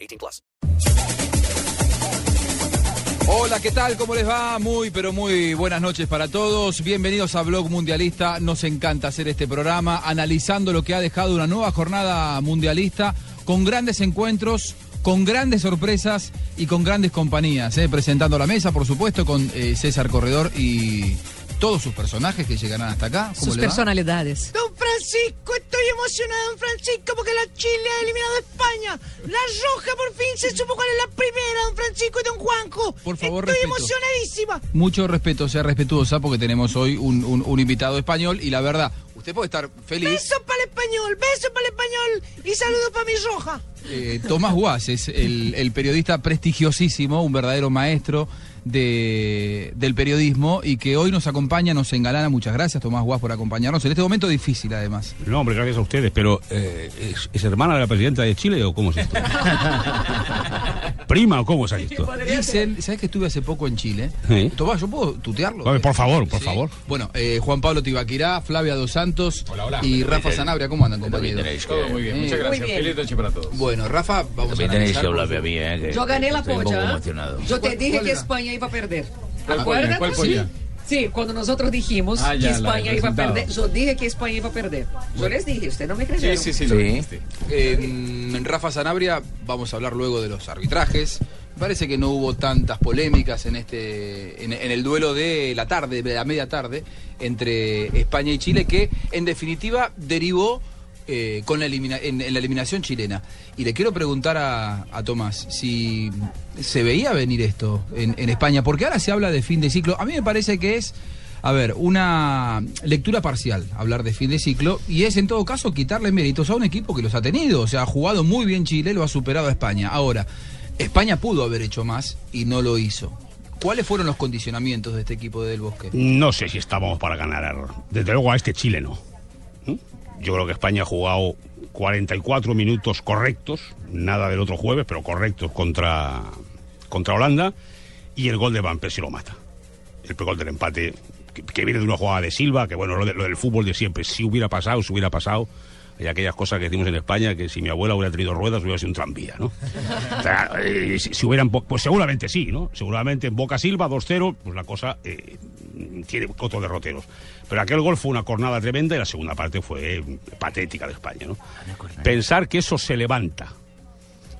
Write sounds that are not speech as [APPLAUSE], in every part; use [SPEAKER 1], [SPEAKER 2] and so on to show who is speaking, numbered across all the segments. [SPEAKER 1] 18 plus.
[SPEAKER 2] Hola, ¿qué tal? ¿Cómo les va? Muy, pero muy buenas noches para todos. Bienvenidos a Blog Mundialista. Nos encanta hacer este programa analizando lo que ha dejado una nueva jornada mundialista con grandes encuentros, con grandes sorpresas y con grandes compañías. ¿eh? Presentando la mesa, por supuesto, con eh, César Corredor y todos sus personajes que llegarán hasta acá. ¿Cómo
[SPEAKER 3] sus
[SPEAKER 2] le va?
[SPEAKER 3] personalidades.
[SPEAKER 4] Don Francisco, estoy emocionado, don Francisco, porque la Chile ha eliminado a España. La Roja por fin se supo cuál es la primera, don Francisco y don Juanjo.
[SPEAKER 2] Por favor,
[SPEAKER 4] Estoy
[SPEAKER 2] respeto.
[SPEAKER 4] emocionadísima.
[SPEAKER 2] Mucho respeto, sea respetuosa, porque tenemos hoy un, un- un invitado español y la verdad, usted puede estar feliz.
[SPEAKER 4] Besos para el español, besos para el español y saludos para mi Roja.
[SPEAKER 2] Eh, Tomás Guas es el, el periodista prestigiosísimo, un verdadero maestro de- del periodismo y que hoy nos acompaña, nos engalana. Muchas gracias, Tomás Guas, por acompañarnos en este momento difícil, además.
[SPEAKER 5] No, hombre, gracias a ustedes, pero eh, ¿es, es hermana de la presidenta de Chile o cómo es esto? ¿Prima o cómo es esto? ¿Eh?
[SPEAKER 2] Dicen, ¿sabes que estuve hace poco en Chile?
[SPEAKER 5] Sí.
[SPEAKER 2] Tomás, ¿yo puedo tutearlo?
[SPEAKER 5] Hombre, por favor, por
[SPEAKER 2] Sí.
[SPEAKER 5] favor.
[SPEAKER 2] Bueno, eh, Juan Pablo Tibaquirá, Flavia Dos Santos y Rafa Sanabria. ¿Cómo andan, compañeros?
[SPEAKER 6] Todo muy bien, muchas gracias. Feliz noche para todos.
[SPEAKER 2] Bueno, Rafa, vamos
[SPEAKER 6] También
[SPEAKER 2] a
[SPEAKER 6] tenéis
[SPEAKER 2] analizar
[SPEAKER 6] que
[SPEAKER 2] con
[SPEAKER 6] hablarme a
[SPEAKER 2] su-
[SPEAKER 6] mí, ¿eh? que
[SPEAKER 3] Yo gané la
[SPEAKER 6] estoy un
[SPEAKER 3] polla.
[SPEAKER 6] poco
[SPEAKER 3] ¿eh?
[SPEAKER 6] emocionado.
[SPEAKER 3] Yo te
[SPEAKER 2] ¿Cuál-
[SPEAKER 3] dije
[SPEAKER 2] cuál
[SPEAKER 3] que
[SPEAKER 2] era?
[SPEAKER 3] España iba a perder.
[SPEAKER 6] ¿Cuál polla?
[SPEAKER 3] ¿Acuérdate?
[SPEAKER 6] ¿Cuál
[SPEAKER 3] sí.
[SPEAKER 6] polla?
[SPEAKER 3] Sí, cuando nosotros dijimos
[SPEAKER 6] Ah, ya,
[SPEAKER 3] que
[SPEAKER 6] la
[SPEAKER 3] España
[SPEAKER 6] del
[SPEAKER 3] iba a
[SPEAKER 6] resultado.
[SPEAKER 3] perder, yo dije que España iba a perder. Yo les dije, usted no me
[SPEAKER 6] Sí,
[SPEAKER 3] creyeron.
[SPEAKER 6] sí, sí, lo
[SPEAKER 5] Sí.
[SPEAKER 6] dijiste.
[SPEAKER 2] Eh, Rafa Sanabria, vamos a hablar luego de los arbitrajes. Parece que no hubo tantas polémicas en este en, en el duelo de la tarde, de la media tarde, entre España y Chile, que en definitiva derivó eh, con la elimina- en, en la eliminación chilena. Y le quiero preguntar a, a Tomás si se veía venir esto en, en España, porque ahora se habla de fin de ciclo. A mí me parece que es a ver, una lectura parcial, hablar de fin de ciclo, y es en todo caso quitarle méritos a un equipo que los ha tenido. O sea, ha jugado muy bien Chile, lo ha superado a España. Ahora, España pudo haber hecho más y no lo hizo. ¿Cuáles fueron los condicionamientos de este equipo de Del Bosque?
[SPEAKER 5] No sé si estábamos para ganar. Desde luego a este Chile no. ¿Mm? Yo creo que España ha jugado 44 minutos correctos, nada del otro jueves, pero correctos contra, contra Holanda. Y el gol de Van Persie lo mata. El gol del empate, que, que viene de una jugada de Silva, que bueno, lo, de- lo del fútbol de siempre, si hubiera pasado, si hubiera pasado. Hay aquellas cosas que decimos en España, que si mi abuela hubiera tenido ruedas, hubiera sido un tranvía, ¿no? Claro, eh, si, si hubieran, po- pues seguramente sí, ¿no? Seguramente en Boca Silva 2-0, pues la cosa eh, tiene otros derroteros. Pero aquel gol fue una cornada tremenda y la segunda parte fue eh, patética de España, ¿no? Pensar que eso se levanta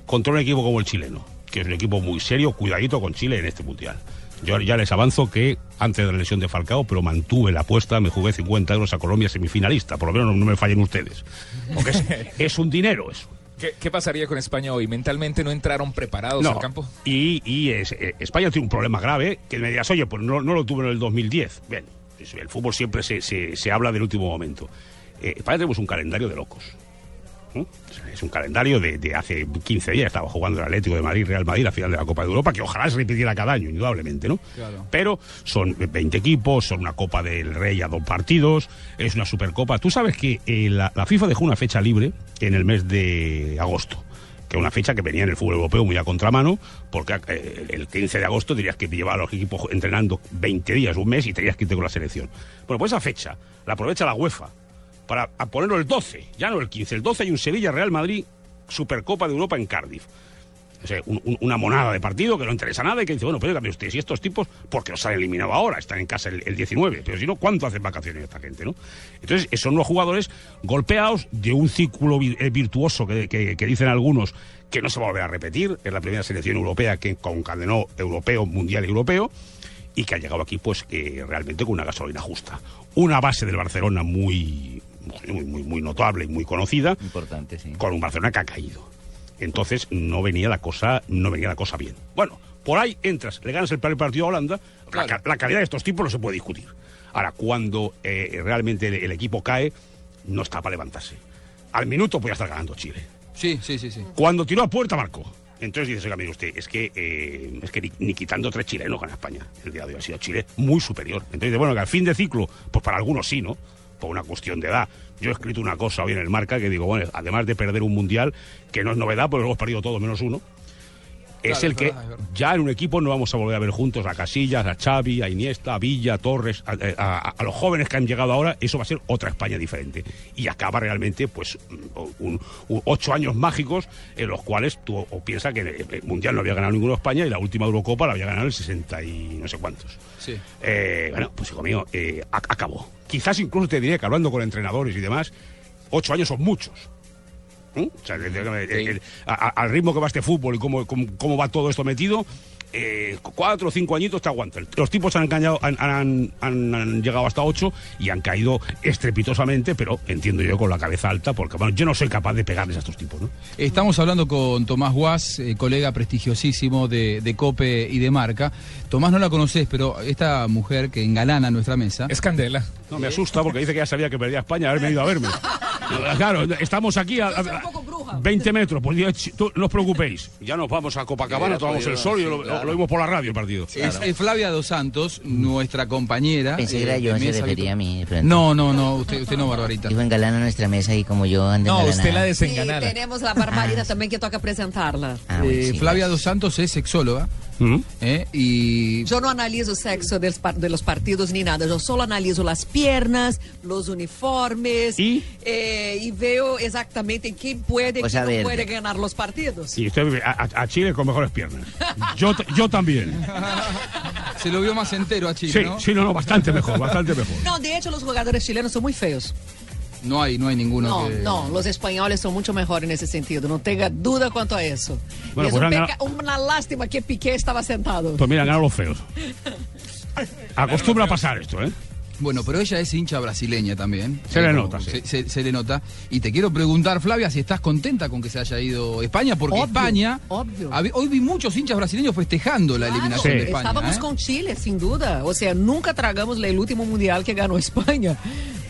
[SPEAKER 5] contra un equipo como el chileno, que es un equipo muy serio, cuidadito con Chile en este mundial. Yo ya les avanzo que antes de la lesión de Falcao, pero mantuve la apuesta, me jugué 50 euros a Colombia semifinalista, por lo menos no, no me fallen ustedes. Porque es, [LAUGHS] es un dinero eso.
[SPEAKER 6] ¿Qué, qué pasaría con España hoy? ¿Mentalmente no entraron preparados
[SPEAKER 5] No,
[SPEAKER 6] al campo?
[SPEAKER 5] Y, y es- eh, España tiene un problema grave que me dirás, oye, pues no, no lo tuvo en el 2010. Bien, es- el fútbol siempre se, se- se habla del último momento. Eh, España tenemos un calendario de locos. ¿no? O sea, Es un calendario de, de hace 15 días. Estaba jugando el Atlético de Madrid, Real Madrid, la final de la Copa de Europa, que ojalá se repitiera cada año, indudablemente, ¿no?
[SPEAKER 2] Claro.
[SPEAKER 5] Pero son 20 equipos, son una Copa del Rey a dos partidos, es una Supercopa. Tú sabes que eh, la, la FIFA dejó una fecha libre en el mes de agosto, que es una fecha que venía en el fútbol europeo muy a contramano, porque eh, el 15 de agosto dirías que llevaba a los equipos entrenando 20 días, un mes, y tenías que irte con la selección. Bueno, pues esa fecha la aprovecha la UEFA para a ponerlo el 12, ya no el 15, el 12 hay un Sevilla-Real Madrid Supercopa de Europa en Cardiff o sea, un- un- una monada de partido que no interesa nada y que dice, bueno, pero oiga, ustedes, si estos tipos, porque los han eliminado ahora, están en casa el, el 19, pero si no, ¿cuánto hacen vacaciones esta gente, no? Entonces, eh, son los jugadores golpeados de un círculo vi- eh, virtuoso que, que- que dicen algunos que no se va a volver a repetir, es la primera selección europea que concadenó europeo, mundial y europeo, y que ha llegado aquí, pues, eh, realmente con una gasolina justa. Una base del Barcelona muy, muy, muy, muy notable y muy conocida,
[SPEAKER 7] Importante, sí.
[SPEAKER 5] con un Barcelona que ha caído. Entonces no venía la cosa, no venía la cosa bien. Bueno, por ahí entras, le ganas el primer partido a Holanda, la, ca- la calidad de estos tipos no se puede discutir. Ahora, cuando eh, realmente el, el equipo cae, no está para levantarse. Al minuto podía estar ganando Chile.
[SPEAKER 2] Sí, sí, sí, sí.
[SPEAKER 5] Cuando tiró a puerta, marcó. Entonces dices, oiga, mire usted, es que, eh, es que ni, ni quitando tres chilenos gana España. El día de hoy ha sido Chile muy superior. Entonces, bueno, que al fin de ciclo, pues para algunos sí, ¿no? Por una cuestión de edad. Yo he escrito una cosa hoy en el marca que digo, bueno, además de perder un mundial, que no es novedad, porque lo hemos perdido todos menos uno, es
[SPEAKER 2] Claro,
[SPEAKER 5] el
[SPEAKER 2] es
[SPEAKER 5] que
[SPEAKER 2] verdad, es verdad.
[SPEAKER 5] ya en un equipo no vamos a volver a ver juntos a Casillas, a Xavi, a Iniesta, a Villa, a Torres, a, a- a los jóvenes que han llegado ahora, eso va a ser otra España diferente. Y acaba realmente, pues, un- un- ocho años mágicos en los cuales tú o piensas que el el Mundial no había ganado ninguna España y la última Eurocopa la había ganado el 60 y no sé cuántos.
[SPEAKER 2] Sí.
[SPEAKER 5] Eh, bueno, pues hijo mío, eh, ac- acabó. Quizás incluso te diría que hablando con entrenadores y demás, ocho años son muchos. ¿Mm? O sea, el- el- el- a- a- al ritmo que va este fútbol y cómo, cómo- cómo va todo esto metido, eh, cu- cuatro o cinco añitos te aguantan. Los tipos han, engañado- han, han- han- han llegado hasta ocho y han caído estrepitosamente, pero entiendo yo con la cabeza alta, porque bueno, yo no soy capaz de pegarles a estos tipos, ¿no?
[SPEAKER 2] Estamos hablando con Tomás Guas, eh, colega prestigiosísimo de, de COPE y de Marca. Tomás, no la conoces, pero esta mujer que engalana nuestra mesa...
[SPEAKER 6] Es Candela.
[SPEAKER 5] No, me asusta porque dice que ya sabía que perdía España haber venido a verme. No, Claro, estamos aquí a, a-
[SPEAKER 3] soy un poco bruja.
[SPEAKER 5] 20 metros. Pues Dios, si- tú, no os preocupéis. Ya nos vamos a Copacabana,
[SPEAKER 8] Hubiera
[SPEAKER 5] tomamos el
[SPEAKER 8] podido,
[SPEAKER 5] sol y
[SPEAKER 8] pues, sí,
[SPEAKER 5] lo, lo-
[SPEAKER 8] claro.
[SPEAKER 5] lo vimos por la radio el partido.
[SPEAKER 2] Es eh, Flavia Dos Santos, nuestra compañera.
[SPEAKER 9] Pensé que
[SPEAKER 2] eh,
[SPEAKER 9] era yo,
[SPEAKER 2] de
[SPEAKER 9] se
[SPEAKER 2] mesa
[SPEAKER 9] refería a mí. de pronto.
[SPEAKER 2] No, no, no, usted, usted no, Barbarita.
[SPEAKER 9] Dijo engalana nuestra mesa y como yo ando
[SPEAKER 6] No,
[SPEAKER 9] engalanada.
[SPEAKER 6] usted la
[SPEAKER 3] E
[SPEAKER 6] desenganada.
[SPEAKER 3] teremos a Barbarina também, que toca apresentá-la.
[SPEAKER 9] Ah, bueno,
[SPEAKER 2] Eh,
[SPEAKER 9] sí,
[SPEAKER 2] Flavia
[SPEAKER 9] gracias.
[SPEAKER 2] Dos Santos es sexóloga
[SPEAKER 5] ¿Mm?
[SPEAKER 2] eh, y
[SPEAKER 3] Yo no analizo o sexo de los, par- de los partidos ni nada. Yo solo analizo las piernas, los uniformes.
[SPEAKER 5] ¿Y?
[SPEAKER 3] eh, y veo exactamente quién puede y
[SPEAKER 9] Pues
[SPEAKER 3] quién
[SPEAKER 9] a
[SPEAKER 3] no
[SPEAKER 9] ver.
[SPEAKER 3] puede ganar los partidos. [LAUGHS]
[SPEAKER 5] Y usted a, a- a Chile con mejores piernas. Yo, t- yo también.
[SPEAKER 2] se lo vio más entero a Chile,
[SPEAKER 5] Sí,
[SPEAKER 2] ¿no?
[SPEAKER 5] sí, no, no, bastante mejor, bastante mejor.
[SPEAKER 3] No, de hecho, los jugadores chilenos son muy feos.
[SPEAKER 2] No hay, no hay ninguno
[SPEAKER 3] No,
[SPEAKER 2] que...
[SPEAKER 3] no, los españoles son mucho mejores en ese sentido. No tenga duda cuanto a eso.
[SPEAKER 5] Bueno,
[SPEAKER 3] es
[SPEAKER 5] pues
[SPEAKER 3] un
[SPEAKER 5] han
[SPEAKER 3] peca- una lástima que Piqué estaba sentado.
[SPEAKER 5] Pues mira, han ganado los feos. Acostumbra a pasar esto, ¿eh?
[SPEAKER 2] Bueno, pero ella es hincha brasileña también.
[SPEAKER 5] Se le
[SPEAKER 2] Eh,
[SPEAKER 5] nota,
[SPEAKER 2] se,
[SPEAKER 5] sí.
[SPEAKER 2] se- se le nota. Y te quiero preguntar, Flavia, si estás contenta con que se haya ido España, porque
[SPEAKER 3] Obvio,
[SPEAKER 2] España...
[SPEAKER 3] obvio.
[SPEAKER 2] Hab- Hoy vi muchos hinchas brasileños festejando la eliminación
[SPEAKER 5] Sí.
[SPEAKER 2] de España.
[SPEAKER 3] Estávamos
[SPEAKER 2] ¿eh?
[SPEAKER 3] con Chile, sin duda. O sea, nunca tragamos el último mundial que ganó [LAUGHS] España.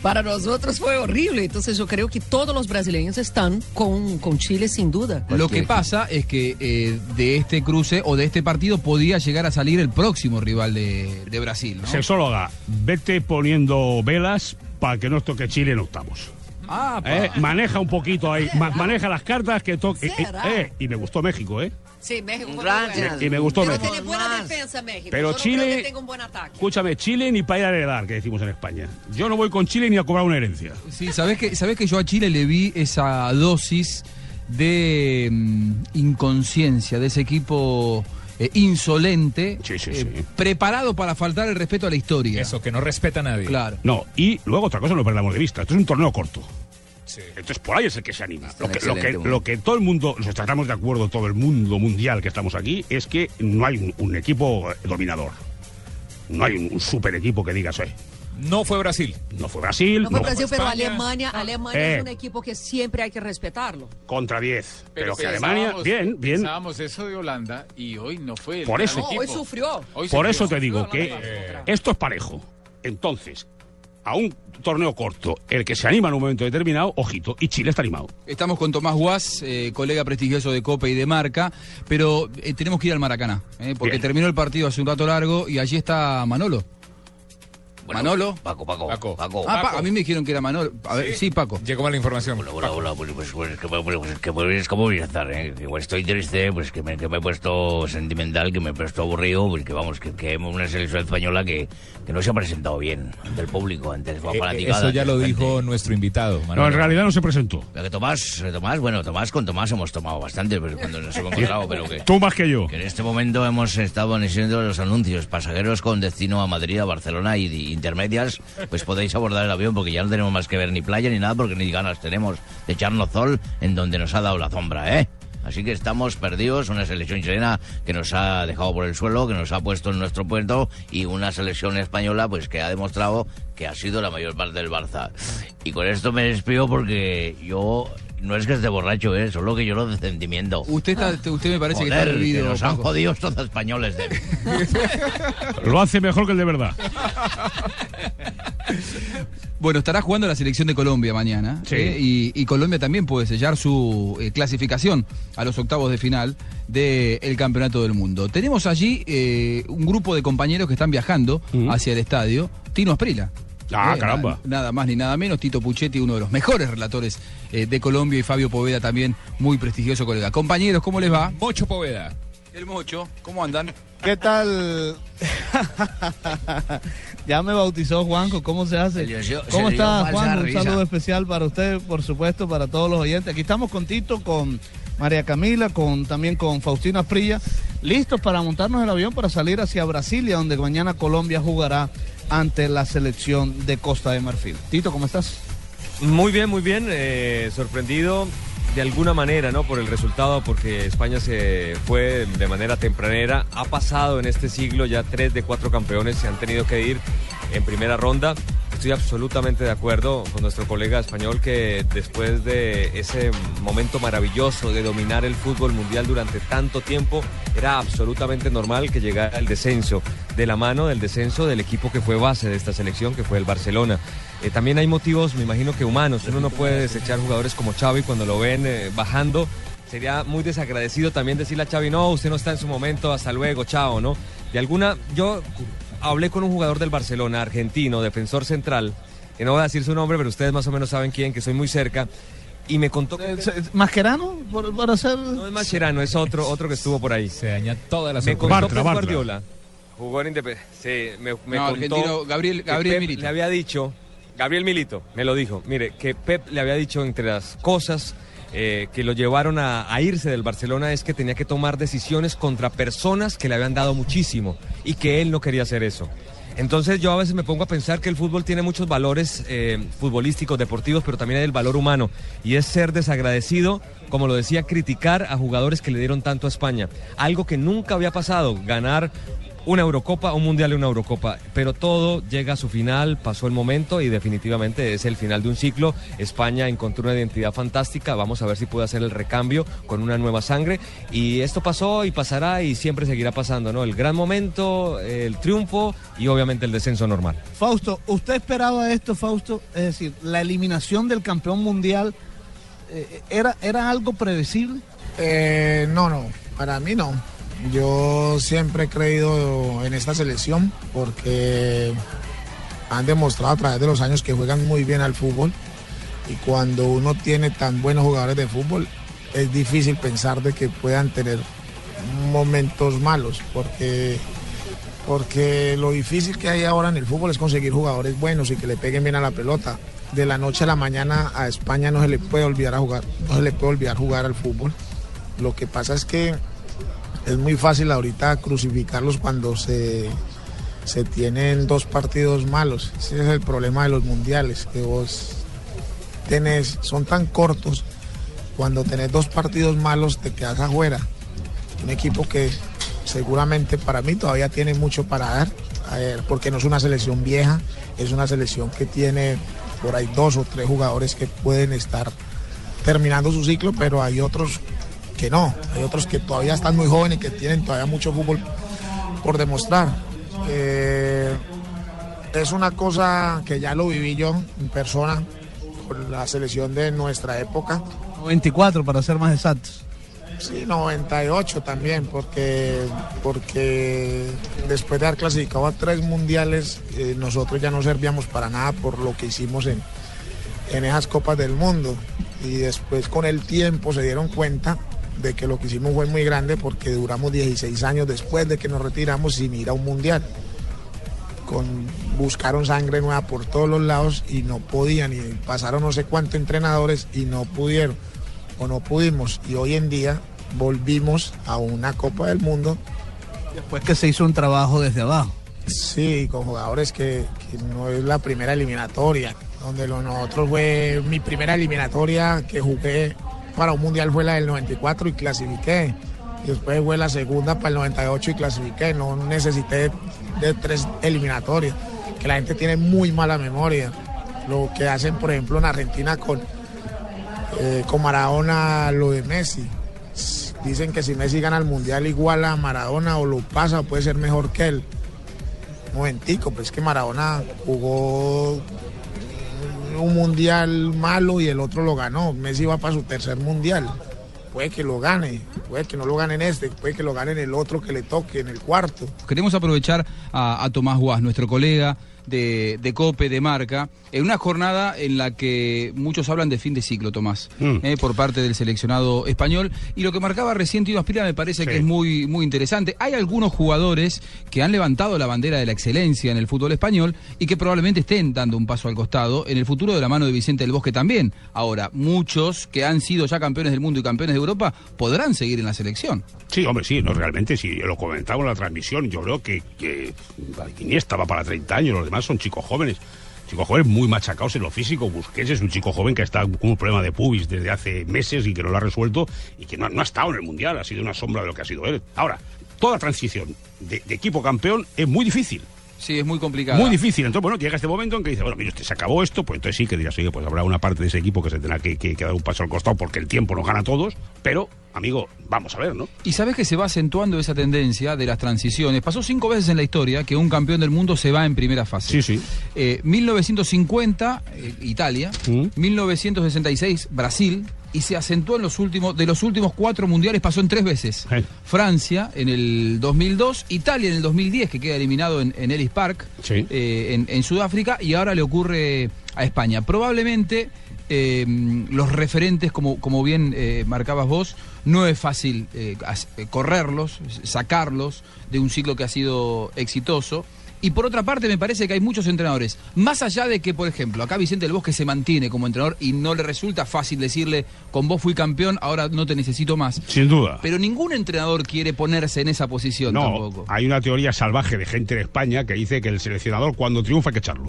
[SPEAKER 3] Para nosotros fue horrible. Entonces yo creo que todos los brasileños están con, con Chile, sin duda.
[SPEAKER 2] Lo que pasa es que eh, de este cruce o de este partido podía llegar a salir el próximo rival de, de Brasil. ¿no?
[SPEAKER 5] Sexóloga, vete poniendo velas para que nos toque Chile en octavos.
[SPEAKER 2] Ah, pa.
[SPEAKER 5] Eh, maneja un poquito ahí, ma- maneja las cartas que toque. eh, eh, eh, y me gustó México, ¿eh?
[SPEAKER 3] Sí, México. fue muy bueno.
[SPEAKER 9] Gracias.
[SPEAKER 5] Y me gustó
[SPEAKER 3] Pero
[SPEAKER 5] México.
[SPEAKER 3] tiene buena defensa, México. Yo
[SPEAKER 5] Pero
[SPEAKER 3] no
[SPEAKER 5] Chile-
[SPEAKER 3] creo que tenga un buen ataque.
[SPEAKER 5] Escúchame, Chile ni para ir a heredar, que decimos en España. Yo no voy con Chile ni a cobrar una herencia.
[SPEAKER 2] Sí, ¿sabés que, sabés que yo a Chile le vi esa dosis de mm, inconsciencia, de ese equipo eh, insolente,
[SPEAKER 5] Sí, sí,
[SPEAKER 2] eh,
[SPEAKER 5] sí.
[SPEAKER 2] preparado para faltar el respeto a la historia?
[SPEAKER 6] Eso, que no respeta a nadie.
[SPEAKER 2] Claro.
[SPEAKER 5] No, y luego otra cosa no perdamos de vista. Esto es un torneo corto.
[SPEAKER 6] Sí.
[SPEAKER 5] Entonces por ahí es el que se anima. Lo que, lo, que,
[SPEAKER 8] excelente, bueno.
[SPEAKER 5] lo que todo el mundo, nos tratamos de acuerdo todo el mundo mundial que estamos aquí, es que no hay un, un equipo eh, dominador. No hay un, un super equipo que digas, "Oye,
[SPEAKER 6] No fue Brasil.
[SPEAKER 5] no fue Brasil,
[SPEAKER 3] No fue
[SPEAKER 5] no
[SPEAKER 3] Brasil,
[SPEAKER 6] fue
[SPEAKER 3] pero
[SPEAKER 6] España.
[SPEAKER 3] Alemania, Alemania
[SPEAKER 5] Eh.
[SPEAKER 3] es un equipo que siempre hay que respetarlo.
[SPEAKER 5] fue contra 10. Pero, que
[SPEAKER 10] pensábamos-
[SPEAKER 5] Alemania, bien, bien.
[SPEAKER 10] Pensábamos eso de Holanda y hoy no fue. el
[SPEAKER 5] Por
[SPEAKER 10] gran
[SPEAKER 5] eso.
[SPEAKER 3] No, hoy
[SPEAKER 10] equipo.
[SPEAKER 3] sufrió.
[SPEAKER 10] Hoy
[SPEAKER 5] Por
[SPEAKER 10] sufrió.
[SPEAKER 5] eso te digo
[SPEAKER 3] no,
[SPEAKER 5] que eh,
[SPEAKER 3] no, no, no, no.
[SPEAKER 5] esto es parejo. Entonces, a un torneo corto, el que se anima en un momento determinado, ojito, y Chile está animado.
[SPEAKER 2] Estamos con Tomás Guas, eh, colega prestigioso de Copa y de Marca, pero eh, tenemos que ir al Maracaná, eh, porque
[SPEAKER 5] Bien.
[SPEAKER 2] terminó el partido hace un rato largo y allí está Manolo.
[SPEAKER 8] Bueno,
[SPEAKER 2] Manolo.
[SPEAKER 8] Paco, Paco.
[SPEAKER 6] Paco.
[SPEAKER 8] Paco.
[SPEAKER 5] Oh,
[SPEAKER 2] Ah, Pa- a mí me dijeron que era Manolo. A ver, sí, Paco.
[SPEAKER 6] Llegó mala información.
[SPEAKER 8] Hola, hola, hola, pues, pues, pues, que, pues, pues, que, pues, ¿cómo voy a estar, eh? Que igual estoy triste, pues que me, que me he puesto sentimental, que me he puesto aburrido, pues que vamos, que, que hemos una selección española que, que no se ha presentado bien ante el público, ante la
[SPEAKER 6] Eh, eh,
[SPEAKER 8] fanaticada.
[SPEAKER 6] Eso ya
[SPEAKER 8] ante la
[SPEAKER 6] lo
[SPEAKER 8] gente.
[SPEAKER 6] dijo nuestro invitado.
[SPEAKER 5] No, en
[SPEAKER 6] Manolo.
[SPEAKER 5] realidad no se presentó.
[SPEAKER 8] Pero que Tomás, eh, Tomás, bueno, Tomás, con Tomás hemos tomado bastante, pero cuando nos hemos encontrado, pero que...
[SPEAKER 5] Tú más que yo.
[SPEAKER 8] Que en este momento hemos estado anunciando los anuncios. Pasajeros con destino a Madrid, a Barcelona y de intermedias, pues podéis abordar el avión porque ya no tenemos más que ver ni playa ni nada porque ni ganas tenemos de echarnos sol en donde nos ha dado la sombra, ¿eh? Así que estamos perdidos, una selección chilena que nos ha dejado por el suelo, que nos ha puesto en nuestro puerto y una selección española pues que ha demostrado que ha sido la mayor parte del Barça. Y con esto me despido porque yo No es que esté borracho, eh, solo que lloro de sentimiento.
[SPEAKER 2] Usted, está- usted me parece que
[SPEAKER 8] Joder,
[SPEAKER 2] está bebido.
[SPEAKER 8] nos han
[SPEAKER 2] Paco.
[SPEAKER 8] jodido estos españoles de
[SPEAKER 5] Lo hace mejor que el
[SPEAKER 2] [LAUGHS]
[SPEAKER 5] de verdad.
[SPEAKER 2] Bueno, estará jugando la selección de Colombia mañana. ¿eh? Y, y Colombia también puede sellar su eh, clasificación a los octavos de final del Campeonato del Mundo. Tenemos allí eh, un grupo de compañeros que están viajando hacia el estadio. Tino Asprila.
[SPEAKER 5] Mm. Ah, caramba.
[SPEAKER 2] na- Nada más ni nada menos. Tito Puchetti, uno de los mejores relatores eh, de Colombia. Y Fabio Poveda también, muy prestigioso colega. Compañeros, ¿cómo les va?
[SPEAKER 11] Mocho Poveda.
[SPEAKER 2] El Mocho, ¿cómo andan?
[SPEAKER 12] ¿Qué
[SPEAKER 8] [LAUGHS]
[SPEAKER 12] tal? ya me bautizó Juanjo, ¿cómo se hace?
[SPEAKER 8] Se le dio- se
[SPEAKER 12] ¿Cómo
[SPEAKER 8] le dio
[SPEAKER 12] está
[SPEAKER 8] falsa
[SPEAKER 12] Juanjo? Un
[SPEAKER 8] risa.
[SPEAKER 12] saludo especial para usted, por supuesto, para todos los oyentes. Aquí estamos con Tito, con María Camila, con también con Faustina Prilla, listos para montarnos el avión para salir hacia Brasilia, donde mañana Colombia jugará ante la selección de Costa de Marfil. Tito, ¿cómo estás?
[SPEAKER 13] Muy bien, muy bien. eh, sorprendido de alguna manera, ¿no? Por el resultado, porque España se fue de manera tempranera. Ha pasado en este siglo ya tres de cuatro campeones se han tenido que ir en primera ronda. Estoy absolutamente de acuerdo con nuestro colega español que después de ese momento maravilloso de dominar el fútbol mundial durante tanto tiempo, era absolutamente normal que llegara el descenso, de la mano del descenso del equipo que fue base de esta selección, que fue el Barcelona. Eh, también hay motivos, me imagino que humanos. Uno no puede desechar jugadores como Xavi cuando lo ven eh, bajando. Sería muy desagradecido también decirle a Xavi, no, usted no está en su momento, hasta luego, chao, ¿no? De alguna, yo hablé con un jugador del Barcelona, argentino, defensor central, que no voy a decir su nombre, pero ustedes más o menos saben quién, que soy muy cerca, y me contó que...
[SPEAKER 12] ¿Mascherano? Por, por hacer...
[SPEAKER 13] No es Mascherano, es otro, otro que estuvo por ahí. Se daña toda la Me contó Pep
[SPEAKER 5] sorpresa. Bartra, Bartra.
[SPEAKER 13] Guardiola. Jugó en Independiente. Sí, me, me
[SPEAKER 2] No,
[SPEAKER 13] contó
[SPEAKER 2] argentino, Gabriel-
[SPEAKER 13] que
[SPEAKER 2] Gabriel
[SPEAKER 13] Pep
[SPEAKER 2] Milito.
[SPEAKER 13] Le había dicho, Gabriel Milito, me lo dijo. Mire, que Pep le había dicho entre las cosas eh, que lo llevaron a, a irse del Barcelona es que tenía que tomar decisiones contra personas que le habían dado muchísimo y que él no quería hacer eso. Entonces yo a veces me pongo a pensar que el fútbol tiene muchos valores eh, futbolísticos, deportivos, pero también hay el valor humano. Y es ser desagradecido, como lo decía, criticar a jugadores que le dieron tanto a España. Algo que nunca había pasado, ganar una Eurocopa, un Mundial y una Eurocopa. Pero todo llega a su final, pasó el momento y definitivamente es el final de un ciclo. España encontró una identidad fantástica, vamos a ver si puede hacer el recambio con una nueva sangre. Y esto pasó y pasará y siempre seguirá pasando, ¿no? El gran momento, el triunfo y obviamente el descenso normal.
[SPEAKER 12] Fausto, ¿usted esperaba esto, Fausto? Es decir, la eliminación del campeón mundial, eh, ¿era, ¿era algo predecible?
[SPEAKER 14] Eh, no, no, para mí no. Yo siempre he creído en esta selección porque han demostrado a través de los años que juegan muy bien al fútbol y cuando uno tiene tan buenos jugadores de fútbol es difícil pensar de que puedan tener momentos malos porque porque lo difícil que hay ahora en el fútbol es conseguir jugadores buenos y que le peguen bien a la pelota. De la noche a la mañana a España no se le puede olvidar a jugar, no se le puede olvidar jugar al fútbol. Lo que pasa es que es muy fácil ahorita crucificarlos cuando se, se tienen dos partidos malos. Ese es el problema de los mundiales, que vos tenés, son tan cortos, cuando tenés dos partidos malos te quedas afuera. Un equipo que seguramente para mí todavía tiene mucho para dar, a ver, porque no es una selección vieja, es una selección que tiene por ahí dos o tres jugadores que pueden estar terminando su ciclo, pero hay otros que no, hay otros que todavía están muy jóvenes, que tienen todavía mucho fútbol por demostrar. Eh, es una cosa que ya lo viví yo en persona con la selección de nuestra época.
[SPEAKER 12] 24, para ser más exactos.
[SPEAKER 14] Sí, 98 también, porque, porque después de haber clasificado a tres mundiales, eh, nosotros ya no servíamos para nada por lo que hicimos en, en esas copas del mundo. Y después con el tiempo se dieron cuenta de que lo que hicimos fue muy grande porque duramos 16 años después de que nos retiramos sin ir a un mundial. Con, buscaron sangre nueva por todos los lados y no podían, y pasaron no sé cuántos entrenadores y no pudieron o no pudimos y hoy en día volvimos a una Copa del Mundo.
[SPEAKER 12] Después que se hizo un trabajo desde abajo.
[SPEAKER 14] Sí, con jugadores que, que no es la primera eliminatoria, donde lo nosotros fue mi primera eliminatoria que jugué para un mundial fue la del 94 y clasifiqué. Y Después fue la segunda para el 98 y clasifiqué. No necesité de tres eliminatorias, que la gente tiene muy mala memoria. Lo que hacen, por ejemplo, en Argentina con, eh, con Maradona lo de Messi. Dicen que si Messi gana el Mundial igual a Maradona o lo pasa, puede ser mejor que él. Un momentico, pues es que Maradona jugó un Mundial malo y el otro lo ganó. Messi va para su tercer Mundial. Puede que lo gane, puede que no lo gane en este, puede que lo gane en el otro que le toque, en el cuarto.
[SPEAKER 2] Queremos aprovechar a, a Tomás Guas, nuestro colega de, de COPE, de marca, en una jornada en la que muchos hablan de fin de ciclo, Tomás, eh, por parte del seleccionado español. Y lo que marcaba recién Tino Aspira me parece que es muy, muy interesante. Hay algunos jugadores que han levantado la bandera de la excelencia en el fútbol español y que probablemente estén dando un paso al costado en el futuro de la mano de Vicente del Bosque también. Ahora, muchos que han sido ya campeones del mundo y campeones de Europa podrán seguir en la selección.
[SPEAKER 5] Sí, hombre, sí, no, realmente, si lo comentaba en la transmisión, yo creo que, que Iniesta va para 30 años, los demás son chicos jóvenes. Chicos jóvenes muy machacados en lo físico. Busquets es un chico joven que está con un problema de pubis desde hace meses y que no lo ha resuelto y que no, ha- no ha estado en el Mundial, ha sido una sombra de lo que ha sido él. Ahora, toda transición de, de equipo campeón es muy difícil.
[SPEAKER 2] Sí, es muy complicado.
[SPEAKER 5] Muy difícil. Entonces, bueno, llega este momento en que dice, bueno, mire usted, se acabó esto, pues entonces sí que dirás, oye, pues habrá una parte de ese equipo que se tendrá que, que- que dar un paso al costado porque el tiempo nos gana a todos, pero, amigo, vamos a ver, ¿no?
[SPEAKER 2] Y sabes que se va acentuando esa tendencia de las transiciones. Pasó cinco veces en la historia que un campeón del mundo se va en primera fase. Eh,
[SPEAKER 5] Sí, sí.
[SPEAKER 2] 1950, eh, Italia. 1966, Brasil. Y se acentuó en los últimos, de los últimos cuatro mundiales, pasó en tres veces. Francia en el 2002, Italia en el 2010, que queda eliminado en, en Ellis Park, eh, en- en Sudáfrica, y ahora le ocurre a España. Probablemente eh, los referentes, como, como bien eh, marcabas vos, no es fácil eh, as- eh, correrlos, s- sacarlos de un ciclo que ha sido exitoso. Y por otra parte, me parece que hay muchos entrenadores, más allá de que, por ejemplo, acá Vicente del Bosque se mantiene como entrenador y no le resulta fácil decirle, con vos fui campeón, ahora no te necesito más.
[SPEAKER 5] Sin duda.
[SPEAKER 2] Pero ningún entrenador quiere ponerse en esa posición
[SPEAKER 5] No,
[SPEAKER 2] tampoco.
[SPEAKER 5] hay una teoría salvaje de gente en España que dice que el seleccionador cuando triunfa hay que [LAUGHS] echarlo.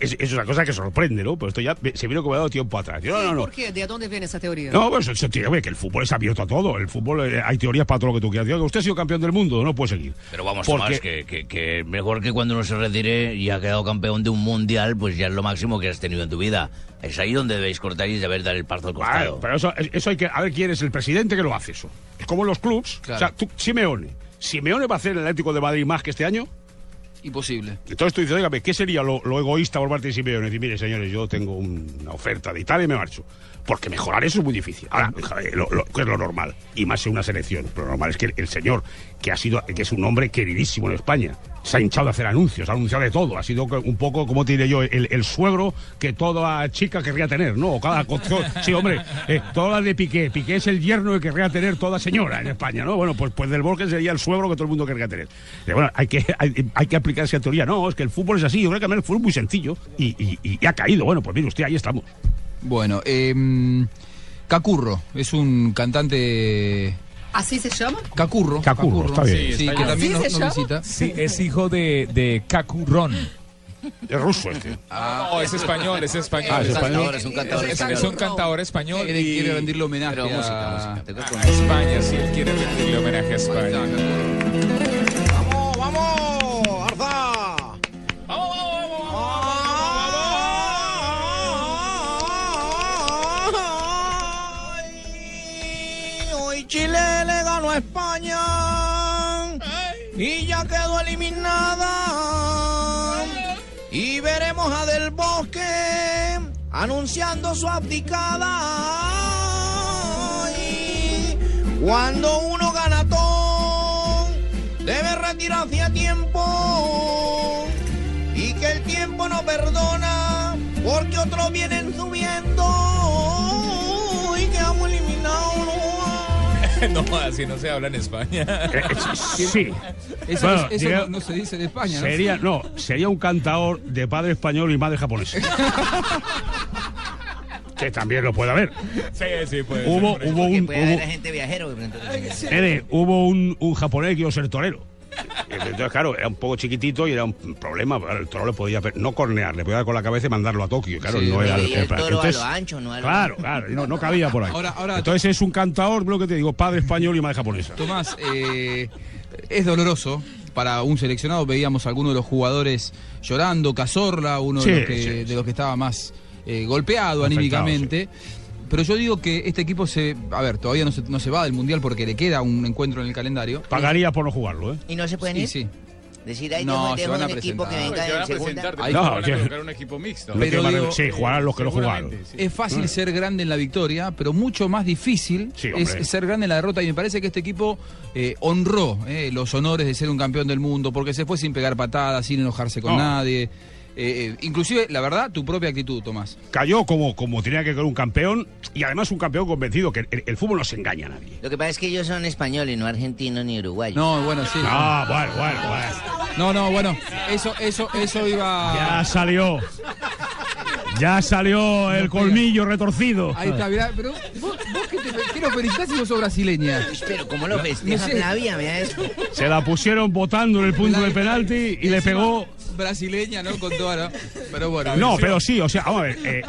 [SPEAKER 5] es, es una cosa que sorprende, ¿no? Pero esto ya me- se vino como dado tiempo atrás. Yo, No, no, no.
[SPEAKER 3] ¿Por qué? ¿De dónde viene esa teoría?
[SPEAKER 5] No, pues eso, tío, hombre, que el fútbol es abierto a todo. El fútbol, eh, hay teorías para todo lo que tú quieras. Digo, usted ha sido campeón del mundo, no puede seguir.
[SPEAKER 13] Pero vamos,
[SPEAKER 5] Porque-
[SPEAKER 13] Tomás, que, que- que mejor que cuando uno se retire y ha quedado campeón de un mundial, pues ya es lo máximo que has tenido en tu vida. Es ahí donde debéis cortar y deber dar el paso al costado.
[SPEAKER 5] Claro, pero eso, eso hay que. A ver quién es el presidente que lo hace eso. Es como en los clubs.
[SPEAKER 13] Claro.
[SPEAKER 5] O sea, tú, Simeone. ¿Simeone va a hacer el Atlético de Madrid más que este año?
[SPEAKER 2] Imposible.
[SPEAKER 5] Entonces tú dices, oígame, ¿qué sería lo, lo egoísta por parte de Simeone? Decir, mire, señores, yo tengo un- una oferta de Italia y me marcho. Porque mejorar eso es muy difícil. Ahora, joder, lo, lo- que es lo normal. Y más en una selección. Lo normal es que el, el señor, que ha sido, que es un hombre queridísimo en España, se ha hinchado de hacer anuncios, ha anunciado de todo. Ha sido co- un poco, como te diré yo, el, el suegro que toda chica querría tener, ¿no? O cada co- [LAUGHS] Sí, hombre, eh, todas las de Piqué. Piqué es el yerno que querría tener toda señora en España, ¿no? Bueno, pues, pues del Borges sería el suegro que todo el mundo querría tener. Y bueno, hay que, hay, hay que aplicar esa teoría. No, es que el fútbol es así. Yo creo que el fútbol es muy sencillo y, y- y- y ha caído. Bueno, pues mire usted, ahí estamos.
[SPEAKER 2] Bueno,
[SPEAKER 6] eh,
[SPEAKER 2] em, Cacurro es un cantante
[SPEAKER 3] ¿Así se llama?
[SPEAKER 2] Cacurro. Cacurro,
[SPEAKER 6] está bien.
[SPEAKER 2] Sí,
[SPEAKER 6] Está
[SPEAKER 2] que
[SPEAKER 6] bien.
[SPEAKER 2] también
[SPEAKER 3] ¿Así
[SPEAKER 2] nos,
[SPEAKER 3] se
[SPEAKER 2] nos
[SPEAKER 3] llama?
[SPEAKER 2] visita.
[SPEAKER 6] Sí, es hijo de, de Cacurrón.
[SPEAKER 5] Es ruso este.
[SPEAKER 6] no, es español, es español.
[SPEAKER 2] Ah, es español.
[SPEAKER 6] Es un cantador español. Es un cantador español.
[SPEAKER 2] Él quiere rendirle homenaje
[SPEAKER 6] Pero
[SPEAKER 2] a-
[SPEAKER 6] música, a España, sí, él quiere rendirle homenaje a España.
[SPEAKER 15] ¡Vamos, vamos, Arza! ¡Vamos, vamos, Hoy Chile le ganó a España y ya quedó eliminada. Y veremos a Del Bosque anunciando su abdicada. Ay, Cuando uno gana todo, debe retirarse a tiempo. Y que el tiempo no perdona, porque otros vienen subiendo. Y quedamos eliminados.
[SPEAKER 6] [LAUGHS] No, así no se habla en España.
[SPEAKER 5] Eh, Sí.
[SPEAKER 6] Eso- eso
[SPEAKER 5] diría-
[SPEAKER 6] no- no se dice en España, ¿no?
[SPEAKER 5] Sería, no, sería un cantador de padre español y
[SPEAKER 6] [LAUGHS]
[SPEAKER 5] madre japonesa. que también lo puede haber.
[SPEAKER 6] Sí, sí, puede
[SPEAKER 5] Hubo,
[SPEAKER 6] ser.
[SPEAKER 5] hubo
[SPEAKER 9] Que
[SPEAKER 5] un.
[SPEAKER 9] Pues, puede haber
[SPEAKER 5] hubo-
[SPEAKER 9] gente viajero. pero entonces-
[SPEAKER 5] Nene, hubo un, un japonés que iba a ser torero. Entonces, claro, era un poco chiquitito y era un problema. claro, el toro le podía pe- no cornear, le podía dar con la cabeza y mandarlo a Tokio. Claro,
[SPEAKER 9] Sí,
[SPEAKER 5] no era
[SPEAKER 9] y el
[SPEAKER 5] plan.
[SPEAKER 9] toro a lo ancho, no a lo-
[SPEAKER 5] Claro, claro, y no, no cabía por ahí.
[SPEAKER 2] Ahora- ahora-
[SPEAKER 5] Entonces es un cantador, lo que te digo, padre español y madre japonesa.
[SPEAKER 2] Tomás, eh, es doloroso para un seleccionado. Veíamos a alguno de los jugadores llorando, Cazorla, uno
[SPEAKER 5] Sí,
[SPEAKER 2] de, los que,
[SPEAKER 5] sí,
[SPEAKER 2] de los que estaba más eh, golpeado
[SPEAKER 5] Afectado,
[SPEAKER 2] anímicamente. Pero yo digo que este equipo se. A ver, todavía no se, no se va del mundial porque le queda un encuentro en el calendario.
[SPEAKER 5] Pagaría por no jugarlo, ¿eh?
[SPEAKER 9] ¿Y no se pueden
[SPEAKER 2] Sí,
[SPEAKER 9] ir?
[SPEAKER 2] sí.
[SPEAKER 9] Decir, ahí
[SPEAKER 2] No,
[SPEAKER 9] no,
[SPEAKER 2] se
[SPEAKER 9] tenemos
[SPEAKER 2] van a
[SPEAKER 9] un equipo que
[SPEAKER 2] presentar.
[SPEAKER 9] venga
[SPEAKER 5] Ah,
[SPEAKER 2] No, se
[SPEAKER 9] en
[SPEAKER 2] van a
[SPEAKER 9] segunda.
[SPEAKER 2] presentar. Ahí no, van a colocar
[SPEAKER 16] un equipo mixto.
[SPEAKER 2] Pero
[SPEAKER 5] Lo que
[SPEAKER 2] digo-
[SPEAKER 5] van a- sí, jugarán los que lo jugaron. Mm.
[SPEAKER 2] Es fácil ser grande en la victoria, pero mucho más difícil
[SPEAKER 5] hombre.
[SPEAKER 2] es ser grande en la derrota. Y me parece que este equipo eh, honró eh, los honores de ser un campeón del mundo, porque se fue sin pegar patadas, sin enojarse con
[SPEAKER 5] No.
[SPEAKER 2] nadie. Eh, eh, inclusive, la verdad, tu propia actitud, Tomás.
[SPEAKER 5] Cayó como, como tenía que caer un campeón y además un campeón convencido que el, el fútbol no se engaña a nadie.
[SPEAKER 9] Lo que pasa es que ellos son españoles, no argentinos ni uruguayos.
[SPEAKER 2] No, bueno, sí.
[SPEAKER 5] Ah, bueno, bueno, bueno.
[SPEAKER 2] No, no, bueno, eso, eso, eso
[SPEAKER 5] [LAUGHS]
[SPEAKER 2] iba.
[SPEAKER 5] Ya salió. Ya salió el colmillo retorcido.
[SPEAKER 2] Ahí está, mirá, pero vos, vos que te quiero felicitar si vos sos brasileña.
[SPEAKER 9] Pero ¿cómo lo ves?
[SPEAKER 2] No
[SPEAKER 9] Deja
[SPEAKER 2] sé.
[SPEAKER 9] Flavia, vea eso.
[SPEAKER 5] Se la pusieron votando en el punto de penalti y le pegó.
[SPEAKER 2] Brasileña, ¿no? Con toda la- Pero bueno.
[SPEAKER 5] No,
[SPEAKER 2] sí.
[SPEAKER 5] pero sí, o sea, vamos a ver. eh,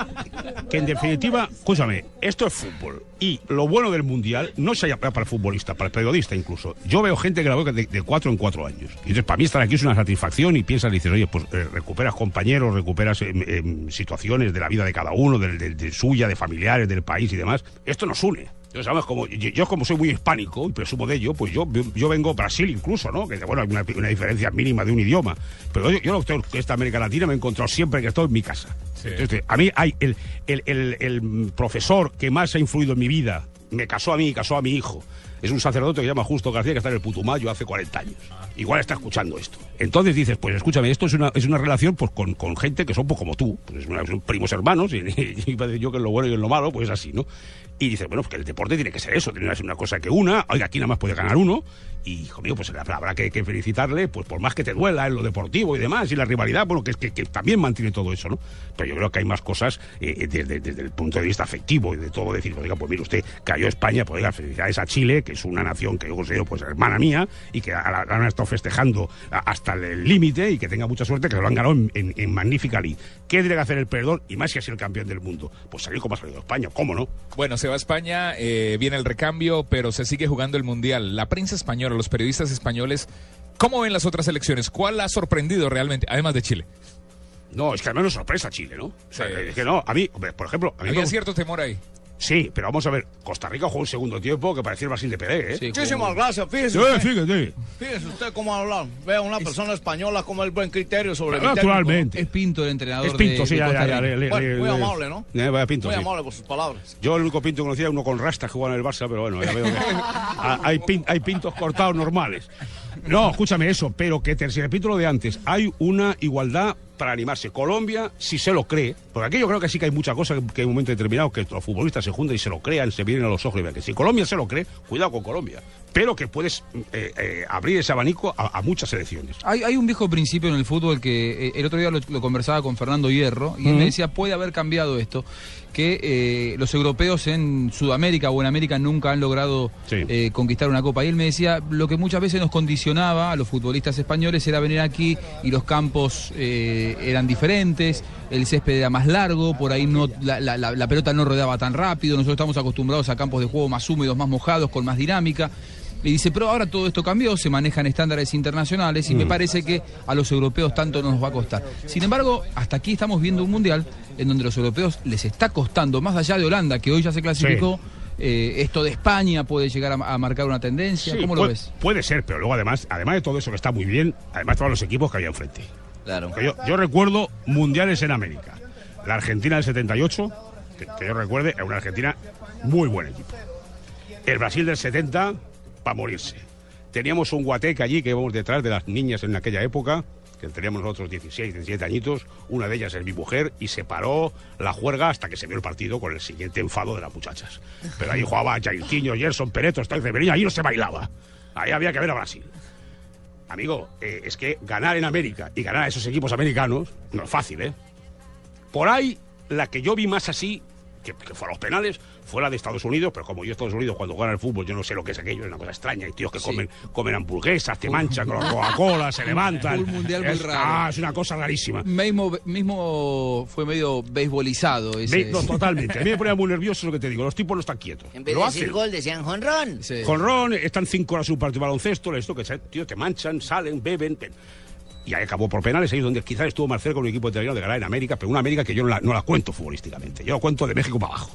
[SPEAKER 5] que en definitiva, escúchame, esto es fútbol. Y lo bueno del mundial no se haya para el futbolista, para el periodista incluso. Yo veo gente que la veo de, de cuatro en cuatro años. Y entonces, para mí, estar aquí es una satisfacción y piensas, dices, oye, pues eh, recuperas compañeros, recuperas em, em, situaciones de la vida de cada uno, del, del- de suya, de familiares, del país y demás. Esto nos une. Entonces, además, como, yo, yo como soy muy hispánico y presumo de ello, pues yo, yo vengo Brasil incluso, ¿no? Que bueno, hay una, una diferencia mínima de un idioma. Pero yo, yo lo que tengo es que esta América Latina me he encontrado siempre que estoy en mi casa. Entonces, a mí hay el, el- el- el profesor que más ha influido en mi vida, me casó a mí y casó a mi hijo. Es un sacerdote que se llama Justo García, que está en el Putumayo hace 40 años. Igual está escuchando esto. Entonces dices, pues escúchame, esto es una, es una relación pues, con, con gente que son pues, como tú. Pues, es una- son primos hermanos, y, y iba a decir yo que es lo bueno y es lo malo, pues es así, ¿no? Y dices, bueno, pues que el deporte tiene que ser eso, tiene que ser una cosa que una. Oiga, aquí nada más puede ganar uno. Y, hijo mío, pues habrá habrá que, que felicitarle, pues por más que te duela en lo deportivo y demás, y la rivalidad, bueno, que, que, que también mantiene todo eso, ¿no? Pero yo creo que hay más cosas eh, eh, desde, desde el punto de vista afectivo y de todo, decir, pues, oiga, pues mire usted, cayó España, pues oiga, felicidades a Chile, que es una nación que yo considero pues hermana mía, y que a la, la han estado festejando a- hasta el límite, y que tenga mucha suerte, que se lo han ganado en, en, en Magnífica League. ¿Qué tiene que hacer el perdón? Y más que es el campeón del mundo. Pues salir como ha salido España, ¿cómo no?
[SPEAKER 6] Bueno, se va a España, eh, viene el recambio, pero se sigue jugando el Mundial. La prensa española, los periodistas españoles, ¿cómo ven las otras elecciones? ¿Cuál ha sorprendido realmente, además de Chile?
[SPEAKER 5] No, es que al menos sorpresa Chile, ¿no? O sea, es que no, a mí, hombre, por ejemplo... A mí
[SPEAKER 6] Había
[SPEAKER 5] me-
[SPEAKER 6] cierto temor ahí.
[SPEAKER 5] Sí, pero vamos a ver, Costa Rica jugó un segundo tiempo que parecía el Brasil de Pelé, ¿eh?
[SPEAKER 17] Muchísimas gracias, fíjese.
[SPEAKER 5] Sí,
[SPEAKER 17] usted.
[SPEAKER 5] fíjate.
[SPEAKER 17] Fíjese usted cómo ha hablado. Vea una persona española con el buen criterio sobre mi
[SPEAKER 5] Naturalmente.
[SPEAKER 2] Es Pinto el entrenador.
[SPEAKER 5] Es Pinto,
[SPEAKER 2] de-
[SPEAKER 5] sí,
[SPEAKER 2] de
[SPEAKER 5] ya,
[SPEAKER 2] Costa
[SPEAKER 5] ya, ya,
[SPEAKER 2] Rica.
[SPEAKER 5] le-
[SPEAKER 17] Bueno,
[SPEAKER 5] le-
[SPEAKER 17] muy
[SPEAKER 5] le-
[SPEAKER 17] amable, ¿no?
[SPEAKER 5] Eh, vaya
[SPEAKER 17] técnico.
[SPEAKER 5] Pinto,
[SPEAKER 17] Muy
[SPEAKER 5] sí.
[SPEAKER 17] amable por sus palabras.
[SPEAKER 5] Yo el único pinto que conocía era uno con rastas que jugaba en el Barça, pero bueno, ya
[SPEAKER 17] [LAUGHS]
[SPEAKER 5] veo que a- hay, pin- hay pintos cortados normales. No, escúchame eso, pero que te si repito lo de antes, hay una igualdad para animarse. Colombia, si se lo cree, porque aquí yo creo que sí que hay mucha cosa que, que en un momento determinado que los futbolistas se juntan y se lo crean, se vienen a los ojos y vean que si Colombia se lo cree, cuidado con Colombia, pero que puedes eh, eh, abrir ese abanico a, a muchas selecciones.
[SPEAKER 2] Hay, hay un viejo principio en el fútbol que eh, el otro día lo, lo conversaba con Fernando Hierro y él
[SPEAKER 5] Ujú.
[SPEAKER 2] me decía, puede haber cambiado esto, que eh, los europeos en Sudamérica o en América nunca han logrado eh, conquistar una copa. Y él me decía, lo que muchas veces nos condicionaba a los futbolistas españoles era venir aquí y los campos eh, eran diferentes, el césped era más largo, por ahí no la, la- la- la pelota no rodaba tan rápido, nosotros estamos acostumbrados a campos de juego más húmedos, más mojados, con más dinámica. Y dice, pero ahora todo esto cambió, se manejan estándares internacionales y
[SPEAKER 5] Mm.
[SPEAKER 2] me parece que a los europeos tanto no nos va a costar. Sin embargo, hasta aquí estamos viendo un mundial en donde a los europeos les está costando, más allá de Holanda, que hoy ya se clasificó, eh, esto de España puede llegar a, a marcar una tendencia.
[SPEAKER 5] Sí, pues,
[SPEAKER 2] ¿Cómo lo
[SPEAKER 5] pue-
[SPEAKER 2] ves?
[SPEAKER 5] Puede ser, pero luego además, además de todo eso que está muy bien, además estaban los equipos que había enfrente.
[SPEAKER 9] Claro.
[SPEAKER 5] Yo, yo recuerdo mundiales en América. La Argentina del 78, que, que yo recuerde, era una Argentina muy buen equipo. El Brasil del 70, para morirse. Teníamos un guateque allí que íbamos detrás de las niñas en aquella época, que teníamos nosotros 16, 17 añitos, una de ellas es mi mujer, y se paró la juerga hasta que se vio el partido con el siguiente enfado de las muchachas. Pero ahí jugaba Jairzinho, Gerson, Pereto, Stoic, Severino, ahí no se bailaba. Ahí había que ver a Brasil. Amigo, eh, es que ganar en América y ganar a esos equipos americanos no es fácil, ¿eh? Por ahí, la que yo vi más así, que, que fue a los penales, fue la de Estados Unidos, pero como yo Estados Unidos cuando juegan al fútbol, yo no sé lo que es aquello, es una cosa extraña. Hay tíos que comen, comen hamburguesas, te manchan con la Coca-Cola, se
[SPEAKER 2] [LAUGHS]
[SPEAKER 5] levantan.
[SPEAKER 2] Un mundial muy
[SPEAKER 5] es,
[SPEAKER 2] raro.
[SPEAKER 5] ah, es una cosa rarísima.
[SPEAKER 2] Mismo, mismo fue medio beisbolizado. Ese...
[SPEAKER 5] Ve- no, totalmente. A mí me ponía muy nervioso lo que te digo. Los tipos no están quietos.
[SPEAKER 9] En vez
[SPEAKER 5] Lo
[SPEAKER 9] de decir
[SPEAKER 5] hacen.
[SPEAKER 9] gol, decían jonrón. Sí.
[SPEAKER 5] Con Ron, están cinco horas en un partido de baloncesto, esto que se- tío, te manchan, salen, beben. te- Y ahí acabó por penales, ahí es donde quizás estuvo más cerca un equipo italiano de ganar en América, pero una América que yo no la, no la cuento futbolísticamente. Yo la cuento de México para abajo.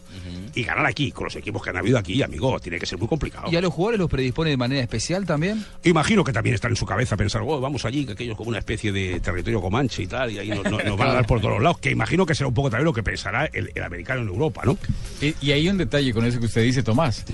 [SPEAKER 5] y ganar aquí, con los equipos que han habido aquí, amigo, tiene que ser muy complicado.
[SPEAKER 2] [LAUGHS] ¿Y a los jugadores los predispone de manera especial también?
[SPEAKER 5] Imagino que también están en su cabeza pensar, "Oh, vamos allí, que aquello es como una especie de territorio comanche y tal, y ahí nos, nos- nos van a dar por todos los lados, que imagino que será un poco también lo que pensará el, el americano en Europa, ¿no? Hmm.
[SPEAKER 16] Y, Eh, y hay un detalle con eso que usted dice, Tomás.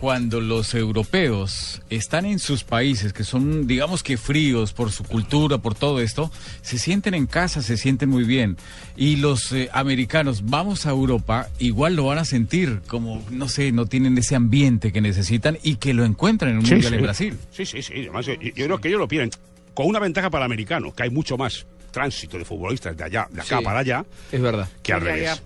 [SPEAKER 16] Cuando los europeos están en sus países, que son, digamos que fríos por su cultura, por todo esto, se sienten en casa, se sienten muy bien. Y los eh, americanos, vamos a Europa, igual lo van a sentir como, no sé, no tienen ese ambiente que necesitan y que lo encuentran en un
[SPEAKER 5] Sí,
[SPEAKER 16] mundial
[SPEAKER 5] sí.
[SPEAKER 16] en Brasil.
[SPEAKER 5] Sí, sí, sí. Además, yo, yo creo que ellos lo piden con una ventaja para el americano, que hay mucho más tránsito de futbolistas de allá, de acá
[SPEAKER 16] Sí.
[SPEAKER 5] para allá,
[SPEAKER 2] es verdad.
[SPEAKER 5] que al revés.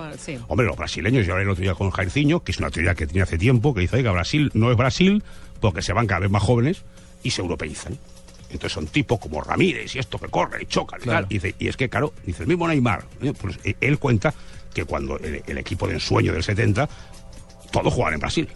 [SPEAKER 5] Hombre, los brasileños, yo hablé el otro día con Jairzinho, que es una teoría que tenía hace tiempo, que dice, oiga, Brasil no es Brasil porque se van cada vez más jóvenes y se europeizan. Entonces son tipos como Ramírez y esto que corre y choca y tal. Y, dice, y es que, claro, dice el mismo Neymar. ¿eh? Pues eh, él cuenta que cuando el, el equipo de ensueño del 70, todos jugaban en Brasil.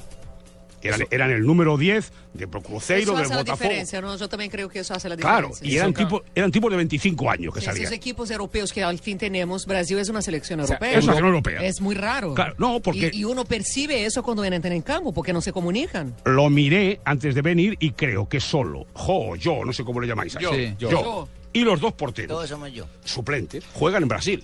[SPEAKER 5] Eran, eran el número 10 de Cruzeiro,
[SPEAKER 3] Eso
[SPEAKER 5] del
[SPEAKER 3] hace la
[SPEAKER 5] Botafogo.
[SPEAKER 3] diferencia, ¿no? Yo también creo que eso hace la
[SPEAKER 5] Claro,
[SPEAKER 3] diferencia.
[SPEAKER 5] y eran, tipo, eran tipos de 25 años que salían.
[SPEAKER 3] Esos equipos europeos que al fin tenemos, Brasil es una selección
[SPEAKER 5] sea,
[SPEAKER 3] europea.
[SPEAKER 5] es una selección europea.
[SPEAKER 3] Es muy raro.
[SPEAKER 5] Claro, no, porque-
[SPEAKER 3] Y, y uno percibe eso cuando entran en campo, porque no se comunican.
[SPEAKER 5] Lo miré antes de venir y creo que solo, jo, yo, no sé cómo le llamáis.
[SPEAKER 3] Yo,
[SPEAKER 5] así.
[SPEAKER 3] yo. Yo.
[SPEAKER 5] Y los dos porteros,
[SPEAKER 9] somos yo.
[SPEAKER 5] suplentes, juegan en Brasil.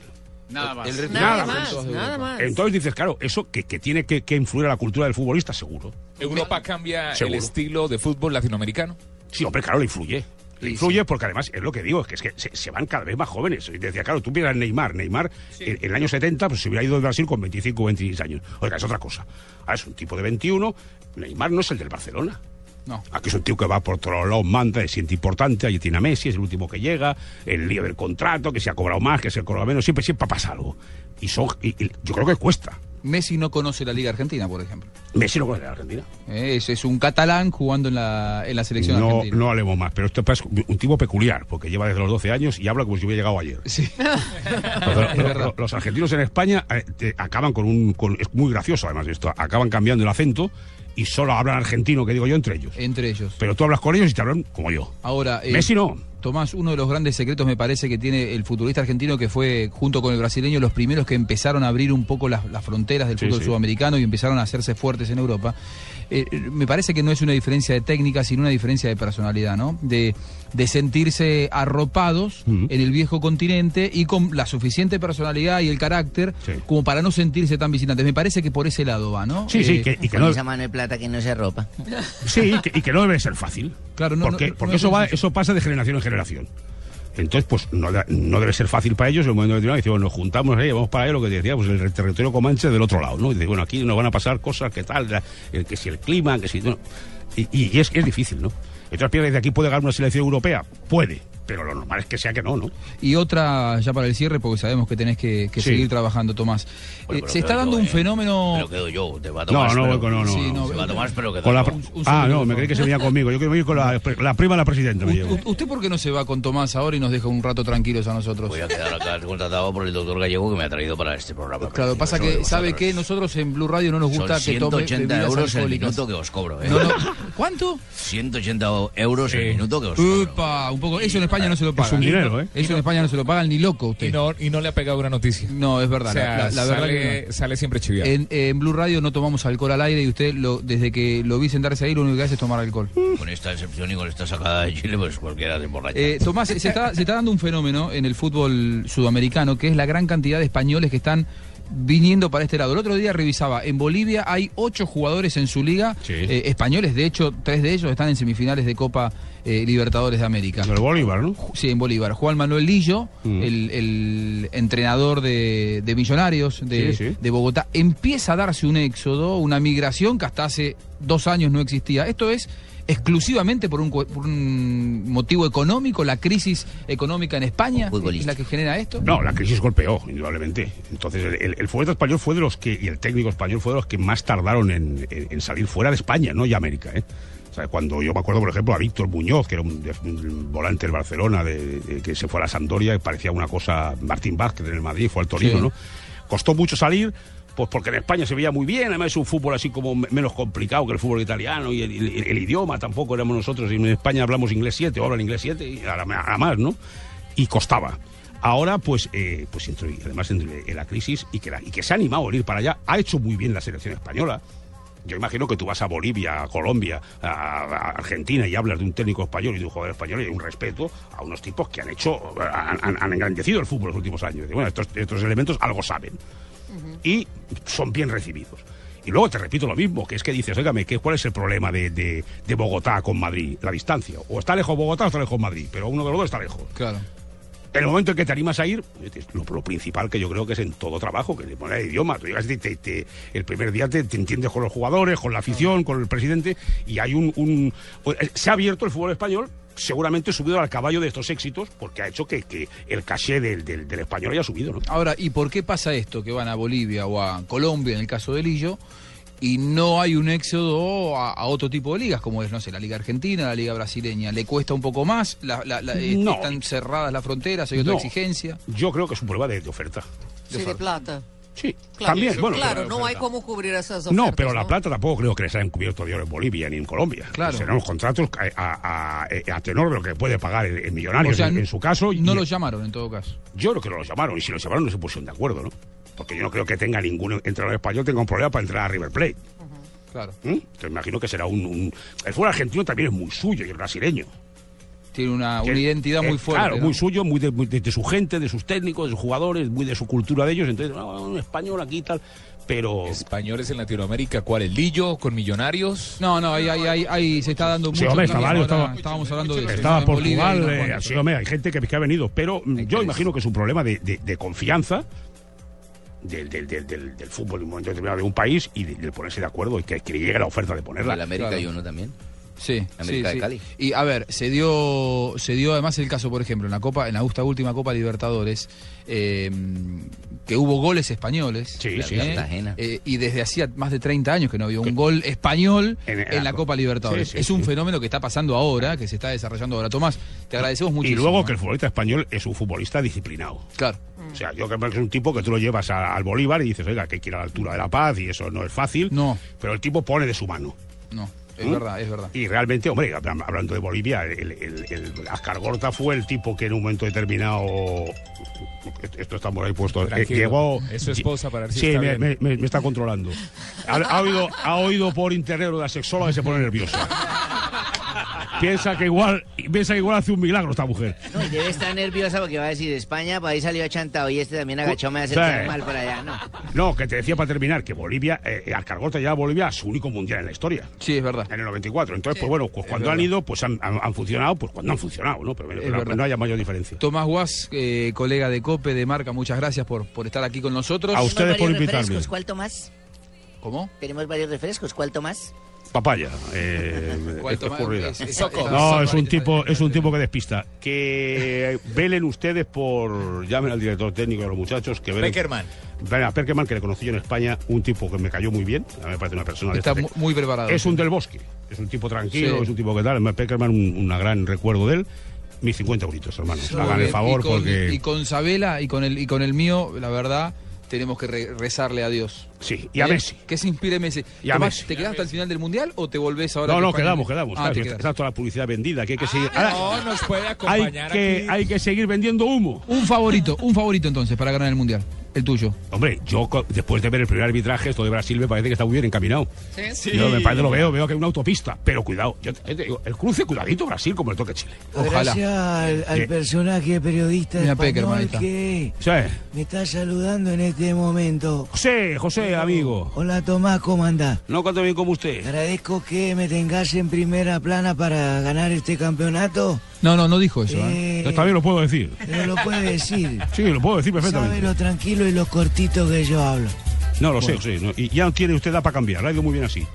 [SPEAKER 16] Nada más.
[SPEAKER 5] El-
[SPEAKER 3] Nada más, nada más.
[SPEAKER 5] Entonces dices, claro, eso que, que tiene que, que influir a la cultura del futbolista, seguro.
[SPEAKER 6] Europa cambia
[SPEAKER 5] Seguro.
[SPEAKER 6] Ah, el estilo de fútbol latinoamericano.
[SPEAKER 5] Sí, hombre, claro, le influye. Le influye porque además es lo que digo, es que, es que se, se van cada vez más jóvenes. Y decía, claro, tú miras Neymar. Neymar en en el año 70 pues, se hubiera ido de Brasil con 25 o 26 años. Oiga, es otra cosa. Ahora es un tipo de 21. Neymar no es el del Barcelona.
[SPEAKER 16] No.
[SPEAKER 5] Aquí es un tío que va por todos lados, manda, se siente importante, ahí tiene a Messi, es el último que llega, el lío del contrato, que se ha cobrado más, que se ha cobrado menos, siempre, siempre pasa algo. Y, son, y- y yo creo que cuesta.
[SPEAKER 2] Messi no conoce la Liga Argentina, por ejemplo. Eh,
[SPEAKER 5] Messi no conoce la Argentina.
[SPEAKER 2] Es, es un catalán jugando en la, Ah, en la selección
[SPEAKER 5] no,
[SPEAKER 2] argentina.
[SPEAKER 5] no hablemos más, pero este es un tipo peculiar, porque lleva desde los 12 años y habla como si hubiera llegado ayer. Pero- pero- pero los argentinos en España eh, te- acaban con un. con- es muy gracioso además esto. Acaban cambiando el acento y solo hablan argentino, que digo yo, entre ellos.
[SPEAKER 2] Entre ellos.
[SPEAKER 5] Pero tú hablas con ellos y te hablan como yo.
[SPEAKER 2] Ahora, eh,
[SPEAKER 5] Messi no.
[SPEAKER 2] Tomás, uno de los grandes secretos me parece que tiene el futbolista argentino que fue, junto con el brasileño, los primeros que empezaron a abrir un poco las, las fronteras del
[SPEAKER 18] Sí,
[SPEAKER 2] fútbol
[SPEAKER 18] sí.
[SPEAKER 2] sudamericano y empezaron a hacerse fuertes en Europa. Eh, eh, me parece que no es una diferencia de técnica, sino una diferencia de personalidad, ¿no? De, de sentirse arropados en el viejo continente y con la suficiente personalidad y el carácter como para no sentirse tan visitantes. Me parece que por ese lado va, ¿no? Eh,
[SPEAKER 9] Con esa mano de plata que no
[SPEAKER 2] [LAUGHS]
[SPEAKER 9] se ropa.
[SPEAKER 5] Sí, y que, y que no debe ser fácil.
[SPEAKER 2] Claro, no,
[SPEAKER 5] Porque,
[SPEAKER 2] no, no
[SPEAKER 5] porque
[SPEAKER 2] es
[SPEAKER 5] eso, va, eso pasa de generación en generación. Entonces, pues no, da- no debe ser fácil para ellos en el momento determinado. Dice, bueno, nos juntamos ahí, vamos para allá, lo que te decía, pues el territorio comanche del otro lado, ¿no? Y dice, bueno, aquí nos van a pasar cosas, que tal, la- el, que si el clima, que si. bueno, y y es, es difícil, ¿no? Entonces, piensas, ¿de aquí puede ganar una selección europea? Puede, pero lo normal es que sea que no, ¿no?
[SPEAKER 2] Y otra, ya para el cierre, porque sabemos que tenés que, que
[SPEAKER 5] Sí.
[SPEAKER 2] seguir trabajando, Tomás. Eh,
[SPEAKER 13] pero
[SPEAKER 2] se está
[SPEAKER 13] creo
[SPEAKER 2] dando
[SPEAKER 13] yo,
[SPEAKER 2] un
[SPEAKER 13] eh,
[SPEAKER 2] fenómeno. eh,
[SPEAKER 13] Pero quedo yo, te va a
[SPEAKER 5] No,
[SPEAKER 13] tomar.
[SPEAKER 5] no, Goico, no, no,
[SPEAKER 13] Sí,
[SPEAKER 5] no.
[SPEAKER 13] Se va a tomar, pero que
[SPEAKER 5] Con la
[SPEAKER 13] doy
[SPEAKER 5] pr-
[SPEAKER 13] yo.
[SPEAKER 5] ah, no, me creí que se venía conmigo. Yo quiero ir con la, la prima de la presidenta. Me
[SPEAKER 2] [LAUGHS]
[SPEAKER 5] llevo.
[SPEAKER 2] U- ¿Usted por qué no se va con Tomás ahora y nos deja un rato tranquilos a nosotros?
[SPEAKER 13] Voy a quedar acá contratado por el doctor Gallego que me ha traído para este programa.
[SPEAKER 2] [LAUGHS] Claro, pasa que, ¿sabe qué? Nosotros en Blue Radio no nos
[SPEAKER 13] Son
[SPEAKER 2] gusta que tome
[SPEAKER 13] 180
[SPEAKER 2] bebidas
[SPEAKER 13] euros el
[SPEAKER 2] alcohólicas.
[SPEAKER 13] minuto que os cobro, ¿eh?
[SPEAKER 2] No, no. ¿Cuánto?
[SPEAKER 13] 180 euros el minuto que os
[SPEAKER 2] Uh.
[SPEAKER 13] cobro.
[SPEAKER 2] Upa, un poco. Eso en España no se lo pagan.
[SPEAKER 13] un dinero, ¿eh?
[SPEAKER 2] Eso en España no se lo pagan ni loco usted.
[SPEAKER 6] Y no, y no le ha pegado una noticia.
[SPEAKER 2] No, es verdad.
[SPEAKER 6] O sea,
[SPEAKER 2] la, la- la verdad
[SPEAKER 6] sale,
[SPEAKER 2] que no.
[SPEAKER 6] sale siempre chiviado.
[SPEAKER 2] En, en Blue Radio no tomamos alcohol al aire y usted, lo, desde que lo vi sentarse ahí, lo único que hace es tomar alcohol.
[SPEAKER 13] Con esta excepción y con esta sacada de Chile, pues cualquiera se emborracha.
[SPEAKER 2] Eh, Tomás, se está, se está dando un fenómeno en el fútbol sudamericano, que es la gran cantidad de españoles que están viniendo para este lado. El otro día revisaba, en Bolivia hay ocho jugadores en su liga, eh, españoles, de hecho, tres de ellos están en semifinales de Copa eh, Libertadores de América. En
[SPEAKER 5] Bolívar, ¿no? Mm.
[SPEAKER 2] Sí, en Bolívar. Juan Manuel Lillo, el, el entrenador de, de Millonarios de,
[SPEAKER 5] Sí, sí.
[SPEAKER 2] de Bogotá, empieza a darse un éxodo, una migración que hasta hace dos años no existía. Esto es exclusivamente por un, cu- por un motivo económico, la crisis económica en España es la que genera esto.
[SPEAKER 5] No, la crisis golpeó, indudablemente. Entonces, el, el, el futbolista español fue de los que, y el técnico español fue de los que más tardaron en, en- en salir fuera de España, no ya América, ¿eh? O sea, cuando yo me acuerdo, por ejemplo, a Víctor Muñoz, que era un, def- un volante del Barcelona, de, de- que se fue a la Sampdoria, que parecía una cosa, Martín Vázquez en el Madrid, fue al Torino,
[SPEAKER 2] Sí.
[SPEAKER 5] ¿no? Costó mucho salir, pues porque en España se veía muy bien, además es un fútbol así como me- menos complicado que el fútbol italiano y el, el- el idioma tampoco éramos nosotros, y en España hablamos inglés 7 o hablan inglés 7 y ahora, ahora más, ¿no? Y costaba. Ahora, pues, eh, pues entró y además entró en la crisis y que, la- y que se ha animado a ir para allá. Ha hecho muy bien la selección española. Yo imagino que tú vas a Bolivia, a Colombia, a, a Argentina y hablas de un técnico español y de un jugador español y hay un respeto a unos tipos que han hecho, han, han- han engrandecido el fútbol los últimos años. Y bueno, estos, estos elementos algo saben y son bien recibidos. Y luego te repito lo mismo, que es que dices, óigame, ¿qué, ¿cuál es el problema de, de- de Bogotá con Madrid? La distancia. O está lejos Bogotá o está lejos Madrid, pero uno de los dos está lejos.
[SPEAKER 2] Claro.
[SPEAKER 5] En el momento en que te animas a ir, es lo, lo principal que yo creo que es en todo trabajo, que le pone el idioma. Tú llegas y te- te- el primer día te, te entiendes con los jugadores, con la afición, con el presidente, y hay un, un- eh, Se ha abierto el fútbol español, seguramente subido al caballo de estos éxitos, porque ha hecho que, que el caché del, del- del español haya subido, ¿no?
[SPEAKER 2] Ahora, ¿y por qué pasa esto? Que van a Bolivia o a Colombia, en el caso de Lillo, y no hay un éxodo a, a otro tipo de ligas, como es, no sé, la Liga Argentina, la Liga Brasileña. ¿Le cuesta un poco más? La- la- la- eh,
[SPEAKER 5] No.
[SPEAKER 2] ¿Están cerradas las fronteras? ¿Hay otra
[SPEAKER 5] No.
[SPEAKER 2] exigencia?
[SPEAKER 5] Yo creo que es un problema de, de oferta.
[SPEAKER 3] Sí, de plata.
[SPEAKER 5] Sí,
[SPEAKER 3] claro,
[SPEAKER 5] también,
[SPEAKER 3] sí,
[SPEAKER 5] bueno,
[SPEAKER 3] claro,
[SPEAKER 5] pero-
[SPEAKER 3] no hay cómo cubrir esas ofertas.
[SPEAKER 5] No, pero la plata tampoco creo que les hayan cubierto de oro en Bolivia ni en Colombia. Pues
[SPEAKER 2] Claro.
[SPEAKER 5] Serán los contratos a, a- a- a tenor de lo que puede pagar el, el millonario
[SPEAKER 2] O sea,
[SPEAKER 5] en, en su caso.
[SPEAKER 2] No
[SPEAKER 5] y-
[SPEAKER 2] los llamaron, en todo caso.
[SPEAKER 5] Yo creo que no los llamaron y si los llamaron no se pusieron de acuerdo, ¿no? Porque yo no creo que tenga ningún entrenador español tenga un problema para entrar a River Plate.
[SPEAKER 2] Claro.
[SPEAKER 5] Te imagino que será un, un- El fútbol argentino también es muy suyo y el brasileño.
[SPEAKER 2] Tiene una, una
[SPEAKER 5] Que-
[SPEAKER 2] identidad
[SPEAKER 5] eh,
[SPEAKER 2] muy fuerte.
[SPEAKER 5] Claro,
[SPEAKER 2] ¿no?
[SPEAKER 5] muy suyo, muy, de, muy de- de su gente, de sus técnicos, de sus jugadores, muy de su cultura de ellos. Entonces, "Ah, un español aquí y tal. Pero.
[SPEAKER 6] Españoles en Latinoamérica, ¿cuál? ¿El Lillo con Millonarios?
[SPEAKER 2] No, no, ahí, ahí, ahí, ahí se está dando
[SPEAKER 5] Sí,
[SPEAKER 2] mucho.
[SPEAKER 5] hombre,
[SPEAKER 2] cambio.
[SPEAKER 5] está varios,
[SPEAKER 2] Ahora
[SPEAKER 5] estaba-
[SPEAKER 2] estábamos hablando de
[SPEAKER 5] Estaba
[SPEAKER 2] en
[SPEAKER 5] Portugal,
[SPEAKER 2] Bolivia y no
[SPEAKER 5] eh,
[SPEAKER 2] cuántos.
[SPEAKER 5] sí, hombre, hay gente que, que ha venido, pero mm, yo imagino que es un problema de, de- de confianza del, del- del- del- del fútbol en un momento determinado de un país y de, de ponerse de acuerdo y que, que le llegue la oferta de ponerla.
[SPEAKER 13] El América
[SPEAKER 2] Claro.
[SPEAKER 13] hay uno también.
[SPEAKER 2] Sí,
[SPEAKER 13] América
[SPEAKER 2] sí,
[SPEAKER 13] de
[SPEAKER 2] sí.
[SPEAKER 13] Cali.
[SPEAKER 2] Y a ver, se dio, se dio además el caso, por ejemplo, en la Copa, en la justa última Copa Libertadores, eh, que hubo goles españoles.
[SPEAKER 13] Sí, sí, Cartagena.
[SPEAKER 2] eh, y desde hacía más de 30 años que no había un gol español
[SPEAKER 5] En-
[SPEAKER 2] en,
[SPEAKER 5] en la
[SPEAKER 2] la
[SPEAKER 5] Copa.
[SPEAKER 2] Copa Libertadores.
[SPEAKER 5] Sí, sí,
[SPEAKER 2] es un fenómeno que está pasando ahora, que se está desarrollando ahora. Tomás, te agradecemos
[SPEAKER 5] y
[SPEAKER 2] muchísimo. ¿eh?
[SPEAKER 5] luego que el futbolista español es un futbolista disciplinado.
[SPEAKER 2] Claro.
[SPEAKER 5] O sea, yo creo que es un tipo que tú lo llevas a- al Bolívar y dices, oiga, que quiere a la altura de la paz y eso no es fácil.
[SPEAKER 2] No.
[SPEAKER 5] Pero el tipo pone de su mano.
[SPEAKER 2] No, es
[SPEAKER 5] ¿Mm?
[SPEAKER 2] verdad, es verdad.
[SPEAKER 5] Y realmente, hombre, hablan- hablando de Bolivia, el, el- el Ascar Gorta fue el tipo que en un momento determinado. Esto estamos ahí puestos. eh,
[SPEAKER 6] Tranquilo,
[SPEAKER 5] llegó.
[SPEAKER 6] es su esposa para ver si
[SPEAKER 5] Sí,
[SPEAKER 6] está
[SPEAKER 5] me,
[SPEAKER 6] bien.
[SPEAKER 5] me- me- me está controlando. Ha, ha oído, ha oído por internet lo de la sexóloga y se pone nerviosa. piensa que igual piensa que igual hace un milagro esta mujer.
[SPEAKER 9] No, y debe estar nerviosa porque va a decir España, por ahí salió achantado y este también agachó, me hace
[SPEAKER 5] Uh, Sí.
[SPEAKER 9] sentir mal por allá, ¿no?
[SPEAKER 5] No, que te decía para terminar que Bolivia, eh, Ascar Gorta lleva a Bolivia a su único mundial en la historia.
[SPEAKER 2] Sí, es verdad.
[SPEAKER 5] En el 94. Entonces, pues bueno, pues cuando han
[SPEAKER 2] verdad.
[SPEAKER 5] ido, pues han, han- han funcionado, pues cuando han funcionado, ¿no? Pero bueno,
[SPEAKER 2] Es
[SPEAKER 5] no-
[SPEAKER 2] verdad.
[SPEAKER 5] no haya mayor diferencia.
[SPEAKER 2] Tomás Guas, eh, colega de COPE, de Marca, muchas gracias por, por estar aquí con nosotros.
[SPEAKER 5] A
[SPEAKER 9] Tenemos
[SPEAKER 5] ustedes por
[SPEAKER 9] varios
[SPEAKER 5] invitarme.
[SPEAKER 9] refrescos, ¿Cuál tomás?
[SPEAKER 2] ¿Cómo?
[SPEAKER 9] Tenemos varios refrescos, ¿cuál tomás?
[SPEAKER 5] Papaya.
[SPEAKER 2] [LAUGHS]
[SPEAKER 5] Eh,
[SPEAKER 2] ¿Cuál
[SPEAKER 5] es
[SPEAKER 2] toma?
[SPEAKER 5] escurrida.
[SPEAKER 2] Es- es Soco.
[SPEAKER 5] No,
[SPEAKER 2] Soco.
[SPEAKER 5] es un tipo, es un tipo que despista. Que velen ustedes por. Llamen al director técnico de los muchachos. Que velen,
[SPEAKER 6] Peckerman.
[SPEAKER 5] Velen a Peckerman, que le conocí yo en España, un tipo que me cayó muy bien. A mí me parece una persona de
[SPEAKER 2] Está
[SPEAKER 5] este-
[SPEAKER 2] mu- muy preparado.
[SPEAKER 5] Es un del bosque. Es un tipo tranquilo,
[SPEAKER 2] Sí.
[SPEAKER 5] es un tipo que tal. Además, Peckerman, un, una gran recuerdo de él. Mis 50 euritos, hermanos.
[SPEAKER 2] Muy
[SPEAKER 5] Hagan el
[SPEAKER 2] bien.
[SPEAKER 5] favor
[SPEAKER 2] Eh, y con,
[SPEAKER 5] porque.
[SPEAKER 2] y con Sabela y con el y con el mío, la verdad, tenemos que re- rezarle a Dios.
[SPEAKER 5] Sí, y a
[SPEAKER 2] ¿Eh?
[SPEAKER 5] Messi.
[SPEAKER 2] Que se inspire Messi.
[SPEAKER 5] Y a
[SPEAKER 2] Tomás,
[SPEAKER 5] Messi.
[SPEAKER 2] ¿Te quedas hasta el final del mundial o te volvés ahora?
[SPEAKER 5] No,
[SPEAKER 2] que
[SPEAKER 5] no,
[SPEAKER 2] España-
[SPEAKER 5] quedamos, quedamos.
[SPEAKER 2] Ah,
[SPEAKER 5] Claro,
[SPEAKER 2] te
[SPEAKER 5] que
[SPEAKER 2] quedas. Ah,
[SPEAKER 5] está toda la publicidad vendida, que hay que seguir. Ahora,
[SPEAKER 6] No, nos puede
[SPEAKER 5] hay,
[SPEAKER 6] acompañar
[SPEAKER 5] que,
[SPEAKER 6] aquí.
[SPEAKER 5] hay que seguir vendiendo humo.
[SPEAKER 2] Un favorito, un favorito entonces para ganar el mundial. El tuyo.
[SPEAKER 5] Hombre, yo co- después de ver el primer arbitraje, esto de Brasil me parece que está muy bien encaminado.
[SPEAKER 3] ¿Sí?
[SPEAKER 5] Yo me parece lo veo, veo que hay una autopista, pero cuidado, yo te- te digo, el cruce cuidadito Brasil como el toque Chile.
[SPEAKER 2] Ojalá.
[SPEAKER 18] Gracias al, al
[SPEAKER 5] Sí.
[SPEAKER 18] personaje periodista
[SPEAKER 5] Mira, Peckerman, ahí
[SPEAKER 18] español
[SPEAKER 5] está.
[SPEAKER 18] que
[SPEAKER 5] Sí.
[SPEAKER 18] me está saludando en este momento.
[SPEAKER 5] José, José, amigo.
[SPEAKER 18] Hola Tomás, ¿cómo andás?
[SPEAKER 5] No cuanto bien como usted.
[SPEAKER 18] Agradezco que me tengas en primera plana para ganar este campeonato.
[SPEAKER 2] No, no, no dijo eso.
[SPEAKER 18] Eh,
[SPEAKER 5] Yo también lo puedo decir.
[SPEAKER 18] Pero lo puedes decir.
[SPEAKER 5] [LAUGHS] Sí, lo puedo decir
[SPEAKER 18] Sabe
[SPEAKER 5] perfectamente.
[SPEAKER 18] lo tranquilo y lo cortito que yo hablo.
[SPEAKER 5] No, lo sé, sí. no, y ya tiene usted edad para cambiar, lo ha ido muy bien así.
[SPEAKER 2] ¿eh?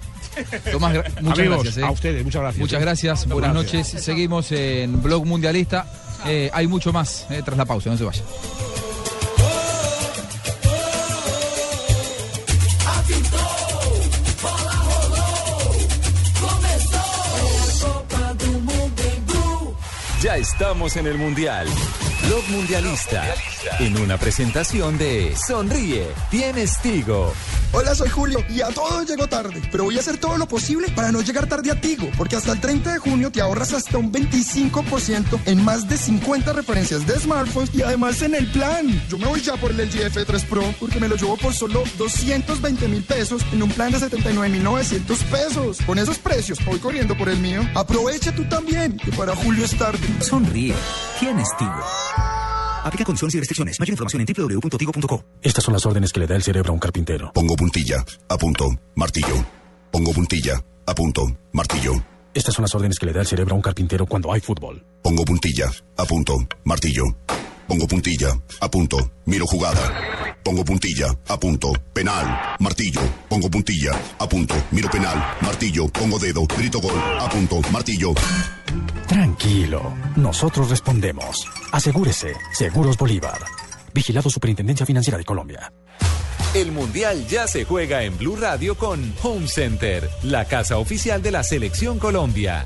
[SPEAKER 2] Tomás, gra- muchas
[SPEAKER 5] Amigos,
[SPEAKER 2] gracias. ¿eh?
[SPEAKER 5] a ustedes, muchas gracias.
[SPEAKER 2] Muchas
[SPEAKER 5] ¿eh?
[SPEAKER 2] gracias, buenas noches. Seguimos en Blog Mundialista. Eh, hay mucho más eh, tras la pausa, no se vaya.
[SPEAKER 19] Ya estamos en el Mundial.
[SPEAKER 20] Blog Mundialista. En una presentación de Sonríe, tienes Tigo.
[SPEAKER 19] Hola, soy Julio y a todo llego tarde, pero voy a hacer todo lo posible para no llegar tarde a Tigo, porque hasta el 30 de junio te ahorras hasta un 25% en más de 50 referencias de smartphones y además en el plan. Yo me voy ya por el LG F3 Pro porque me lo llevo por solo 220 mil pesos en un plan de 79,900 pesos. Con esos precios, voy corriendo por el mío. Aprovecha tú también, que para Julio es tarde.
[SPEAKER 20] Sonríe, tienes Tigo. Aplica condiciones y restricciones. Mayor información en www.tigo.co.
[SPEAKER 21] Estas son las órdenes que le da el cerebro a un carpintero.
[SPEAKER 22] Pongo puntilla, apunto, martillo. Pongo puntilla, apunto, martillo.
[SPEAKER 21] Estas son las órdenes que le da el cerebro a un carpintero cuando hay fútbol.
[SPEAKER 22] Pongo puntilla, apunto, martillo. Pongo puntilla, apunto, miro jugada. Pongo puntilla, apunto, penal, martillo. Pongo puntilla, apunto, miro penal, martillo. Pongo dedo, grito gol, apunto, martillo.
[SPEAKER 21] Tranquilo, nosotros respondemos. Asegúrese, Seguros Bolívar. Vigilado Superintendencia Financiera de Colombia.
[SPEAKER 20] El Mundial ya se juega en Blue Radio con Home Center, la casa oficial de la Selección Colombia.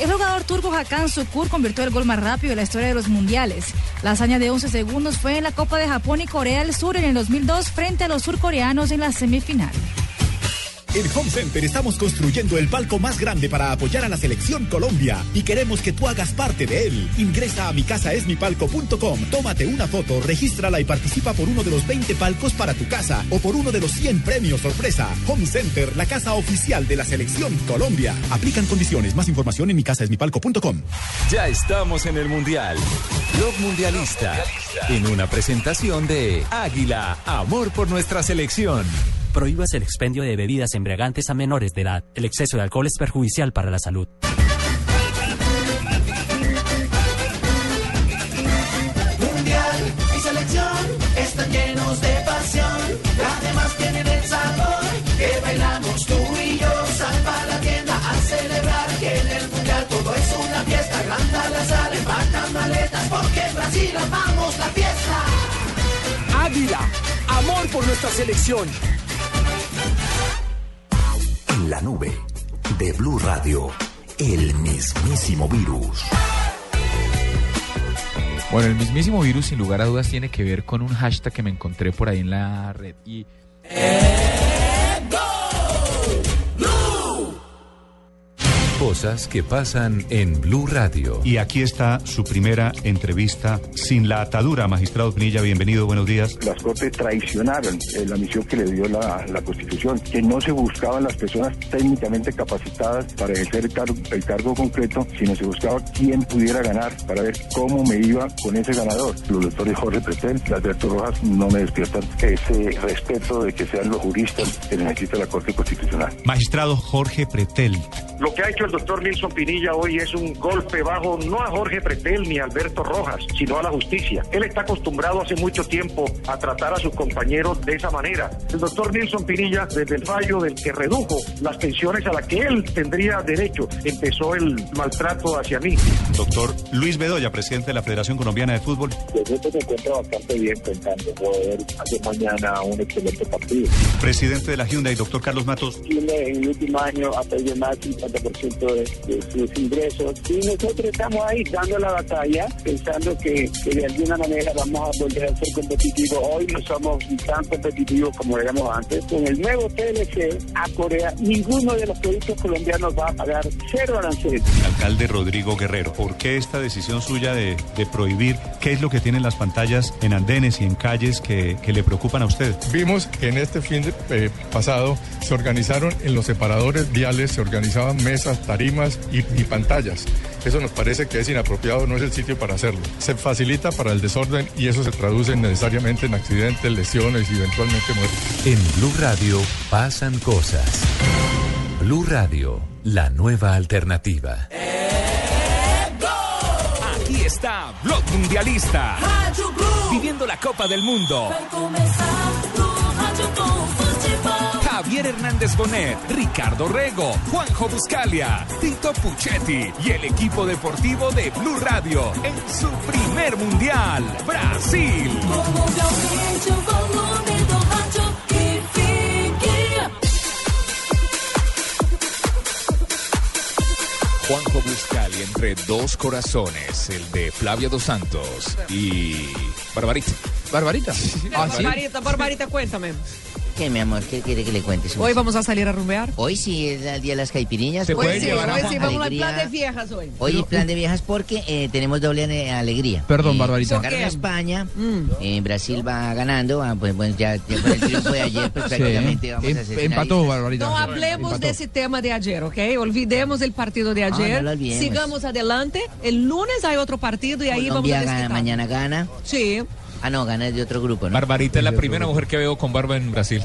[SPEAKER 23] El jugador turco Hakan Sukur convirtió el gol más rápido de la historia de los mundiales. La hazaña de 11 segundos fue en la Copa de Japón y Corea del Sur en el 2002 frente a los surcoreanos en la semifinal.
[SPEAKER 24] En Home Center estamos construyendo el palco más grande para apoyar a la selección Colombia y queremos que tú hagas parte de él. Ingresa a mi micasasmipalco.com, tómate una foto, regístrala y participa por uno de los 20 palcos para tu casa o por uno de los 100 premios sorpresa. Home Center, la casa oficial de la selección Colombia. Aplican condiciones. Más información en mi micasasmipalco.com.
[SPEAKER 20] Ya estamos en el Mundial. Blog Mundialista. En una presentación de Águila, amor por nuestra selección.
[SPEAKER 1] Prohíbas el expendio de bebidas embriagantes a menores de edad. El exceso de alcohol es perjudicial para la salud.
[SPEAKER 25] Mundial y selección están llenos de pasión. Además tienen el sabor que bailamos tú y yo. Sal para la tienda a celebrar que en el mundial todo es una fiesta. Agranda la sala, empaca maletas porque en Brasil amamos la fiesta.
[SPEAKER 26] Águila, amor por nuestra selección.
[SPEAKER 20] En la nube de Blue Radio, el mismísimo virus.
[SPEAKER 6] Bueno, el mismísimo virus, sin lugar a dudas, tiene que ver con un hashtag que me encontré por ahí en la red. Y
[SPEAKER 20] Cosas que pasan en Blue Radio.
[SPEAKER 27] Y aquí está su primera entrevista sin la atadura. Magistrado Pinilla, bienvenido, buenos días.
[SPEAKER 4] Las Cortes traicionaron eh, la misión que le dio la, la Constitución, que no se buscaban las personas técnicamente capacitadas para ejercer el, cargo- el cargo concreto, sino se buscaba quién pudiera ganar para ver cómo me iba con ese ganador. Los doctores Jorge Pretel, Alberto Rojas, no me despiertan ese respeto de que sean los juristas que necesita la Corte Constitucional.
[SPEAKER 27] Magistrado Jorge Pretel.
[SPEAKER 5] Lo que ha hecho el doctor Nilson Pinilla hoy es un golpe bajo no a Jorge Pretel ni a Alberto Rojas, sino a la justicia. Él está acostumbrado hace mucho tiempo a tratar a sus compañeros de esa manera. El doctor Nilson Pinilla, desde el fallo del que redujo las pensiones a las que él tendría derecho, empezó el maltrato hacia mí.
[SPEAKER 27] Doctor Luis Bedoya, presidente de la Federación Colombiana de Fútbol.
[SPEAKER 4] Yo creo que se encuentra bastante bien pensando poder hacer mañana un excelente partido.
[SPEAKER 27] Presidente de la Hyundai, doctor Carlos Matos.
[SPEAKER 4] Chile en el último año ha perdido más del 50% de, de sus ingresos y nosotros estamos ahí dando la batalla pensando que, que de alguna manera vamos a volver a ser competitivos. Hoy no somos tan competitivos como éramos antes. Con el nuevo TLC a Corea, ninguno de los productos colombianos va a pagar cero arancel.
[SPEAKER 27] Alcalde Rodrigo Guerrero, ¿por qué esta decisión suya de, de prohibir qué es lo que tienen las pantallas en andenes y en calles que, que le preocupan a usted?
[SPEAKER 28] Vimos que en este fin de- eh, pasado se organizaron en los separadores viales, se organizaban mesas, tarimas y, y pantallas. Eso nos parece que es inapropiado, no es el sitio para hacerlo. Se facilita para el desorden y eso se traduce necesariamente en accidentes, lesiones y eventualmente muertes.
[SPEAKER 20] En Blue Radio pasan cosas. Blue Radio, la nueva alternativa.
[SPEAKER 3] Aquí está Blog Mundialista. Viviendo la Copa del Mundo. Javier Hernández Bonet, Ricardo Rego, Juanjo Buscalia, Tito Puchetti y el equipo deportivo de Blue Radio en su primer mundial, Brasil.
[SPEAKER 6] Juanjo Buscali entre dos corazones, el de Flavia Dos Santos y Barbarita.
[SPEAKER 2] ¿Barbarita?
[SPEAKER 6] Ah, ¿sí?
[SPEAKER 3] Barbarita, Barbarita, cuéntame.
[SPEAKER 9] ¿Qué, mi amor? ¿Qué quiere que le cuentes?
[SPEAKER 3] Hoy vamos a salir a rumbear.
[SPEAKER 9] Hoy sí es el día de las caipirinhas.
[SPEAKER 3] Hoy
[SPEAKER 9] puede
[SPEAKER 3] sí,
[SPEAKER 9] llevar a
[SPEAKER 3] hoy
[SPEAKER 9] Juan
[SPEAKER 3] sí, vamos al plan
[SPEAKER 9] Alegría.
[SPEAKER 3] de viejas hoy.
[SPEAKER 9] Hoy es
[SPEAKER 3] uh,
[SPEAKER 9] plan de viajes porque eh, tenemos doble ale- alegría.
[SPEAKER 2] Perdón,
[SPEAKER 9] Eh,
[SPEAKER 2] Barbarita.
[SPEAKER 9] sacaron a España,
[SPEAKER 3] Mm.
[SPEAKER 9] eh, Brasil va ganando, ah, pues, bueno, ya, ya con el triunfo de ayer, pues
[SPEAKER 2] Sí.
[SPEAKER 9] prácticamente vamos
[SPEAKER 2] Em-
[SPEAKER 9] a hacer
[SPEAKER 2] [LAUGHS] empató, Barbarita.
[SPEAKER 3] No hablemos de ese tema de ayer, ¿ok? Olvidemos el partido de
[SPEAKER 9] Ah,
[SPEAKER 3] ayer.
[SPEAKER 9] no lo olvidemos.
[SPEAKER 3] Sigamos adelante. El lunes hay otro partido y ahí
[SPEAKER 9] Colombia
[SPEAKER 3] vamos a
[SPEAKER 9] gana,
[SPEAKER 3] desquitar.
[SPEAKER 9] mañana gana.
[SPEAKER 3] Sí.
[SPEAKER 9] Ah, no, gana es de otro grupo, ¿no?
[SPEAKER 6] Barbarita es la primera mujer que veo con barba en Brasil.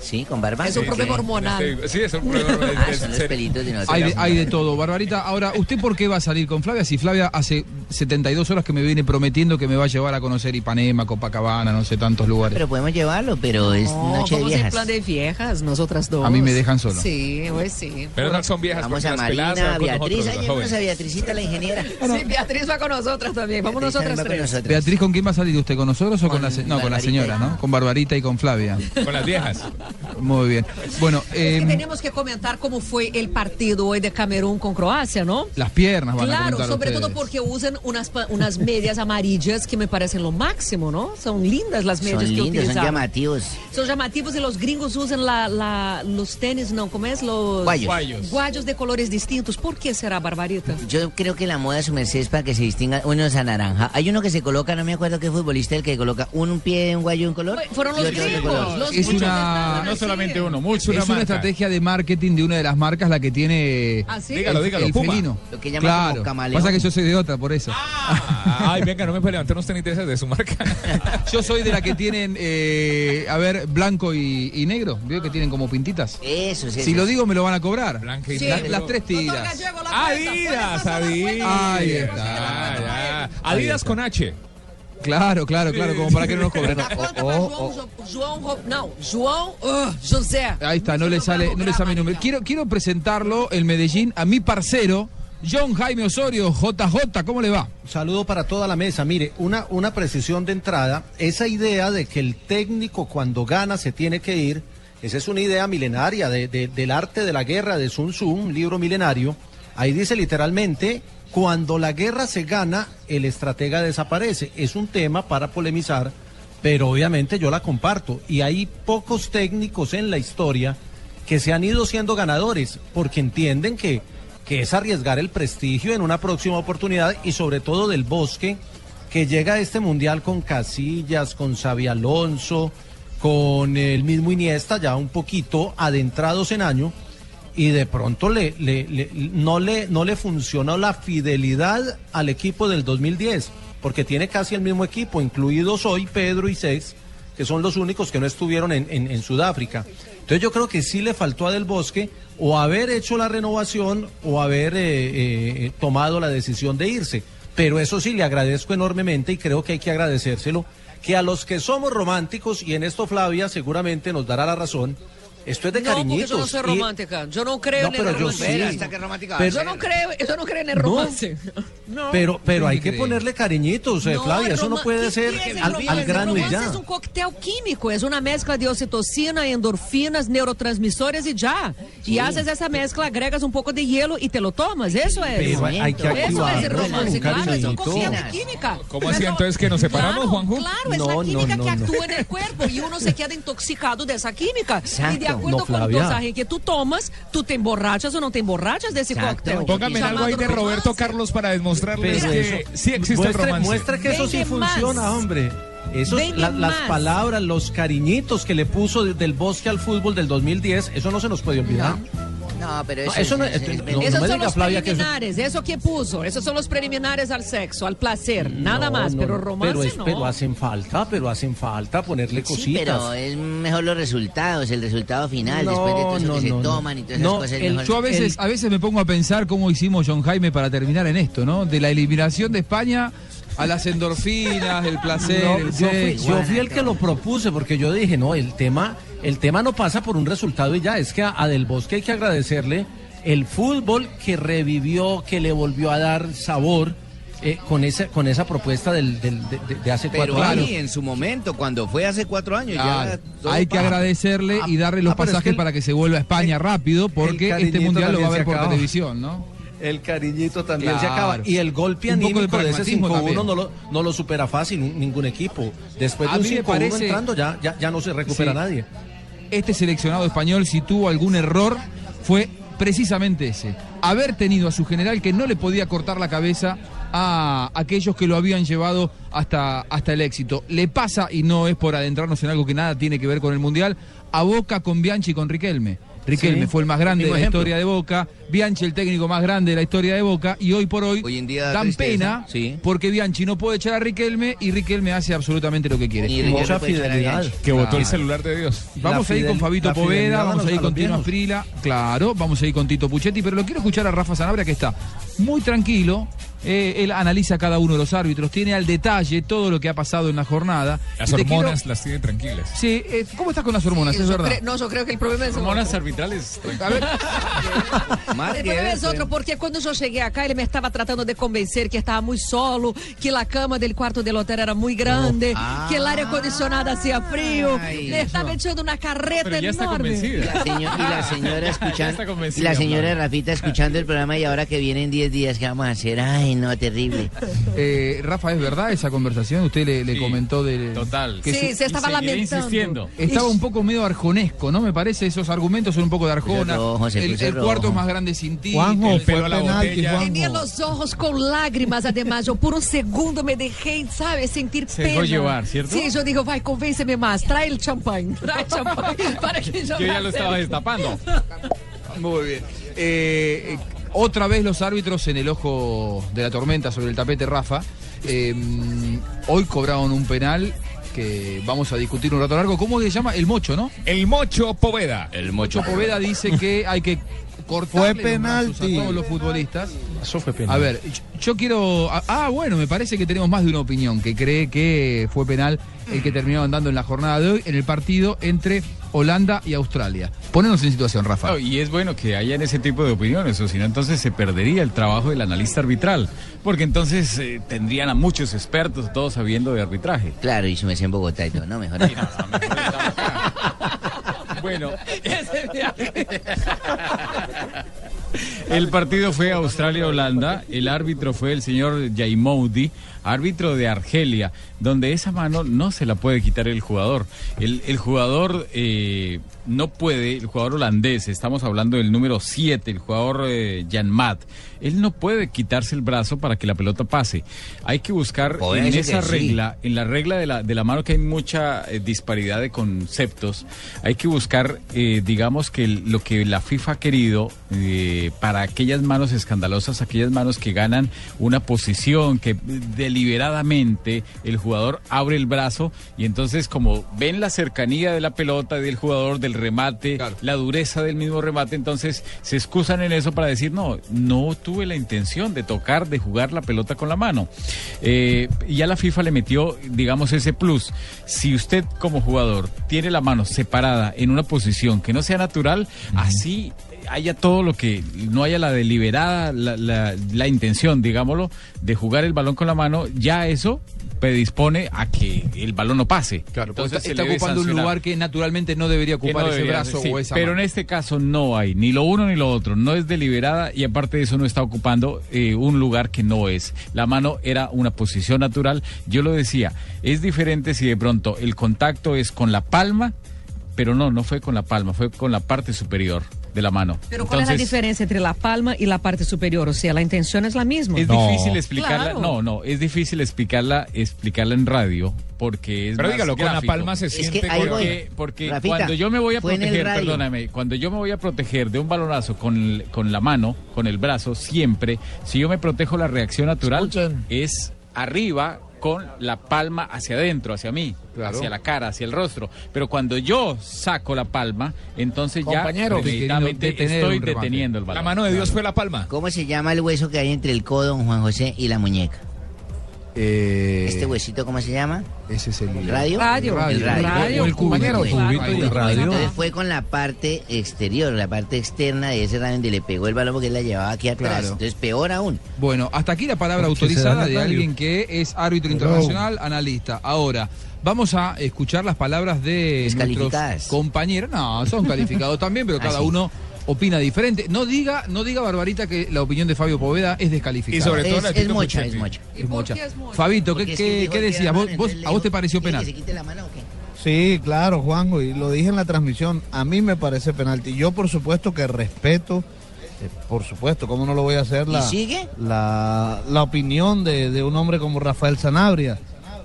[SPEAKER 9] Sí, con barba.
[SPEAKER 3] Es un problema hormonal.
[SPEAKER 6] Sí, es un problema hormonal.
[SPEAKER 9] Ah, son los pelitos de nosotros.
[SPEAKER 2] Hay de, hay de todo, Barbarita. Ahora, ¿usted por qué va a salir con Flavia? Si Flavia hace 72 horas que me viene prometiendo que me va a llevar a conocer Ipanema, Copacabana, no sé, tantos lugares.
[SPEAKER 9] Pero podemos llevarlo, pero es
[SPEAKER 3] No,
[SPEAKER 9] noche de
[SPEAKER 3] vamos en
[SPEAKER 9] viejas.
[SPEAKER 3] plan de viejas, nosotras dos.
[SPEAKER 2] A mí me dejan solo.
[SPEAKER 3] Sí, hoy sí.
[SPEAKER 6] Pero no son viejas. pues.
[SPEAKER 9] Vamos
[SPEAKER 6] porque
[SPEAKER 9] a
[SPEAKER 6] las
[SPEAKER 9] Marina,
[SPEAKER 6] peladas van
[SPEAKER 9] a
[SPEAKER 6] con nosotros,
[SPEAKER 9] Beatriz, ay,
[SPEAKER 6] las
[SPEAKER 9] llévenos a
[SPEAKER 6] jóvenes.
[SPEAKER 9] Beatriz, a la ingeniera.
[SPEAKER 3] Sí, Beatriz va con nosotras también. Vamos
[SPEAKER 9] Beatriz
[SPEAKER 3] nosotras
[SPEAKER 9] va con
[SPEAKER 3] tres.
[SPEAKER 9] nosotros.
[SPEAKER 2] Beatriz, ¿con quién va a salir usted? ¿Con nosotros o con, la, se- no, con la
[SPEAKER 9] Barbarita.
[SPEAKER 2] señora, no? Con Barbarita y con Flavia.
[SPEAKER 6] Con las viejas.
[SPEAKER 2] Muy bien. Bueno,
[SPEAKER 3] Es que
[SPEAKER 2] em,
[SPEAKER 3] tenemos que comentar cómo fue el partido hoy de Camerún con Croacia, ¿no?
[SPEAKER 2] las piernas van a
[SPEAKER 3] Claro,
[SPEAKER 2] comentar
[SPEAKER 3] sobre todo
[SPEAKER 2] ustedes.
[SPEAKER 3] porque usan unas, pa- unas medias amarillas que me parecen lo máximo, ¿no? Son lindas las medias
[SPEAKER 9] Son
[SPEAKER 3] que
[SPEAKER 9] lindos, son
[SPEAKER 3] utilizaron.
[SPEAKER 9] llamativos.
[SPEAKER 3] Son llamativos y los gringos usan la- la- los tenis, ¿no? ¿Cómo es? Los
[SPEAKER 9] Guayos.
[SPEAKER 6] Guayos.
[SPEAKER 3] guayos de colores distintos. ¿Por qué será, Barbarita?
[SPEAKER 9] Yo creo que la moda de su merced es para que se distinga. Uno es a naranja. Hay uno que se coloca, no me acuerdo qué futbolista, el que coloca un pie de un guayo de un color.
[SPEAKER 3] Fueron
[SPEAKER 9] y
[SPEAKER 3] los
[SPEAKER 9] otro de otro
[SPEAKER 3] gringos.
[SPEAKER 9] color.
[SPEAKER 3] Los
[SPEAKER 2] Es
[SPEAKER 3] gringos
[SPEAKER 2] una-
[SPEAKER 3] estaban
[SPEAKER 2] no
[SPEAKER 3] así.
[SPEAKER 6] solamente uno,
[SPEAKER 2] Es
[SPEAKER 6] mucho
[SPEAKER 2] una
[SPEAKER 6] una marca.
[SPEAKER 2] estrategia de marketing de una de las marcas la que tiene
[SPEAKER 3] ¿Ah, sí?
[SPEAKER 6] Dígalo,
[SPEAKER 2] el-
[SPEAKER 6] dígalo,
[SPEAKER 2] el
[SPEAKER 6] Puma.
[SPEAKER 2] felino.
[SPEAKER 9] Lo que llaman
[SPEAKER 2] Claro.
[SPEAKER 9] como camaleón.
[SPEAKER 2] Pasa que yo soy de otra, por eso.
[SPEAKER 6] Ay, venga, no me puede levantar unos tenis de esas de
[SPEAKER 3] [LAUGHS]
[SPEAKER 6] su marca.
[SPEAKER 2] Yo soy de la que tienen, eh, a ver, blanco y, y negro. Veo que tienen como pintitas.
[SPEAKER 9] Eso, sí.
[SPEAKER 2] Si lo digo, me lo van a cobrar.
[SPEAKER 6] Blanca y
[SPEAKER 2] La-
[SPEAKER 6] negro.
[SPEAKER 2] las tres
[SPEAKER 3] Doctor
[SPEAKER 2] tiras.
[SPEAKER 3] Gallego, la cuenta, ¿cuál
[SPEAKER 6] Adidas,
[SPEAKER 3] es la
[SPEAKER 6] Adidas.
[SPEAKER 3] cuenta?
[SPEAKER 2] Ahí
[SPEAKER 6] Adidas.
[SPEAKER 2] está.
[SPEAKER 6] Ah, ya. Adidas con H.
[SPEAKER 2] Claro, claro, claro, como para que no nos cobren.
[SPEAKER 3] La cuenta
[SPEAKER 2] Oh,
[SPEAKER 3] para João, João, Ro- no, João uh, José.
[SPEAKER 2] Ahí está, no le sale, no le sale mi número. Quiero, quiero presentarlo en Medellín a mi parcero, John Jaime Osorio, JJ, ¿cómo le va?
[SPEAKER 29] Saludo para toda la mesa. Mire, una, una precisión de entrada, esa idea de que el técnico cuando gana se tiene que ir, esa es una idea milenaria de- de- del arte de la guerra de Sun Tzu, un libro milenario. Ahí dice literalmente, cuando la guerra se gana, el estratega desaparece. Es un tema para polemizar, pero obviamente yo la comparto. Y hay pocos técnicos en la historia que se han ido siendo ganadores porque entienden que, que es arriesgar el prestigio en una próxima oportunidad y sobre todo del bosque que llega a este mundial con Casillas, con Xavi Alonso, con el mismo Iniesta ya un poquito adentrados en año y de pronto le, le- le- no, le, no le funcionó la fidelidad al equipo del 2010 porque tiene casi el mismo equipo, incluidos hoy Pedro y Sex, que son los únicos que no estuvieron en, en- en Sudáfrica. Entonces yo creo que sí le faltó a Del Bosque o haber hecho la renovación o haber eh, eh, tomado la decisión de irse. Pero eso sí le agradezco enormemente y creo que hay que agradecérselo, que a los que somos románticos, y en esto Flavia seguramente nos dará la razón, esto es de
[SPEAKER 3] No, porque
[SPEAKER 29] cariñitos.
[SPEAKER 3] yo no soy
[SPEAKER 29] y-
[SPEAKER 3] romántica. Yo no creo
[SPEAKER 29] No,
[SPEAKER 3] en
[SPEAKER 29] pero
[SPEAKER 3] el
[SPEAKER 29] yo
[SPEAKER 3] romance.
[SPEAKER 29] sí. Hasta que romántica va a
[SPEAKER 3] yo,
[SPEAKER 29] ser.
[SPEAKER 3] no creo, yo no creo en el romance. No.
[SPEAKER 29] [LAUGHS] pero pero hay que
[SPEAKER 2] cree?
[SPEAKER 29] ponerle cariñitos, eh,
[SPEAKER 3] No,
[SPEAKER 29] Flavia,
[SPEAKER 3] el
[SPEAKER 29] eso no
[SPEAKER 3] roma-
[SPEAKER 29] puede
[SPEAKER 3] ¿Qué-
[SPEAKER 29] ser
[SPEAKER 3] qué es el
[SPEAKER 29] al,
[SPEAKER 3] romance?
[SPEAKER 29] al grano
[SPEAKER 3] El
[SPEAKER 29] y
[SPEAKER 3] romance
[SPEAKER 29] ya.
[SPEAKER 3] es un cóctel um químico, es una mezcla de ocitocina, endorfinas, neurotransmisores y ya. Y haces esa mezcla, agregas un poco de hielo y te lo tomas. é Eso es.
[SPEAKER 29] Pero hay- hay que
[SPEAKER 3] Eso es el
[SPEAKER 29] activarlo con
[SPEAKER 3] romance, claro, es un
[SPEAKER 29] cariñito.
[SPEAKER 3] cóctel de química.
[SPEAKER 6] ¿Cómo así entonces que nos separamos,
[SPEAKER 3] Claro,
[SPEAKER 6] Juanjo?
[SPEAKER 3] Claro, es
[SPEAKER 29] No,
[SPEAKER 3] la
[SPEAKER 29] no,
[SPEAKER 3] química
[SPEAKER 29] no,
[SPEAKER 3] que
[SPEAKER 29] no.
[SPEAKER 3] actúa en el cuerpo y uno se queda intoxicado de esa química. Y de
[SPEAKER 29] Exacto.
[SPEAKER 3] acuerdo
[SPEAKER 29] No,
[SPEAKER 3] con el
[SPEAKER 29] Flavia.
[SPEAKER 3] dosaje que tú tomas, tú te emborrachas o no te emborrachas de ese
[SPEAKER 29] Exacto.
[SPEAKER 3] cóctel.
[SPEAKER 6] Póngame algo ahí de
[SPEAKER 3] Llamándolo
[SPEAKER 6] Roberto
[SPEAKER 3] romance.
[SPEAKER 6] Carlos para demostrarles
[SPEAKER 29] Pero
[SPEAKER 6] que
[SPEAKER 29] eso-
[SPEAKER 6] eh, sí existe el
[SPEAKER 29] pues, muestre,
[SPEAKER 6] romance.
[SPEAKER 29] muestre que eso sí
[SPEAKER 3] Venga más.
[SPEAKER 29] funciona, hombre. Eso,
[SPEAKER 3] Venga
[SPEAKER 29] la- las
[SPEAKER 3] más.
[SPEAKER 29] palabras, los cariñitos que le puso de- del bosque al fútbol del 2010, eso no se nos puede olvidar.
[SPEAKER 9] No, pero
[SPEAKER 29] No,
[SPEAKER 9] eso,
[SPEAKER 29] eso no-
[SPEAKER 9] es- es-
[SPEAKER 29] no-
[SPEAKER 3] Esos son
[SPEAKER 29] me diga,
[SPEAKER 3] los
[SPEAKER 29] Flavia, que eso-
[SPEAKER 3] preliminares, eso que puso. Esos son los preliminares al sexo, al placer, nada
[SPEAKER 29] No,
[SPEAKER 3] más.
[SPEAKER 29] no,
[SPEAKER 3] pero
[SPEAKER 29] no,
[SPEAKER 3] romance
[SPEAKER 29] pero es-
[SPEAKER 3] no.
[SPEAKER 29] Pero hacen falta, pero hacen falta ponerle
[SPEAKER 9] Sí,
[SPEAKER 29] cositas.
[SPEAKER 9] pero es mejor los resultados, el resultado final,
[SPEAKER 29] No,
[SPEAKER 9] después de todo eso
[SPEAKER 29] no,
[SPEAKER 9] que se
[SPEAKER 29] no, no.
[SPEAKER 9] toman y todas esas
[SPEAKER 29] No,
[SPEAKER 9] cosas. pues, es
[SPEAKER 29] el-
[SPEAKER 9] mejor.
[SPEAKER 2] Yo a veces, a veces me pongo a pensar cómo hicimos John Jaime para terminar en esto, ¿no? De la eliminación de España a las endorfinas, el placer,
[SPEAKER 29] No,
[SPEAKER 2] el
[SPEAKER 29] yo, fui,
[SPEAKER 2] sexo.
[SPEAKER 29] yo fui el que lo propuse porque yo dije, no, el tema, el tema no pasa por un resultado y ya, es que a, a Del Bosque hay que agradecerle el fútbol que revivió, que le volvió a dar sabor eh, con, esa, con esa propuesta del, del- de, de- de hace
[SPEAKER 9] Pero
[SPEAKER 29] cuatro años.
[SPEAKER 9] ahí, en su momento, cuando fue hace cuatro años,
[SPEAKER 2] Claro.
[SPEAKER 9] ya... todo
[SPEAKER 2] ah, Hay que
[SPEAKER 9] pa-
[SPEAKER 2] agradecerle y darle los
[SPEAKER 29] ah, pero es
[SPEAKER 2] pasajes
[SPEAKER 29] que el-
[SPEAKER 2] para que se vuelva a España rápido, porque este
[SPEAKER 29] cariñito
[SPEAKER 2] mundial lo va a
[SPEAKER 29] también
[SPEAKER 2] ver
[SPEAKER 29] se
[SPEAKER 2] por
[SPEAKER 29] acabó.
[SPEAKER 2] televisión, ¿no?
[SPEAKER 29] El cariñito también se
[SPEAKER 2] Claro.
[SPEAKER 29] acaba. Y el golpe
[SPEAKER 2] Un poco de
[SPEAKER 29] anímico de, ese
[SPEAKER 2] pragmatismo
[SPEAKER 29] 5-1
[SPEAKER 2] también.
[SPEAKER 29] no lo, no lo supera fácil un- ningún equipo. Después
[SPEAKER 2] A
[SPEAKER 29] de un
[SPEAKER 2] mí me
[SPEAKER 29] 5-1
[SPEAKER 2] parece-
[SPEAKER 29] entrando ya, ya, ya no se recupera
[SPEAKER 2] Sí.
[SPEAKER 29] nadie.
[SPEAKER 2] Este seleccionado español, si tuvo algún error, fue precisamente ese. Haber tenido a su general que no le podía cortar la cabeza a aquellos que lo habían llevado hasta, hasta el éxito. Le pasa, y no es por adentrarnos en algo que nada tiene que ver con el Mundial, a Boca con Bianchi y con Riquelme. Riquelme
[SPEAKER 10] Sí.
[SPEAKER 2] fue el más grande de
[SPEAKER 10] Mismo
[SPEAKER 2] la
[SPEAKER 10] ejemplo.
[SPEAKER 2] historia de Boca, Bianchi el técnico más grande de la historia de Boca, y hoy por hoy,
[SPEAKER 10] día
[SPEAKER 2] dan
[SPEAKER 10] tristeza,
[SPEAKER 2] pena
[SPEAKER 10] sí.
[SPEAKER 2] porque Bianchi no puede echar a Riquelme y Riquelme hace absolutamente lo que quiere.
[SPEAKER 10] Y Riquelme Mucha puede echar a fidelidad. Bianchi.
[SPEAKER 6] Que votó
[SPEAKER 2] Claro.
[SPEAKER 6] el celular de Dios.
[SPEAKER 2] Vamos
[SPEAKER 6] La
[SPEAKER 2] a ir con
[SPEAKER 6] fidel-
[SPEAKER 2] Fabito
[SPEAKER 6] la fidelidad
[SPEAKER 2] Poveda,
[SPEAKER 6] a
[SPEAKER 2] vamos
[SPEAKER 6] los
[SPEAKER 2] a ir con Tino
[SPEAKER 6] colombianos.
[SPEAKER 2] Asprila, claro, vamos a ir con Tito Puchetti, pero lo quiero escuchar a Rafa Sanabria que está muy tranquilo, eh, él analiza a cada uno de los árbitros, tiene al detalle todo lo que ha pasado en la jornada.
[SPEAKER 6] Las
[SPEAKER 2] Y te quiero-
[SPEAKER 6] hormonas las tiene tranquilas.
[SPEAKER 2] Sí, eh, ¿cómo estás con las hormonas?
[SPEAKER 3] Yo
[SPEAKER 2] es verdad.
[SPEAKER 3] cre- no, yo creo que el problema es
[SPEAKER 10] Hormonas
[SPEAKER 3] otro.
[SPEAKER 10] arbitrales.
[SPEAKER 2] A ver.
[SPEAKER 10] Más
[SPEAKER 3] El
[SPEAKER 10] que
[SPEAKER 3] problema es
[SPEAKER 10] eso,
[SPEAKER 3] otro, porque quando eu cheguei acá, ele me estava tratando de convencer que estava muito solo, que a cama dele quarto del hotel era muito
[SPEAKER 9] Oh,
[SPEAKER 3] grande,
[SPEAKER 10] Ah.
[SPEAKER 3] que a área condicionada hacía frío.
[SPEAKER 10] Ay,
[SPEAKER 3] Le estava echando una carreta
[SPEAKER 10] Pero ya está
[SPEAKER 3] enorme.
[SPEAKER 10] convencida.
[SPEAKER 9] Y la
[SPEAKER 29] [LAUGHS]
[SPEAKER 9] señora escuchando,
[SPEAKER 10] está
[SPEAKER 9] y
[SPEAKER 10] convencida,
[SPEAKER 9] la señora
[SPEAKER 10] Flavia.
[SPEAKER 9] Rafita escuchando el programa y ahora que vienen 10 días, ¿qué vamos a hacer? Ay, no, terrible.
[SPEAKER 2] Eh, Rafa, ¿es verdad esa conversación? Usted le, le comentó de... Total.
[SPEAKER 3] Sí, se estaba Y seguiré lamentando. insistiendo.
[SPEAKER 2] Estaba un poco medio arjonesco, ¿no? Me parece, esos argumentos son un poco de arjona.
[SPEAKER 9] rojo, se
[SPEAKER 2] el
[SPEAKER 9] puso
[SPEAKER 2] el cuarto
[SPEAKER 9] rojo.
[SPEAKER 2] es más grande sin ti.
[SPEAKER 9] Juanjo,
[SPEAKER 2] el
[SPEAKER 9] fue
[SPEAKER 2] pelo a la
[SPEAKER 9] penalti,
[SPEAKER 2] botella.
[SPEAKER 3] Tenía los ojos con lágrimas, además. Yo por un segundo me dejé, ¿sabe? Sentir
[SPEAKER 10] Se
[SPEAKER 3] pena.
[SPEAKER 10] dejó llevar, ¿cierto?
[SPEAKER 3] Sí, yo digo, vai, convénceme más. Trae el
[SPEAKER 10] [LAUGHS]
[SPEAKER 3] champán. Trae champán. Para que yo
[SPEAKER 10] Yo ya
[SPEAKER 3] me
[SPEAKER 10] lo estaba
[SPEAKER 3] acerque.
[SPEAKER 10] destapando.
[SPEAKER 2] Muy bien. Eh, eh, otra vez los árbitros en el ojo de la tormenta sobre el tapete, Rafa. Eh, hoy cobraron un penal que vamos a discutir un rato largo. ¿Cómo se llama? El Mocho, ¿no?
[SPEAKER 6] El Mocho Poveda.
[SPEAKER 2] El Mocho Poveda dice que hay que cortar
[SPEAKER 10] Fue penalti.
[SPEAKER 2] a todos los futbolistas.
[SPEAKER 29] Eso fue
[SPEAKER 2] A ver, yo, yo quiero. ah, Ah, bueno, me parece que tenemos más de una opinión que cree que fue penal el que terminó andando en la jornada de hoy en el partido entre Holanda y Australia. Ponernos en situación, Rafa.
[SPEAKER 10] No, y es bueno que hayan ese tipo de opiniones, o si no, entonces se perdería el trabajo del analista arbitral, porque entonces eh, tendrían a muchos expertos, todos sabiendo de arbitraje.
[SPEAKER 9] Claro, y yo me decía en Bogotá y todo, no, mejor.
[SPEAKER 10] [LAUGHS] Bueno,
[SPEAKER 13] [LAUGHS]
[SPEAKER 10] El partido fue Australia-Holanda, el árbitro fue el señor Jaimoudi, árbitro de Argelia, donde esa mano no se la puede quitar el jugador. El, el jugador eh, no puede, el jugador holandés, estamos hablando del número 7, el jugador eh, Jan Maat, él no puede quitarse el brazo para que la pelota pase. Hay que buscar
[SPEAKER 9] Joder,
[SPEAKER 10] en
[SPEAKER 9] dice
[SPEAKER 10] esa
[SPEAKER 9] que sí.
[SPEAKER 10] regla la- en la regla de la, de la mano que hay mucha eh, disparidad de conceptos, hay que buscar, eh, digamos, que el- lo que la FIFA ha querido eh, para aquellas manos escandalosas, aquellas manos que ganan una posición, que eh, deliberadamente el jugador abre el brazo y entonces como ven la cercanía de la pelota, del jugador, del remate, la dureza del mismo remate, entonces se excusan en eso para decir, no, no tuve la intención de tocar, de jugar la pelota con la mano. Eh, ya la FIFA le metió, digamos, ese plus. Si usted como jugador tiene la mano separada en una posición que no sea natural, así haya todo lo que no haya la deliberada, la, la- la intención, digámoslo, de jugar el balón con la mano, ya eso predispone a que el balón no pase. Claro,
[SPEAKER 2] pues Está, está ocupando un lugar que naturalmente no debería
[SPEAKER 10] que
[SPEAKER 2] ocupar
[SPEAKER 10] no
[SPEAKER 2] ese
[SPEAKER 10] debería
[SPEAKER 2] brazo
[SPEAKER 10] ser, sí,
[SPEAKER 2] o esa
[SPEAKER 10] Pero
[SPEAKER 2] mano.
[SPEAKER 10] en este caso no hay ni lo uno ni lo otro. No es deliberada y aparte de eso no está ocupando eh, un lugar que no es. La mano era una posición natural. Yo lo decía, es diferente si de pronto el contacto es con la palma, pero no, no fue con la palma, fue con la parte superior de la mano.
[SPEAKER 3] Pero ¿cuál es la
[SPEAKER 10] Entonces,
[SPEAKER 3] diferencia entre la palma y la parte superior? O sea, la intención es la misma.
[SPEAKER 10] Es difícil explicarla, no, no, es difícil explicarla, explicarla en radio porque es
[SPEAKER 6] Pero
[SPEAKER 10] más
[SPEAKER 6] dígalo, con la
[SPEAKER 10] gráfico.
[SPEAKER 6] palma se Es que siente ahí
[SPEAKER 10] porque,
[SPEAKER 6] con- voy.
[SPEAKER 10] porque
[SPEAKER 6] Rafita,
[SPEAKER 10] cuando yo me voy a
[SPEAKER 6] fue en el
[SPEAKER 10] proteger,
[SPEAKER 6] radio.
[SPEAKER 10] perdóname, cuando yo me voy a proteger de un balonazo con, con la mano, con el brazo, siempre, si yo me protejo la reacción natural es arriba con la palma hacia adentro, hacia mí, hacia la cara, hacia el rostro. Pero cuando yo saco la palma, entonces
[SPEAKER 2] Compañero,
[SPEAKER 10] ya
[SPEAKER 2] queriendo
[SPEAKER 10] precisamente
[SPEAKER 2] detener
[SPEAKER 10] estoy
[SPEAKER 2] un remate.
[SPEAKER 10] deteniendo el balón.
[SPEAKER 2] La mano de Dios fue
[SPEAKER 6] la palma.
[SPEAKER 9] ¿Cómo se llama el hueso que hay entre el codo, Juan José, y la muñeca? ¿Este huesito cómo se llama?
[SPEAKER 2] Eh, Ese es el
[SPEAKER 9] radio.
[SPEAKER 2] Radio.
[SPEAKER 9] El radio.
[SPEAKER 2] Radio, O el cubito. compañero,
[SPEAKER 9] Bueno,
[SPEAKER 2] el cubito y el radio.
[SPEAKER 9] Entonces fue con la parte exterior, la parte externa de ese radio donde le pegó el balón porque él la llevaba aquí atrás.
[SPEAKER 2] Claro.
[SPEAKER 9] Entonces peor aún.
[SPEAKER 2] Bueno, hasta aquí la palabra
[SPEAKER 9] Porque será
[SPEAKER 2] autorizada de
[SPEAKER 9] Natalio.
[SPEAKER 2] alguien que es árbitro internacional, analista. Ahora, vamos a escuchar las palabras de nuestros
[SPEAKER 9] Descalificadas.
[SPEAKER 6] [LAUGHS]
[SPEAKER 2] compañeros. No, son calificados también, pero
[SPEAKER 9] Ah,
[SPEAKER 2] cada
[SPEAKER 9] sí.
[SPEAKER 2] uno opina diferente. No diga, no diga Barbarita que la opinión de Fabio Poveda es descalificada.
[SPEAKER 6] Y sobre todo Es- la de es Tito mocha, Puchetti. es mocha.
[SPEAKER 30] ¿Y por qué es mocha?
[SPEAKER 2] Fabito, ¿qué,
[SPEAKER 6] Porque es que
[SPEAKER 2] qué,
[SPEAKER 6] dijo
[SPEAKER 2] qué
[SPEAKER 6] que
[SPEAKER 2] decías?
[SPEAKER 6] era
[SPEAKER 2] ¿Vos,
[SPEAKER 6] mano,
[SPEAKER 2] vos-
[SPEAKER 6] entonces
[SPEAKER 2] ¿A vos
[SPEAKER 6] le
[SPEAKER 2] te pareció
[SPEAKER 6] dijo, ¿quiere
[SPEAKER 2] penal?
[SPEAKER 6] que se quite la mano o qué?
[SPEAKER 12] Sí, claro, Juanjo, y lo dije en la transmisión, a mí me parece penalti. Yo por supuesto que respeto, eh, por supuesto, ¿cómo no lo voy a hacer?
[SPEAKER 6] ¿Y
[SPEAKER 12] La,
[SPEAKER 6] sigue?
[SPEAKER 12] La, la opinión de, de un hombre como Rafael Sanabria,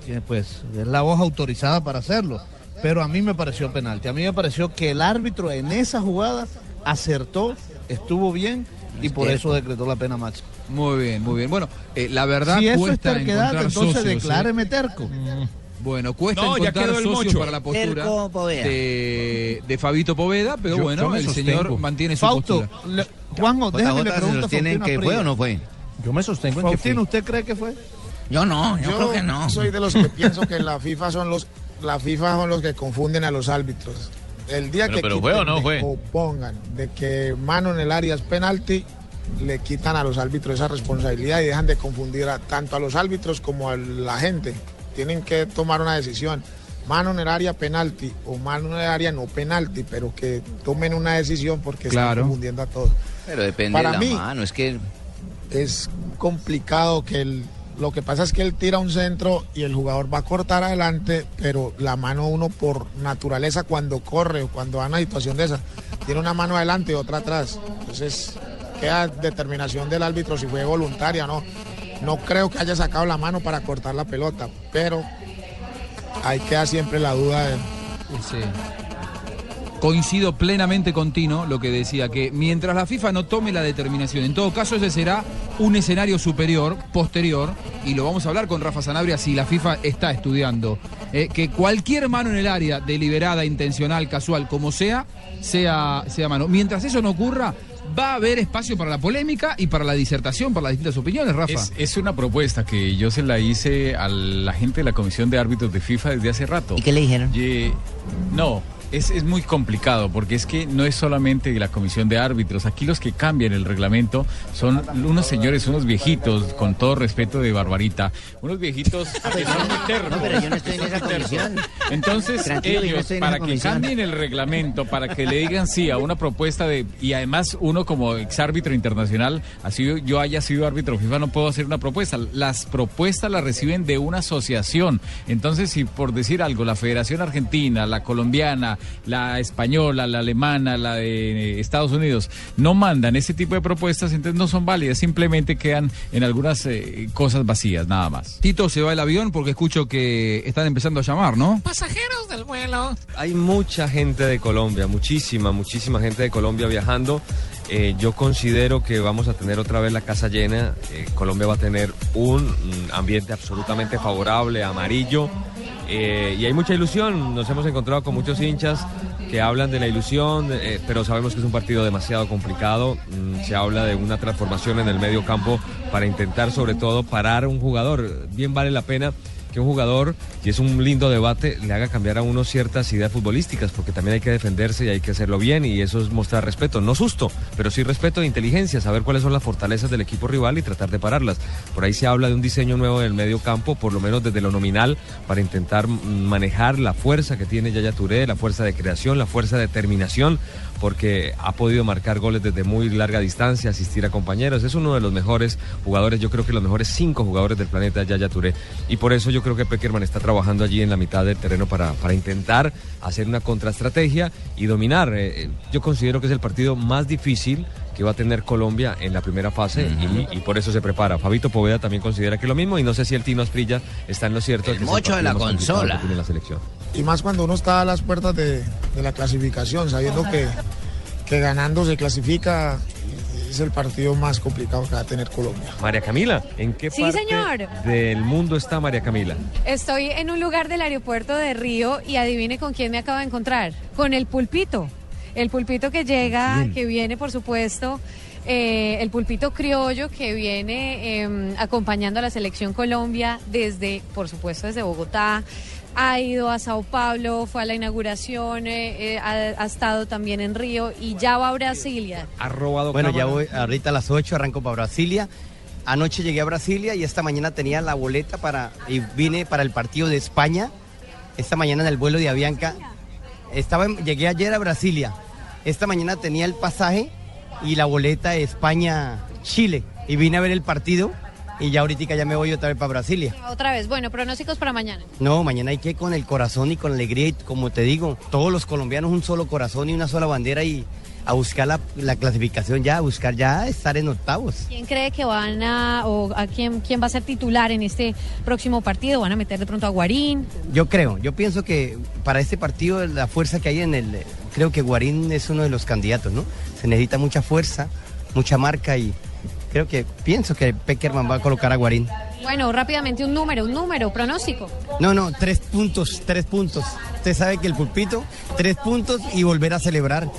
[SPEAKER 12] que pues es la voz autorizada para hacerlo. Pero a mí me pareció penalti, a mí me pareció que el árbitro en esa jugada acertó, estuvo bien y por eso decretó la pena máxima.
[SPEAKER 2] Muy bien, muy bien. Bueno, eh, la verdad
[SPEAKER 12] si eso es
[SPEAKER 2] cuesta
[SPEAKER 12] terquedad,
[SPEAKER 2] encontrar
[SPEAKER 12] entonces
[SPEAKER 2] socios, ¿eh?
[SPEAKER 12] decláreme terco.
[SPEAKER 2] Bueno, cuesta
[SPEAKER 12] No, ya
[SPEAKER 2] encontrar
[SPEAKER 12] quedó el
[SPEAKER 2] socios
[SPEAKER 12] mocho.
[SPEAKER 2] para la postura
[SPEAKER 12] Terco Poveda.
[SPEAKER 2] de, de Fabito Poveda, pero
[SPEAKER 12] Yo-
[SPEAKER 2] bueno,
[SPEAKER 12] yo me
[SPEAKER 2] el
[SPEAKER 12] sostengo.
[SPEAKER 2] señor mantiene su
[SPEAKER 12] Fausto,
[SPEAKER 2] postura.
[SPEAKER 12] le- Juanjo,
[SPEAKER 2] JJ,
[SPEAKER 12] déjame le
[SPEAKER 2] ¿se
[SPEAKER 12] pregunto a
[SPEAKER 2] sostienen
[SPEAKER 12] Faustino
[SPEAKER 2] que fue
[SPEAKER 12] Aprilia.
[SPEAKER 2] o no
[SPEAKER 31] fue? Yo me sostengo en que
[SPEAKER 12] Faustino, ¿usted cree que fue?
[SPEAKER 6] Yo no, yo, creo que no.
[SPEAKER 14] soy de los que pienso que la FIFA son los la FIFA son los que confunden a los árbitros. El día
[SPEAKER 17] Bueno,
[SPEAKER 14] que
[SPEAKER 17] pero ¿fue o no
[SPEAKER 14] de-
[SPEAKER 17] fue?
[SPEAKER 14] o pongan de que mano en el área es penalti, le quitan a los árbitros esa responsabilidad y dejan de confundir a, tanto a los árbitros como a la gente. Tienen que tomar una decisión. Mano en el área penalti o mano en el área no penalti, pero que tomen una decisión porque
[SPEAKER 17] Claro.
[SPEAKER 14] están confundiendo a todos.
[SPEAKER 17] Pero depende
[SPEAKER 14] Para
[SPEAKER 17] de la
[SPEAKER 14] mí,
[SPEAKER 17] mano, es que
[SPEAKER 14] es complicado que el, lo que pasa es que él tira un centro y el jugador va a cortar adelante, pero la mano uno por naturaleza cuando corre o cuando va a una situación de esa, tiene una mano adelante y otra atrás. Entonces queda determinación del árbitro si fue voluntaria o no. No creo que haya sacado la mano para cortar la pelota, pero ahí queda siempre la duda de...
[SPEAKER 2] Sí. Coincido plenamente con Tino lo que decía, que mientras la FIFA no tome la determinación, en todo caso ese será un escenario superior, posterior, y lo vamos a hablar con Rafa Sanabria si la FIFA está estudiando, eh, que cualquier mano en el área, deliberada, intencional, casual, como sea, sea, sea mano. Mientras eso no ocurra, va a haber espacio para la polémica y para la disertación, para las distintas opiniones, Rafa.
[SPEAKER 10] Es, es una propuesta que yo se la hice a la gente de la Comisión de Árbitros de FIFA desde hace rato. ¿Y qué
[SPEAKER 6] le dijeron?
[SPEAKER 10] no, es, es muy complicado porque es que no es solamente de la Comisión de Árbitros. Aquí los que cambian el reglamento son unos señores, unos viejitos, con todo respeto de Barbarita, unos viejitos que son muy tercos.
[SPEAKER 6] No, pero Ah, yo no estoy en esa comisión.
[SPEAKER 10] Entonces,
[SPEAKER 6] Tranquilo, yo no
[SPEAKER 10] ellos,
[SPEAKER 6] estoy en
[SPEAKER 10] para
[SPEAKER 6] esa
[SPEAKER 10] que
[SPEAKER 6] comisión.
[SPEAKER 10] cambien el reglamento, para que le digan sí a una propuesta de. Y además, uno como exárbitro internacional, así yo haya sido árbitro FIFA, no puedo hacer una propuesta. Las propuestas las reciben de una asociación. Entonces, si por decir algo, la Federación Argentina, la colombiana, la española, la alemana, la de eh, Estados Unidos, no mandan ese tipo de propuestas, entonces no son válidas, simplemente quedan en algunas eh, cosas vacías, nada más.
[SPEAKER 2] Tito se va el avión porque escucho que están empezando a llamar, ¿no?
[SPEAKER 23] Pasajeros del vuelo.
[SPEAKER 13] Hay mucha gente de Colombia, muchísima, muchísima gente de Colombia viajando. Eh, yo considero que vamos a tener otra vez la casa llena. Eh, Colombia va a tener un mm, ambiente absolutamente favorable, amarillo. Eh, y hay mucha ilusión. Nos hemos encontrado con muchos hinchas que hablan de la ilusión, eh, pero sabemos que es un partido demasiado complicado. Mm, se habla de una transformación en el medio campo para intentar sobre todo parar a un jugador. Bien vale la pena que un jugador, y es un lindo debate, le haga cambiar a uno ciertas ideas futbolísticas, porque también hay que defenderse y hay que hacerlo bien, y eso es mostrar respeto, no susto, pero sí respeto e inteligencia, saber cuáles son las fortalezas del equipo rival y tratar de pararlas. Por ahí se habla de un diseño nuevo del medio campo, por lo menos desde lo nominal, para intentar mm, manejar la fuerza que tiene Yaya Touré, la fuerza de creación, la fuerza de determinación, porque ha podido marcar goles desde muy larga distancia, asistir a compañeros. Es uno de los mejores jugadores, yo creo que los mejores cinco jugadores del planeta, Yaya Touré. Y por eso yo creo que Peckerman está trabajando allí en la mitad del terreno para, para intentar hacer una contraestrategia y dominar. Eh, eh, yo considero que es el partido más difícil que va a tener Colombia en la primera fase y- y, por eso se prepara. Fabito Poveda también considera que lo mismo y no sé si el Tino Asprilla está en lo cierto. de que es El
[SPEAKER 14] mocho de
[SPEAKER 13] partido
[SPEAKER 14] la
[SPEAKER 13] más complicado
[SPEAKER 14] consola.
[SPEAKER 13] que tiene la selección.
[SPEAKER 14] Y más cuando uno está a las puertas de, de la clasificación, sabiendo que, que ganando se clasifica, es el partido más complicado que va a tener Colombia.
[SPEAKER 13] María Camila, ¿en qué
[SPEAKER 16] Sí,
[SPEAKER 13] parte
[SPEAKER 16] señor.
[SPEAKER 13] del mundo está María Camila?
[SPEAKER 16] Estoy en un lugar del aeropuerto de Río y adivine con quién me acabo de encontrar. Con el pulpito. El pulpito que llega,
[SPEAKER 23] Bien.
[SPEAKER 16] que viene, por supuesto. eh, el pulpito criollo que viene eh, acompañando a la selección Colombia desde, por supuesto, desde Bogotá. Ha ido a Sao Paulo, fue a la inauguración, eh, eh, ha, ha estado también en Río y ya va a Brasilia.
[SPEAKER 32] ha robado Bueno, ya voy, ahorita a las 8 arranco para Brasilia. Anoche llegué a Brasilia y esta mañana tenía la boleta para y vine para el partido de España. Esta mañana en el vuelo de Avianca. Estaba en- llegué ayer a Brasilia Esta mañana tenía el pasaje y la boleta de España-Chile. Y vine a ver el partido y ya ahorita ya me voy otra vez para Brasilia.
[SPEAKER 16] Otra vez, bueno, pronósticos para mañana.
[SPEAKER 32] No, mañana hay que con el corazón y con alegría y como te digo, todos los colombianos un solo corazón y una sola bandera y a buscar la, la clasificación ya, a buscar ya estar en octavos.
[SPEAKER 16] ¿Quién cree que van a, o a quién, quién va a ser titular en este próximo partido? ¿Van a meter de pronto a Guarín?
[SPEAKER 32] Yo creo, yo pienso que para este partido la fuerza que hay en el, creo que Guarín es uno de los candidatos, ¿no? Se necesita mucha fuerza, mucha marca y creo que pienso que Peckerman va a colocar a Guarín.
[SPEAKER 16] Bueno, rápidamente un número, un número, pronóstico.
[SPEAKER 32] No, no, tres puntos, tres puntos. Usted sabe que el pulpito, tres puntos y volver a celebrar,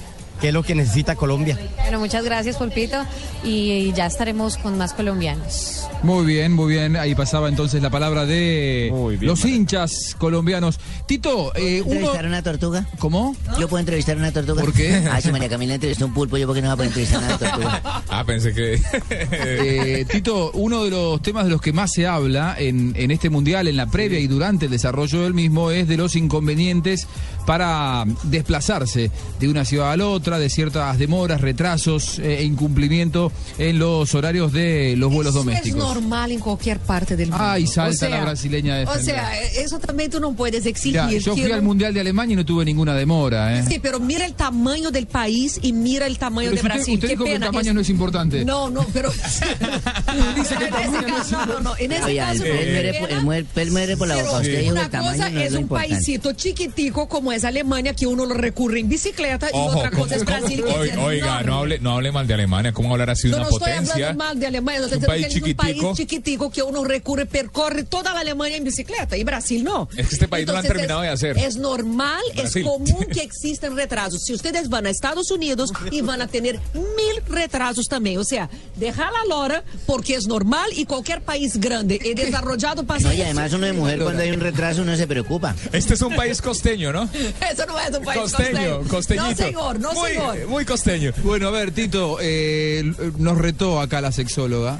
[SPEAKER 32] que es lo que necesita Colombia.
[SPEAKER 16] Bueno, muchas gracias, Pulpito, y ya estaremos con más colombianos.
[SPEAKER 2] Muy bien, muy bien. Ahí pasaba entonces la palabra de los hinchas colombianos. Tito, eh,
[SPEAKER 9] ¿Puedo
[SPEAKER 2] uno...
[SPEAKER 9] entrevistar a una tortuga?
[SPEAKER 2] ¿Cómo?
[SPEAKER 9] ¿Yo puedo entrevistar a una tortuga?
[SPEAKER 2] ¿Por qué?
[SPEAKER 9] Ah, si María Camila entrevistó un pulpo, ¿yo por qué no voy a poder entrevistar a una tortuga?
[SPEAKER 6] Ah, pensé que.
[SPEAKER 2] [LAUGHS] Eh, Tito, uno de los temas de los que más se habla en, en este mundial, en la previa y durante el desarrollo del mismo, es de los inconvenientes para desplazarse de una ciudad a la otra, de ciertas demoras, retrasos eh, e incumplimiento en los horarios de los vuelos
[SPEAKER 3] Es
[SPEAKER 2] domésticos.
[SPEAKER 3] normal en cualquier parte del mundo.
[SPEAKER 2] Ay, salta
[SPEAKER 3] O sea,
[SPEAKER 2] la brasileña de
[SPEAKER 3] O sea, eso también tú no puedes exigir.
[SPEAKER 2] Ya, yo fui
[SPEAKER 3] que-
[SPEAKER 2] al Mundial de Alemania y no tuve ninguna demora. ¿eh?
[SPEAKER 3] Sí, pero mira el tamaño del país y mira el tamaño de
[SPEAKER 2] Pero si usted-
[SPEAKER 3] Brasil.
[SPEAKER 2] usted
[SPEAKER 3] Qué
[SPEAKER 2] dijo que el
[SPEAKER 3] pena.
[SPEAKER 2] tamaño no es
[SPEAKER 6] este.
[SPEAKER 2] importante.
[SPEAKER 3] No, no, pero. [LAUGHS]
[SPEAKER 2] Dice
[SPEAKER 3] [LAUGHS]
[SPEAKER 2] que el
[SPEAKER 3] En
[SPEAKER 2] tamaño
[SPEAKER 3] ese
[SPEAKER 2] no es
[SPEAKER 3] caso, no, no, en ese
[SPEAKER 9] Oye,
[SPEAKER 3] caso,
[SPEAKER 9] él
[SPEAKER 3] qué
[SPEAKER 9] pues, muere,
[SPEAKER 3] pena.
[SPEAKER 9] por- él muere- él muere por la
[SPEAKER 3] Pero
[SPEAKER 9] boca. Usted dijo que el
[SPEAKER 3] una
[SPEAKER 9] tamaño
[SPEAKER 3] cosa
[SPEAKER 9] no es
[SPEAKER 3] es
[SPEAKER 9] lo
[SPEAKER 3] un
[SPEAKER 9] importante.
[SPEAKER 3] paisito chiquitico como es Alemania que uno lo recurre en bicicleta y otra
[SPEAKER 6] [LAUGHS]
[SPEAKER 3] cosa es Brasil que es
[SPEAKER 6] Oiga, oiga,
[SPEAKER 3] enorme.
[SPEAKER 6] no hable, no hable mal de Alemania. ¿Cómo hablar así de
[SPEAKER 3] No, no
[SPEAKER 6] una
[SPEAKER 3] estoy
[SPEAKER 6] potencia?
[SPEAKER 3] hablando mal de Alemania, no
[SPEAKER 6] Es un
[SPEAKER 3] estoy
[SPEAKER 6] país
[SPEAKER 3] diciendo que es un
[SPEAKER 6] chiquitico.
[SPEAKER 3] país chiquitico que uno recurre, percorre toda la Alemania en bicicleta y Brasil no.
[SPEAKER 6] Es que este país no lo han terminado de hacer.
[SPEAKER 3] Es normal,
[SPEAKER 6] Brasil.
[SPEAKER 3] es común
[SPEAKER 6] [LAUGHS]
[SPEAKER 3] que existan retrasos. Si ustedes van a Estados Unidos y van a tener mil retrasos también, o sea, dejar la lora porque es normal y cualquier país grande y desarrollado pasa
[SPEAKER 9] No, y además uno de mujer cuando hay un retraso uno se preocupa.
[SPEAKER 6] Este es un país costeño, ¿no?
[SPEAKER 3] Eso [LAUGHS] no es un país
[SPEAKER 6] Costeño,
[SPEAKER 3] costeño.
[SPEAKER 6] costeñito.
[SPEAKER 3] No, señor, no,
[SPEAKER 6] Muy-
[SPEAKER 3] señor.
[SPEAKER 6] Muy costeño.
[SPEAKER 2] Bueno, a ver, Tito, eh, l- nos retó acá la sexóloga.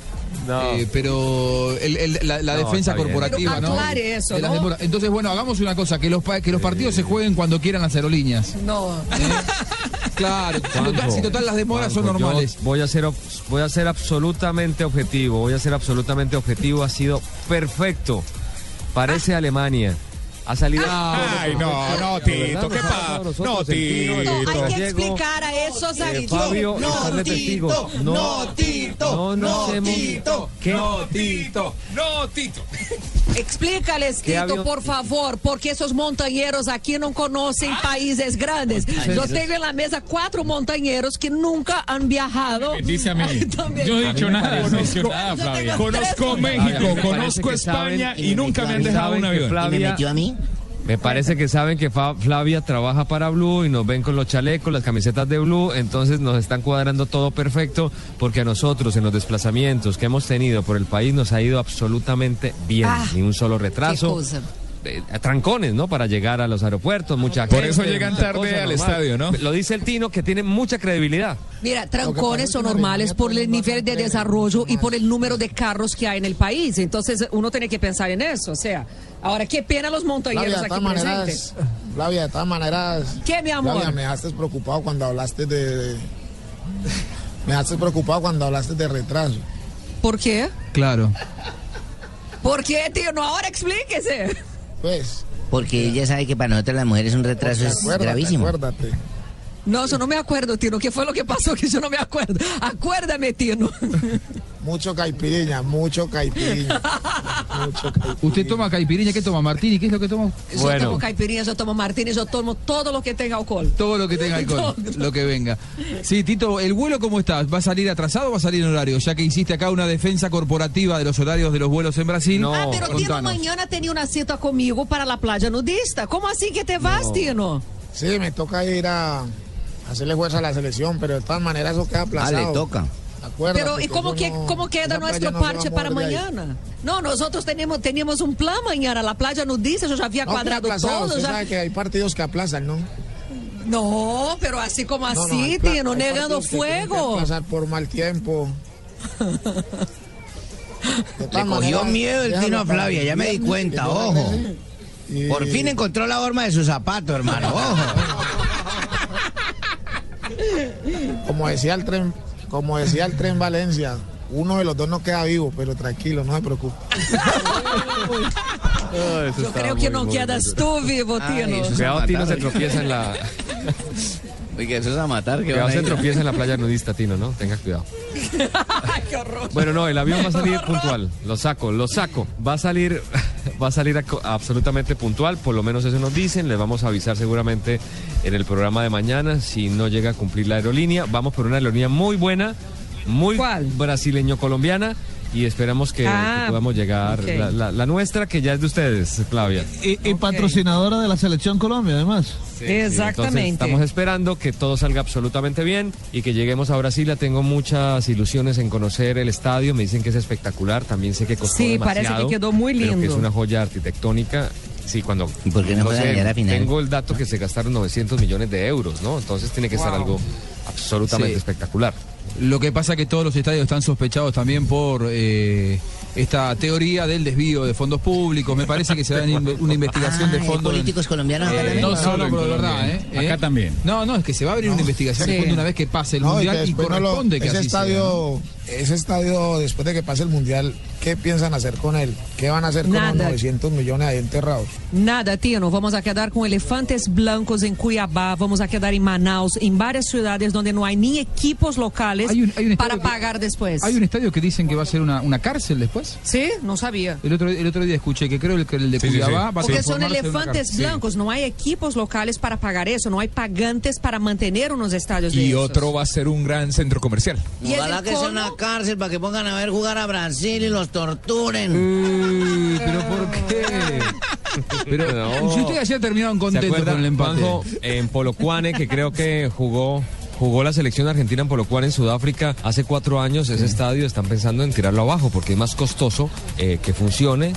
[SPEAKER 2] Eh, pero el- el- la, la
[SPEAKER 13] No,
[SPEAKER 2] defensa
[SPEAKER 13] está bien.
[SPEAKER 2] corporativa,
[SPEAKER 3] Pero
[SPEAKER 2] ¿no?
[SPEAKER 3] aclare eso,
[SPEAKER 2] De las
[SPEAKER 3] ¿no?
[SPEAKER 2] demoras. Entonces, bueno, hagamos una cosa, que los, pa- que los partidos se jueguen cuando quieran las aerolíneas.
[SPEAKER 3] No.
[SPEAKER 2] Claro, si total,
[SPEAKER 13] Juanjo,
[SPEAKER 2] si total las demoras son
[SPEAKER 13] Juanjo, yo
[SPEAKER 2] normales.
[SPEAKER 13] Voy a ser obs- voy a ser absolutamente objetivo, voy a ser absolutamente objetivo, ha sido perfecto. Parece Alemania. Ha salido
[SPEAKER 6] Ay,
[SPEAKER 13] todo
[SPEAKER 6] no, no,
[SPEAKER 13] perfecto. La
[SPEAKER 6] Tito,
[SPEAKER 13] verdad, nos ha
[SPEAKER 6] ¿qué pasa?
[SPEAKER 13] dado a nosotros
[SPEAKER 6] No,
[SPEAKER 13] el tino, el
[SPEAKER 6] Tito.
[SPEAKER 13] gallego,
[SPEAKER 3] Hay que explicar a esos
[SPEAKER 13] eh,
[SPEAKER 3] aquí.
[SPEAKER 13] Fabio, estar de testigos. No,
[SPEAKER 3] Tito,
[SPEAKER 13] no, no, hemos- ¿Qué?
[SPEAKER 6] Tito. No, Tito.
[SPEAKER 3] Explícales,
[SPEAKER 13] ¿Qué
[SPEAKER 3] Tito,
[SPEAKER 13] avión?
[SPEAKER 3] por favor, porque esos montañeros aquí no conocen
[SPEAKER 6] Ah.
[SPEAKER 3] países grandes. Yo tengo en la mesa cuatro montañeros que nunca han viajado.
[SPEAKER 15] Dice a mí.
[SPEAKER 3] También.
[SPEAKER 15] Yo no he dicho nada, no he dicho
[SPEAKER 6] Conozco-
[SPEAKER 15] nada, Flavia.
[SPEAKER 6] Conozco
[SPEAKER 13] Flavia, me
[SPEAKER 6] México,
[SPEAKER 13] parece
[SPEAKER 6] conozco
[SPEAKER 13] que
[SPEAKER 6] España
[SPEAKER 13] saben-
[SPEAKER 6] y nunca me han dejado
[SPEAKER 13] saben
[SPEAKER 6] un
[SPEAKER 13] que
[SPEAKER 6] avión.
[SPEAKER 13] Flavia- Me parece que saben que Fa- Flavia trabaja para Blue y nos ven con los chalecos, las camisetas de Blue, entonces nos están cuadrando todo perfecto porque a nosotros en los desplazamientos que hemos tenido por el país nos ha ido absolutamente bien,
[SPEAKER 3] Ah,
[SPEAKER 13] ni un solo
[SPEAKER 3] Qué
[SPEAKER 13] retraso.
[SPEAKER 3] cosa.
[SPEAKER 13] Eh, Trancones, ¿no? Para llegar a los aeropuertos, mucha
[SPEAKER 6] Ah, Por
[SPEAKER 13] gente,
[SPEAKER 6] eso llegan
[SPEAKER 13] mucha
[SPEAKER 6] tarde
[SPEAKER 13] cosa
[SPEAKER 6] al
[SPEAKER 13] normal.
[SPEAKER 6] estadio, ¿no?
[SPEAKER 13] Lo dice el Tino que tiene mucha credibilidad.
[SPEAKER 3] Mira, trancones son normales por el nivel de desarrollo y por el número de carros que hay en el país. Entonces uno tiene que pensar en eso. O sea, ahora qué pena los montañeros
[SPEAKER 8] Flavia, de
[SPEAKER 3] aquí
[SPEAKER 8] todas
[SPEAKER 3] presentes.
[SPEAKER 8] maneras, Flavia, de todas maneras.
[SPEAKER 3] ¿Qué, mi amor?
[SPEAKER 8] Flavia, me dejaste preocupado cuando hablaste de. de- Me dejaste preocupado cuando hablaste de retraso.
[SPEAKER 3] ¿Por qué?
[SPEAKER 2] Claro.
[SPEAKER 3] ¿Por qué, tío? No, ahora explíquese.
[SPEAKER 8] Pues.
[SPEAKER 9] Porque ella sabe que para nosotros las mujeres un retraso es
[SPEAKER 8] Acuérdate,
[SPEAKER 9] gravísimo.
[SPEAKER 8] Acuérdate.
[SPEAKER 3] No,
[SPEAKER 8] eh,
[SPEAKER 3] yo no me acuerdo, Tino. ¿Qué fue lo que pasó? [LAUGHS] Que yo no me acuerdo. Acuérdame, Tino.
[SPEAKER 8] Mucho caipiriña,
[SPEAKER 3] [LAUGHS]
[SPEAKER 8] mucho caipiriña. mucho caipiriña.
[SPEAKER 2] ¿Usted toma caipirinha? ¿Qué toma Martini? ¿Qué es lo que toma?
[SPEAKER 3] Yo tomo caipirinha, yo tomo martini, yo tomo todo lo que tenga alcohol.
[SPEAKER 2] Todo lo que
[SPEAKER 9] [LAUGHS]
[SPEAKER 2] tenga alcohol, lo que venga. Sí, Tito, ¿el vuelo cómo está? ¿Va a salir atrasado o va a salir en horario? Ya que hiciste acá una defensa corporativa de los horarios de los vuelos en Brasil.
[SPEAKER 3] ah, pero Tino
[SPEAKER 2] Contanos.
[SPEAKER 3] mañana tenía una cita conmigo para la playa nudista. ¿Cómo así que te vas,
[SPEAKER 8] No.
[SPEAKER 3] Tino?
[SPEAKER 8] Sí, me toca ir a hacerle fuerza a la selección, pero de todas maneras eso queda aplazado. Acuérdate,
[SPEAKER 3] Pero ¿y
[SPEAKER 8] que
[SPEAKER 3] cómo,
[SPEAKER 8] eso
[SPEAKER 3] que,
[SPEAKER 8] no-
[SPEAKER 3] cómo queda
[SPEAKER 8] esa playa
[SPEAKER 3] nuestro
[SPEAKER 8] no se va a
[SPEAKER 3] parche para
[SPEAKER 8] mover de ahí.
[SPEAKER 3] mañana? No, nosotros tenemos, teníamos un plan mañana, la playa nudista, yo ya había
[SPEAKER 8] No, que
[SPEAKER 3] cuadrado
[SPEAKER 8] aplazado,
[SPEAKER 3] todo.
[SPEAKER 8] usted
[SPEAKER 3] ya-
[SPEAKER 8] sabe que hay partidos que aplazan, ¿no?
[SPEAKER 3] No, pero así como
[SPEAKER 8] No, no,
[SPEAKER 3] así,
[SPEAKER 8] hay pla-
[SPEAKER 3] Tino,
[SPEAKER 8] hay
[SPEAKER 3] negando
[SPEAKER 8] partidos que tienen que
[SPEAKER 3] fuego.
[SPEAKER 8] aplazar por mal
[SPEAKER 9] [LAUGHS]
[SPEAKER 8] tiempo. De todas
[SPEAKER 9] Le cogió
[SPEAKER 8] maneras,
[SPEAKER 9] miedo el
[SPEAKER 8] déjalo
[SPEAKER 9] Tino a
[SPEAKER 8] para
[SPEAKER 9] Flavia, ya me di
[SPEAKER 8] viernes,
[SPEAKER 9] cuenta,
[SPEAKER 8] que yo
[SPEAKER 14] ¿eh?
[SPEAKER 9] ojo.
[SPEAKER 8] regrese. Y-
[SPEAKER 9] Por fin encontró la forma de su zapato, hermano. Ojo.
[SPEAKER 8] [LAUGHS] Como decía el tren, como decía el tren Valencia, uno de los dos no queda vivo, pero tranquilo, no se preocupe.
[SPEAKER 3] Yo creo que no quedas tú vivo, Tino.
[SPEAKER 13] Cuidado, Tino se tropieza en la.
[SPEAKER 6] [LAUGHS]
[SPEAKER 15] Oiga, eso es a matar. que
[SPEAKER 13] Cuidado,
[SPEAKER 15] van a
[SPEAKER 13] se
[SPEAKER 15] ir.
[SPEAKER 13] tropieza en la playa nudista, Tino, ¿no?
[SPEAKER 12] [LAUGHS]
[SPEAKER 13] Tenga cuidado. Bueno, no, el avión va a salir puntual. Lo saco, lo saco. Va a salir, [LAUGHS] va a salir a co- absolutamente puntual, por lo menos eso nos dicen. Les vamos a avisar seguramente en el programa de mañana si no llega a cumplir la aerolínea. Vamos por una aerolínea muy buena, muy brasileño-colombiana y esperamos que, que
[SPEAKER 12] Ah,
[SPEAKER 13] podamos llegar.
[SPEAKER 12] ok.
[SPEAKER 13] La, la- la nuestra, que ya es de ustedes, Claudia.
[SPEAKER 12] Y, y patrocinadora de la selección Colombia, además.
[SPEAKER 13] Sí, sí, entonces estamos esperando que todo salga absolutamente bien y que lleguemos a Brasil. Ya Tengo muchas ilusiones en conocer el estadio. Me dicen que es espectacular. También sé que costó
[SPEAKER 5] Sí, parece
[SPEAKER 13] demasiado.
[SPEAKER 5] que quedó muy
[SPEAKER 13] pero que es
[SPEAKER 5] lindo.
[SPEAKER 13] una joya arquitectónica. Sí, cuando.
[SPEAKER 9] qué no juegan ya la final?
[SPEAKER 13] Tengo el dato que se gastaron 900 millones de euros, ¿no? Entonces tiene que ser
[SPEAKER 2] Wow.
[SPEAKER 13] algo absolutamente
[SPEAKER 2] Sí.
[SPEAKER 13] espectacular.
[SPEAKER 2] Lo que pasa es que todos los estadios están sospechados también por eh, esta teoría del desvío de fondos públicos. Me parece que se da una inve- una investigación de
[SPEAKER 9] Ah, ¿hay
[SPEAKER 2] fondos.
[SPEAKER 9] políticos colombianos acá
[SPEAKER 2] Eh,
[SPEAKER 9] también?
[SPEAKER 2] no solo,
[SPEAKER 9] en
[SPEAKER 2] pero de
[SPEAKER 9] Colombia.
[SPEAKER 2] verdad, ¿eh?
[SPEAKER 9] Acá
[SPEAKER 2] también. No, no, es que se va a abrir una investigación
[SPEAKER 8] Sí.
[SPEAKER 2] de fondo una vez que pase el
[SPEAKER 8] No, y que
[SPEAKER 2] mundial y,
[SPEAKER 8] después no lo-
[SPEAKER 2] corresponde que
[SPEAKER 8] ese
[SPEAKER 2] así sea, ¿no?
[SPEAKER 8] estadio, ese estadio después de que pase el mundial, ¿qué piensan hacer con él? ¿Qué van a hacer con los
[SPEAKER 3] Nada.
[SPEAKER 8] 900 millones ahí enterrados?
[SPEAKER 3] Nada, Tino. Vamos a quedar com elefantes blancos em Cuiabá, vamos a quedar em Manaus, em várias cidades onde não há nem equipos locales para pagar depois.
[SPEAKER 2] Hay un estadio que dicen que va a ser una, una cárcel después.
[SPEAKER 3] Sí, no sabía.
[SPEAKER 2] El otro, el otro día escuché que creo el, que el de
[SPEAKER 6] Sí, sí, sí.
[SPEAKER 2] Cuiabá va a
[SPEAKER 3] Porque son
[SPEAKER 2] transformarse en una
[SPEAKER 3] elefantes
[SPEAKER 2] cárcel. Sí.
[SPEAKER 3] blancos, não há equipos locales para pagar isso, não há pagantes para manter nos estádios
[SPEAKER 6] Y
[SPEAKER 3] de
[SPEAKER 6] otro va a ser un gran centro comercial.
[SPEAKER 9] Ojalá que sea una cárcel para que pongan a ver jugar a Brasil y los
[SPEAKER 2] torturen. Pero ¿por qué?
[SPEAKER 13] Pero [LAUGHS] no.
[SPEAKER 2] Si ustedes ayer terminaron
[SPEAKER 13] ¿Se
[SPEAKER 2] contentos
[SPEAKER 13] acuerdan,
[SPEAKER 2] con el empate.
[SPEAKER 13] Juanjo, en Polocuane, que creo que jugó jugó la selección argentina en Polocuane en Sudáfrica hace cuatro años. Ese estadio están pensando en tirarlo abajo porque es más costoso eh, que funcione.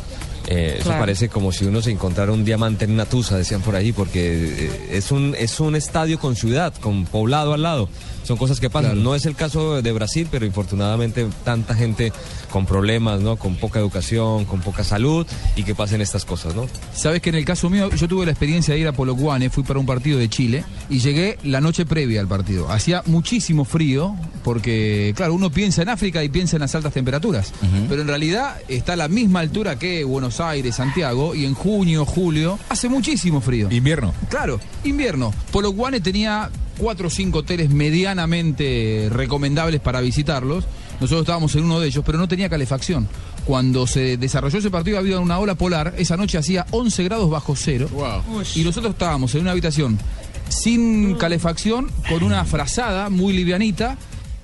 [SPEAKER 13] Eh, Eso
[SPEAKER 24] Claro.
[SPEAKER 13] parece como si uno se encontrara un diamante en una tusa, decían por ahí, porque eh, es un es un estadio con ciudad, con poblado al lado. Son cosas que pasan. No es el caso de Brasil, pero infortunadamente tanta gente con problemas, ¿no? Con poca educación, con poca salud y que pasen estas cosas, ¿no?
[SPEAKER 2] Sabes que en el caso mío, yo tuve la experiencia de ir a Polocuane, fui para un partido de Chile y llegué la noche previa al partido. Hacía muchísimo frío, porque, claro, uno piensa en África y piensa en las altas temperaturas, pero en realidad está a la misma altura que Buenos Aires, Santiago, y en junio, julio, hace muchísimo frío.
[SPEAKER 6] Invierno.
[SPEAKER 2] Claro, invierno. Polocuane tenía cuatro o cinco hoteles medianamente recomendables para visitarlos. Nosotros estábamos en uno de ellos, pero no tenía calefacción. Cuando se desarrolló ese partido había una ola polar. Esa noche hacía 11 grados bajo cero. Y nosotros estábamos en una habitación sin calefacción, con una frazada muy livianita.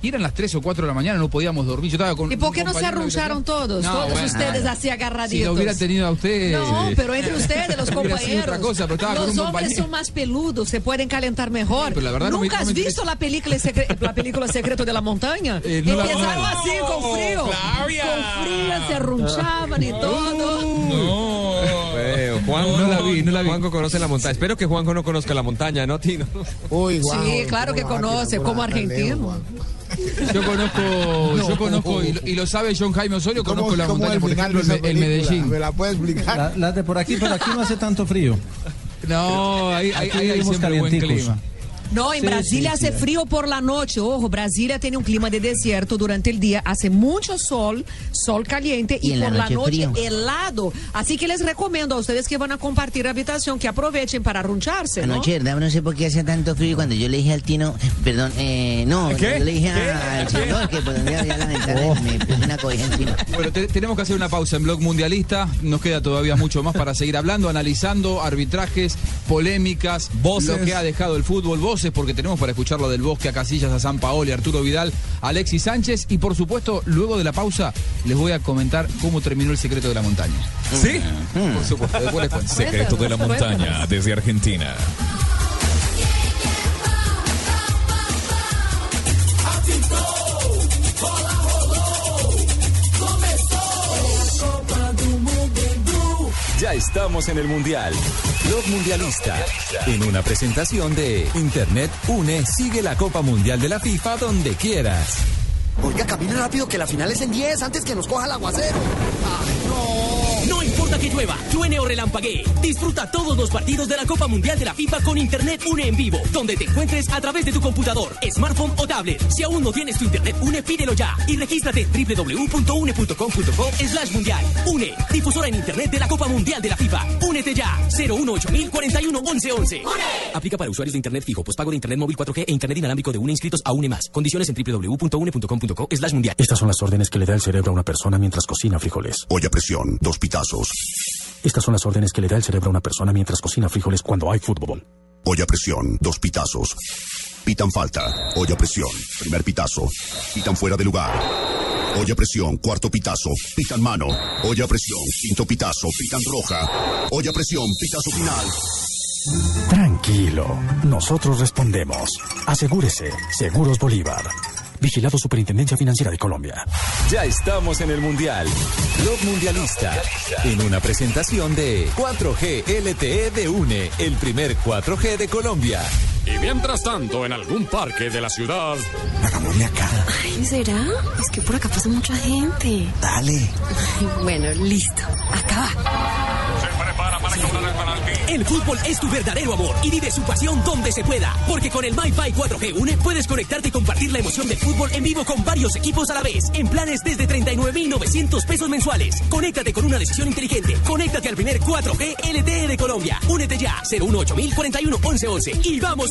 [SPEAKER 2] Y eran las 3 o 4 de la mañana, no podíamos dormir. Yo estaba con
[SPEAKER 3] ¿Y por qué
[SPEAKER 2] un
[SPEAKER 3] no se
[SPEAKER 2] compañero en la
[SPEAKER 3] arruncharon todos?
[SPEAKER 2] No,
[SPEAKER 3] todos
[SPEAKER 2] bueno.
[SPEAKER 3] ustedes así agarraditos.
[SPEAKER 2] Si lo hubiera tenido a usted.
[SPEAKER 3] No, pero entre ustedes, los
[SPEAKER 2] [LAUGHS] Hubiera sido
[SPEAKER 3] compañeros.
[SPEAKER 2] otra cosa, pero estaba con
[SPEAKER 3] los
[SPEAKER 2] un
[SPEAKER 3] hombres
[SPEAKER 2] compañero.
[SPEAKER 3] son más peludos, se pueden calentar mejor.
[SPEAKER 2] pero la verdad no me-
[SPEAKER 3] ¿Nunca
[SPEAKER 2] no
[SPEAKER 3] has
[SPEAKER 2] me
[SPEAKER 3] visto la película, secre- la película Secreto de la
[SPEAKER 2] [LAUGHS]
[SPEAKER 3] Montaña?
[SPEAKER 2] Eh, no la-
[SPEAKER 3] Empezaron así, con
[SPEAKER 2] Oh,
[SPEAKER 3] frío. Con frío, se arrunchaban y todo.
[SPEAKER 13] Feo. Juanjo, no la vi, no la vi. Juanjo conoce la montaña. Espero que Juanjo no conozca la montaña, ¿no, Tino?
[SPEAKER 2] Uh,
[SPEAKER 8] Uy,
[SPEAKER 3] sí, claro que conoce, como argentino.
[SPEAKER 2] Yo
[SPEAKER 8] [LAUGHS]
[SPEAKER 2] conozco, yo conozco, y, lo- y lo sabe John Jaime Osorio, conozco la
[SPEAKER 8] cómo
[SPEAKER 2] montaña,
[SPEAKER 8] es
[SPEAKER 2] por
[SPEAKER 8] el
[SPEAKER 2] ejemplo, en,
[SPEAKER 8] final de
[SPEAKER 2] en
[SPEAKER 8] esa película?
[SPEAKER 2] Medellín.
[SPEAKER 8] ¿Me la puede explicar?
[SPEAKER 29] La- las de por aquí, por aquí no hace tanto frío.
[SPEAKER 2] No, ahí, ahí-
[SPEAKER 29] Aquí
[SPEAKER 2] ahí hay
[SPEAKER 29] vivimos
[SPEAKER 2] siempre buen
[SPEAKER 29] calienticos.
[SPEAKER 2] clima.
[SPEAKER 3] No, en
[SPEAKER 29] Sí,
[SPEAKER 3] Brasilia
[SPEAKER 29] sí,
[SPEAKER 3] hace frío por la noche. Ojo, Brasilia tiene un clima de desierto durante el día. Hace mucho sol, sol caliente y,
[SPEAKER 9] Y en la
[SPEAKER 3] por la noche,
[SPEAKER 9] noche frío.
[SPEAKER 3] helado. Así que les recomiendo a ustedes que van a compartir habitación que aprovechen para arruncharse, ¿no?
[SPEAKER 9] Anoche, ¿verdad? No sé por qué hacía tanto frío. y Cuando yo le dije al Tino, perdón, eh, no,
[SPEAKER 2] ¿Qué?
[SPEAKER 9] yo le dije
[SPEAKER 2] ¿Qué?
[SPEAKER 9] al señor que por donde había la ventana y me puse una cobija encima.
[SPEAKER 2] Bueno, te- tenemos que hacer una pausa en Blog Mundialista. Nos queda todavía mucho más para seguir hablando, analizando arbitrajes, polémicas,
[SPEAKER 13] Voces.
[SPEAKER 2] lo que ha dejado el fútbol, voces, porque tenemos para escuchar lo del Bosque a Casillas, a San Paoli, a Arturo Vidal, a Alexis Sánchez. Y por supuesto, luego de la pausa, les voy a comentar cómo terminó el secreto de la montaña.
[SPEAKER 6] ¿Sí?
[SPEAKER 2] Por supuesto, después les cuento.
[SPEAKER 6] Mm. Secreto de la montaña desde Argentina.
[SPEAKER 19] Ya estamos en el Mundial. Blog Mundialista. En una presentación de Internet Une, sigue la Copa Mundial de la FIFA donde quieras.
[SPEAKER 14] Oiga, camine rápido que la final es en 10 antes que nos coja el aguacero. ¡Ay, no! No importa que
[SPEAKER 1] llueva, truene o relampaguee. Disfruta todos los partidos de la Copa Mundial de la FIFA con Internet Une en vivo, donde te encuentres a través de tu computador, smartphone o tablet. Si aún no tienes tu Internet Une, pídelo ya y regístrate en www.une.com.co slash mundial. Une, difusora en Internet de la Copa Mundial de la FIFA. Únete ya, 018 41 11 11. Aplica para usuarios de Internet fijo, pago de Internet móvil 4G e Internet inalámbrico de UNE inscritos a UNE más. Condiciones en www.une.com.co slash mundial.
[SPEAKER 22] Estas son las órdenes que le da el cerebro a una persona mientras cocina frijoles. Olla a presión, dos pitazos. Estas son las órdenes que le da el cerebro a una persona mientras cocina frijoles cuando hay fútbol. Olla a presión, dos pitazos. Pitan falta, olla a presión, primer pitazo. Pitan fuera de lugar. Olla a presión, cuarto pitazo. Pitan mano, olla a presión, quinto pitazo. Pitan roja, olla a presión, pitazo final. Tranquilo, nosotros respondemos. Asegúrese, Seguros Bolívar. Vigilado Superintendencia Financiera de Colombia.
[SPEAKER 20] Ya estamos en el Mundial. Blog Mundialista. En una presentación de 4G LTE E de UNE, el primer 4G de Colombia.
[SPEAKER 33] Y mientras tanto, en algún parque de la ciudad.
[SPEAKER 22] Hagámosle acá.
[SPEAKER 34] Ay, ¿será? Es que por acá pasa mucha gente.
[SPEAKER 22] Dale.
[SPEAKER 34] Ay, [LAUGHS] bueno, listo. Acá va.
[SPEAKER 33] Se prepara para cobrar el penalti.
[SPEAKER 1] El fútbol es tu verdadero amor y vive su pasión donde se pueda. Porque con el MyFi 4G UNE puedes conectarte y compartir la emoción del fútbol en vivo con varios equipos a la vez. En planes desde 39,900 pesos mensuales. Conéctate con una decisión inteligente. Conéctate al primer 4G LTE E de Colombia. Únete ya. 018041 1111. Y vamos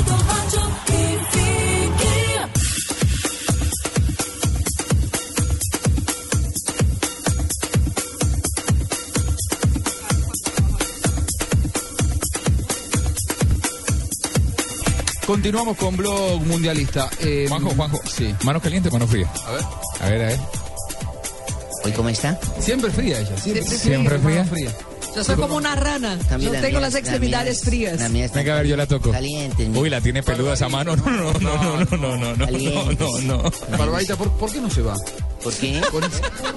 [SPEAKER 2] Continuamos con Blog Mundialista. Eh,
[SPEAKER 6] Juanjo, Juanjo.
[SPEAKER 2] Sí.
[SPEAKER 6] ¿Mano caliente o mano fría?
[SPEAKER 2] A ver.
[SPEAKER 6] A ver, a ver.
[SPEAKER 9] ¿Hoy cómo está?
[SPEAKER 2] Siempre fría ella. Siempre,
[SPEAKER 6] Siempre
[SPEAKER 2] fría.
[SPEAKER 6] fría.
[SPEAKER 3] Yo soy como una rana.
[SPEAKER 9] También
[SPEAKER 3] Yo
[SPEAKER 9] la
[SPEAKER 3] tengo
[SPEAKER 9] mía-
[SPEAKER 3] las
[SPEAKER 9] la
[SPEAKER 3] extremidades
[SPEAKER 9] mía es-
[SPEAKER 3] frías.
[SPEAKER 9] la mía es-
[SPEAKER 6] Venga, a ver, yo la toco.
[SPEAKER 9] Caliente.
[SPEAKER 6] Uy, la tiene peluda esa mano. [LAUGHS] No, no, no, no, no, no, no, no, no, no.
[SPEAKER 2] Barbarita, ¿por, por qué no se va?
[SPEAKER 9] ¿Por qué?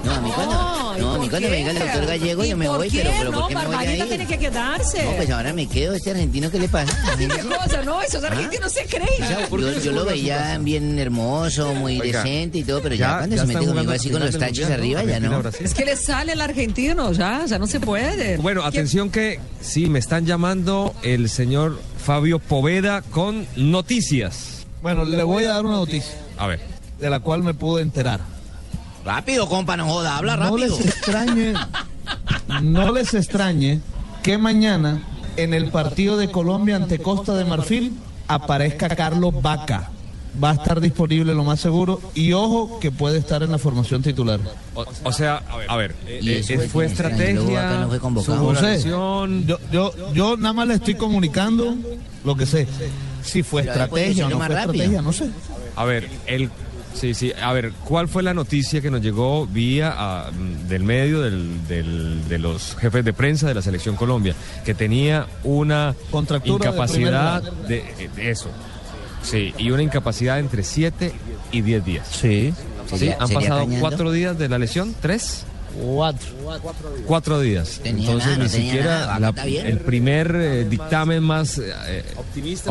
[SPEAKER 9] No, a mí cuando,
[SPEAKER 3] Ay,
[SPEAKER 9] no, a mí
[SPEAKER 3] ¿por
[SPEAKER 9] cuando me
[SPEAKER 3] qué?
[SPEAKER 9] diga el doctor Gallego
[SPEAKER 3] ¿Y
[SPEAKER 9] yo me
[SPEAKER 3] por
[SPEAKER 9] voy,
[SPEAKER 3] qué?
[SPEAKER 9] pero, pero ¿por
[SPEAKER 3] no,
[SPEAKER 9] qué me voy a
[SPEAKER 3] Barbarita tiene
[SPEAKER 9] ir?
[SPEAKER 3] que quedarse.
[SPEAKER 9] No, pues ahora me quedo. Este argentino, ¿qué le pasa?
[SPEAKER 3] ¿Qué cosa? No, esos argentinos se creen.
[SPEAKER 9] O sea, ¿Ah? yo, yo lo veía bien hermoso, muy
[SPEAKER 13] Oiga,
[SPEAKER 9] decente y todo, pero
[SPEAKER 13] ya-
[SPEAKER 9] ya, cuando
[SPEAKER 13] ya están
[SPEAKER 9] se mete conmigo
[SPEAKER 13] jugando
[SPEAKER 9] así
[SPEAKER 13] la
[SPEAKER 9] con los
[SPEAKER 13] final del
[SPEAKER 9] tachos
[SPEAKER 13] Mundial,
[SPEAKER 9] arriba,
[SPEAKER 13] ¿no?
[SPEAKER 9] ya no.
[SPEAKER 13] Argentina-Brasil.
[SPEAKER 3] Es que le sale el argentino, ya, ya no se puede.
[SPEAKER 13] [LAUGHS] Bueno,
[SPEAKER 3] ¿Quién-
[SPEAKER 13] atención que sí, me están llamando el señor Fabio Poveda con noticias.
[SPEAKER 12] Bueno, le voy a dar una noticia
[SPEAKER 13] A ver.
[SPEAKER 12] de la cual me pude enterar.
[SPEAKER 9] Rápido, compa, no joda, habla
[SPEAKER 12] no
[SPEAKER 9] rápido.
[SPEAKER 12] Les extrañe, no les extrañe que mañana en el partido de Colombia ante Costa de Marfil aparezca Carlos Vaca. Va a estar disponible lo más seguro y ojo que puede estar en la formación titular.
[SPEAKER 13] O, o sea, a ver, eh,
[SPEAKER 9] Y
[SPEAKER 13] eh,
[SPEAKER 9] eso
[SPEAKER 13] es-
[SPEAKER 9] es
[SPEAKER 13] fue
[SPEAKER 9] que me extrañó, Vaca
[SPEAKER 13] estrategia.
[SPEAKER 9] no fue convocado.
[SPEAKER 13] su
[SPEAKER 12] No sé.
[SPEAKER 13] oración.
[SPEAKER 12] Yo, yo, yo nada más le estoy comunicando lo que sé. Si fue
[SPEAKER 9] Pero después
[SPEAKER 12] estrategia o
[SPEAKER 9] decidió
[SPEAKER 12] no
[SPEAKER 9] más
[SPEAKER 12] fue
[SPEAKER 9] rápido.
[SPEAKER 12] estrategia, no sé.
[SPEAKER 13] A ver, el sí, sí, a ver, ¿cuál fue la noticia que nos llegó vía ah, mm, del medio del- del- de los jefes de prensa de la selección Colombia que tenía una
[SPEAKER 12] Contractura de
[SPEAKER 13] incapacidad
[SPEAKER 12] primer
[SPEAKER 13] de, eh, de eso. Sí, y una incapacidad entre 7 y 10 días.
[SPEAKER 12] Sí.
[SPEAKER 13] Sí,
[SPEAKER 9] Sería-
[SPEAKER 13] han
[SPEAKER 9] sería
[SPEAKER 13] pasado
[SPEAKER 9] cañando.
[SPEAKER 13] cuatro días de la lesión, tres,
[SPEAKER 12] Cuatro.
[SPEAKER 13] cuatro días.
[SPEAKER 9] Tenía
[SPEAKER 13] Entonces
[SPEAKER 9] nada, no
[SPEAKER 13] ni
[SPEAKER 9] tenía
[SPEAKER 13] siquiera
[SPEAKER 9] nada,
[SPEAKER 13] la-
[SPEAKER 9] está bien.
[SPEAKER 13] el primer eh, dictamen más eh,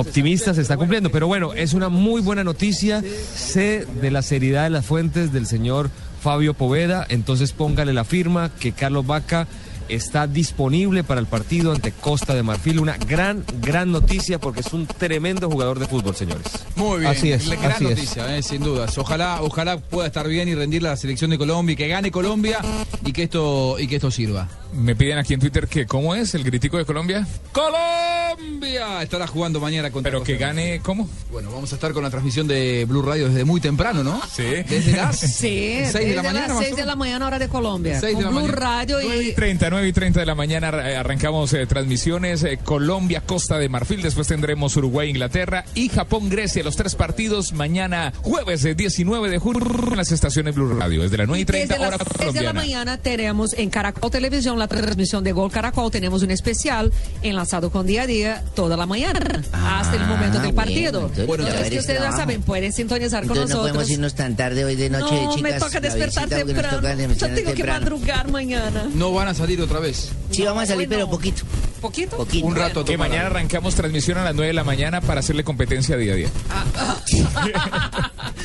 [SPEAKER 13] optimista, se está cumpliendo. Pero bueno, es una muy buena noticia. Sé de la seriedad de las fuentes del señor Fabio Poveda. Entonces póngale la firma que Carlos Vaca está disponible para el partido ante Costa de Marfil. Una gran, gran noticia porque es un tremendo jugador de fútbol, señores.
[SPEAKER 2] Muy bien,
[SPEAKER 12] Así es,
[SPEAKER 2] la gran
[SPEAKER 12] así es.
[SPEAKER 2] noticia, eh, sin dudas. Ojalá, ojalá pueda estar bien y rendir la selección de Colombia y que gane Colombia y que esto y que esto sirva.
[SPEAKER 6] Me piden aquí en Twitter que cómo es el gritico de Colombia,
[SPEAKER 2] Colombia estará jugando mañana contra
[SPEAKER 6] pero que
[SPEAKER 2] Costa Rica.
[SPEAKER 6] gane cómo.
[SPEAKER 2] Bueno, vamos a estar con la transmisión de Blue Radio desde muy temprano, ¿no?
[SPEAKER 6] Sí.
[SPEAKER 2] Desde las
[SPEAKER 6] [LAUGHS]
[SPEAKER 3] Sí,
[SPEAKER 2] 6 Ah, de
[SPEAKER 3] desde
[SPEAKER 2] la mañana.
[SPEAKER 3] las
[SPEAKER 2] más o
[SPEAKER 3] 6 de
[SPEAKER 2] menos.
[SPEAKER 3] la mañana, hora de Colombia.
[SPEAKER 2] Seis
[SPEAKER 3] Con
[SPEAKER 2] de la
[SPEAKER 3] Blue
[SPEAKER 2] mañana.
[SPEAKER 3] Radio y
[SPEAKER 6] 30, 9 y 30 de la mañana eh, arrancamos eh, transmisiones eh, Colombia, Costa de Marfil, después tendremos Uruguay, Inglaterra y Japón, Grecia de los tres partidos mañana, jueves de 19 de julio, en las estaciones Blue Radio, desde las 9 y 30
[SPEAKER 3] Desde
[SPEAKER 6] hora
[SPEAKER 3] las 6 de la
[SPEAKER 6] colombiana.
[SPEAKER 3] mañana tenemos en Caracol Televisión la transmisión de Gol Caracol. Tenemos un especial enlazado con día a día toda la mañana hasta el momento del
[SPEAKER 9] bueno,
[SPEAKER 3] partido.
[SPEAKER 9] Ah, entonces
[SPEAKER 3] Bueno,
[SPEAKER 9] ya
[SPEAKER 3] es que
[SPEAKER 9] eres
[SPEAKER 3] ustedes ya
[SPEAKER 9] trabajo.
[SPEAKER 3] saben, pueden sintonizar con
[SPEAKER 9] Entonces no
[SPEAKER 3] nosotros.
[SPEAKER 9] podemos irnos tan tarde hoy de noche,
[SPEAKER 3] No,
[SPEAKER 9] chicas.
[SPEAKER 3] me toca
[SPEAKER 9] la
[SPEAKER 3] despertar
[SPEAKER 9] visita, porque nos
[SPEAKER 3] temprano.
[SPEAKER 9] toca
[SPEAKER 3] Yo
[SPEAKER 9] despertarnos
[SPEAKER 3] tengo que
[SPEAKER 9] temprano.
[SPEAKER 3] madrugar mañana.
[SPEAKER 2] No van a salir otra vez.
[SPEAKER 9] Sí, vamos a salir, pero poquito.
[SPEAKER 3] ¿Poquito?
[SPEAKER 6] Un rato. Que mañana arrancamos transmisión a las 9 de la mañana para hacerle competencia día a día.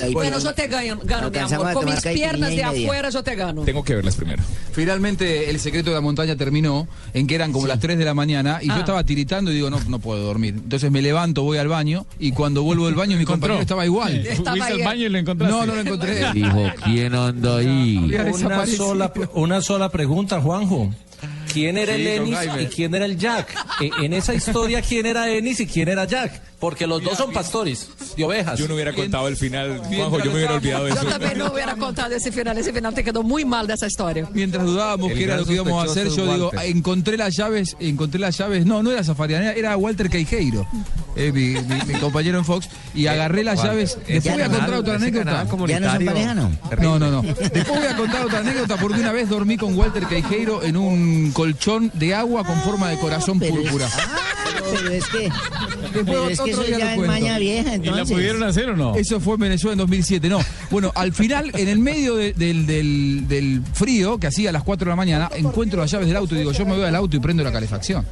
[SPEAKER 3] Pero yo te gano, gano mi
[SPEAKER 2] Alcanzamos
[SPEAKER 3] amor.
[SPEAKER 2] a
[SPEAKER 3] Con
[SPEAKER 2] tomar
[SPEAKER 3] mis
[SPEAKER 2] caipirinha
[SPEAKER 3] piernas
[SPEAKER 2] y
[SPEAKER 3] de
[SPEAKER 2] media.
[SPEAKER 3] afuera yo te gano.
[SPEAKER 6] Tengo que verlas primero.
[SPEAKER 2] Finalmente el secreto de la montaña terminó en que eran como las 3 de la mañana y
[SPEAKER 3] Ah.
[SPEAKER 2] yo estaba tiritando y digo, no, no puedo dormir. Entonces me levanto, voy al baño y cuando vuelvo del baño mi compañero estaba igual.
[SPEAKER 10] Estaba Fuiste al ahí. baño y lo
[SPEAKER 29] encontraste.
[SPEAKER 2] No, no lo encontré.
[SPEAKER 15] Dijo, ¿quién anda ahí?
[SPEAKER 29] Una
[SPEAKER 2] desaparecido.
[SPEAKER 29] sola, una sola pregunta, Juanjo. ¿Quién era
[SPEAKER 15] Sí,
[SPEAKER 29] el
[SPEAKER 15] don
[SPEAKER 29] Ennis
[SPEAKER 15] Jaime.
[SPEAKER 29] y quién era el Jack? E- en esa historia, ¿quién era Ennis y quién era Jack? Porque los dos son pastores de ovejas.
[SPEAKER 6] Yo no hubiera contado el final, Juanjo, yo me hubiera olvidado de
[SPEAKER 3] Yo
[SPEAKER 6] eso.
[SPEAKER 3] también no
[SPEAKER 2] [LAUGHS]
[SPEAKER 3] hubiera contado ese final. Ese final te quedó muy mal de esa historia.
[SPEAKER 2] Mientras dudábamos
[SPEAKER 6] El
[SPEAKER 2] que era
[SPEAKER 6] gran
[SPEAKER 2] lo que íbamos a hacer,
[SPEAKER 6] sospechoso
[SPEAKER 2] yo
[SPEAKER 6] es
[SPEAKER 2] digo,
[SPEAKER 6] Walter.
[SPEAKER 2] "Ah, encontré las llaves, encontré las llaves, no, no era Zafarian, era Walter Queijeiro, eh, mi, mi- mi compañero en Fox, y agarré las
[SPEAKER 13] Eh, Walter,
[SPEAKER 2] llaves.
[SPEAKER 13] ese
[SPEAKER 2] Después voy a
[SPEAKER 13] canal-
[SPEAKER 2] contar otra
[SPEAKER 13] ese
[SPEAKER 2] anécdota.
[SPEAKER 13] canal comunitario
[SPEAKER 2] Ya no son pareja, no? No, no, no. Después voy a contar otra anécdota porque una vez dormí con Walter Queijeiro en un colchón de agua con forma de corazón púrpura.
[SPEAKER 9] Pero es que,
[SPEAKER 2] Después
[SPEAKER 9] pero es que
[SPEAKER 2] otro
[SPEAKER 9] eso
[SPEAKER 2] día
[SPEAKER 9] ya
[SPEAKER 2] lo
[SPEAKER 9] es
[SPEAKER 2] cuento.
[SPEAKER 9] maña vieja, entonces.
[SPEAKER 2] hacer o no? Eso fue en Venezuela en 2007, no. Bueno, al final, en el medio de- del, del- del frío que hacía a las 4 de la mañana, encuentro las llaves del auto y digo, yo me voy al auto y prendo la calefacción.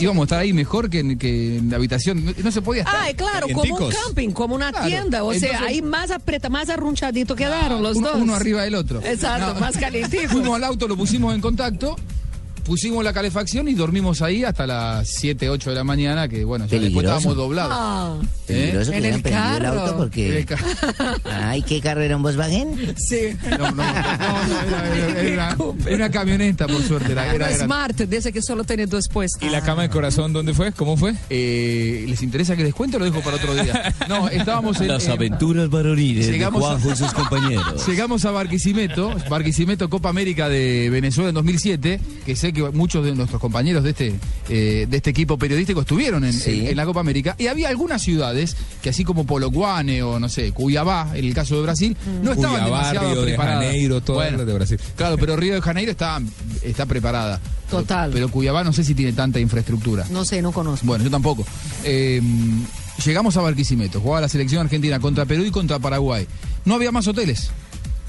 [SPEAKER 2] Íbamos a estar ahí mejor que en, que en la habitación. No, no se podía estar.
[SPEAKER 3] Ay, claro, como un camping, como una
[SPEAKER 2] Claro,
[SPEAKER 3] tienda. O sea,
[SPEAKER 2] entonces-
[SPEAKER 3] ahí más aprieta, más arrunchadito quedaron los
[SPEAKER 2] uno,
[SPEAKER 3] dos.
[SPEAKER 2] uno arriba del otro.
[SPEAKER 3] Exacto,
[SPEAKER 2] No.
[SPEAKER 3] más calientito.
[SPEAKER 2] [LAUGHS] Fuimos al auto, lo pusimos en contacto. Pusimos la calefacción y dormimos ahí hasta las 7, 8 de la mañana, que bueno, ya después
[SPEAKER 9] Peligroso.
[SPEAKER 2] estábamos
[SPEAKER 4] Ah,
[SPEAKER 2] doblados. ¿Eh?
[SPEAKER 9] Peligroso que
[SPEAKER 2] Oh. En
[SPEAKER 9] hubieran
[SPEAKER 2] el
[SPEAKER 9] prendido el
[SPEAKER 2] carro.
[SPEAKER 9] auto porque...
[SPEAKER 2] En el carro.
[SPEAKER 9] Ay, ¿qué carro era un Volkswagen?
[SPEAKER 3] Sí.
[SPEAKER 2] Era, era una camioneta, por suerte. Era, era-
[SPEAKER 3] Una
[SPEAKER 2] era-
[SPEAKER 3] Smart, de ese que solo tiene dos puestos. Ah,
[SPEAKER 6] ¿Y la cama de corazón dónde fue? ¿Cómo fue?
[SPEAKER 2] Eh, ¿Les interesa que les cuente o lo dejo para otro día? No, estábamos en...
[SPEAKER 15] Las
[SPEAKER 2] en-
[SPEAKER 15] aventuras varoniles de
[SPEAKER 2] Llegamos a-
[SPEAKER 15] Juanjo y sus compañeros.
[SPEAKER 2] Llegamos a Barquisimeto, Barquisimeto Copa América de Venezuela en 2007, que sé que muchos de nuestros compañeros de este, eh, de este equipo periodístico estuvieron en, en- en la Copa América, y había algunas ciudades que así como Polocuane o no sé, Cuiabá, en el caso de Brasil, no estaban
[SPEAKER 6] Cuiabá,
[SPEAKER 2] demasiado
[SPEAKER 6] Río de
[SPEAKER 2] preparadas.
[SPEAKER 6] Janeiro, todas
[SPEAKER 2] Bueno,
[SPEAKER 6] las de Brasil.
[SPEAKER 2] Claro, pero Río de Janeiro está, está preparada.
[SPEAKER 3] Total.
[SPEAKER 2] Pero Cuiabá no sé si tiene tanta infraestructura.
[SPEAKER 3] No sé, no conozco.
[SPEAKER 2] Bueno, yo tampoco. Eh, llegamos a Barquisimeto, jugaba la selección argentina contra Perú y contra Paraguay. No había más hoteles.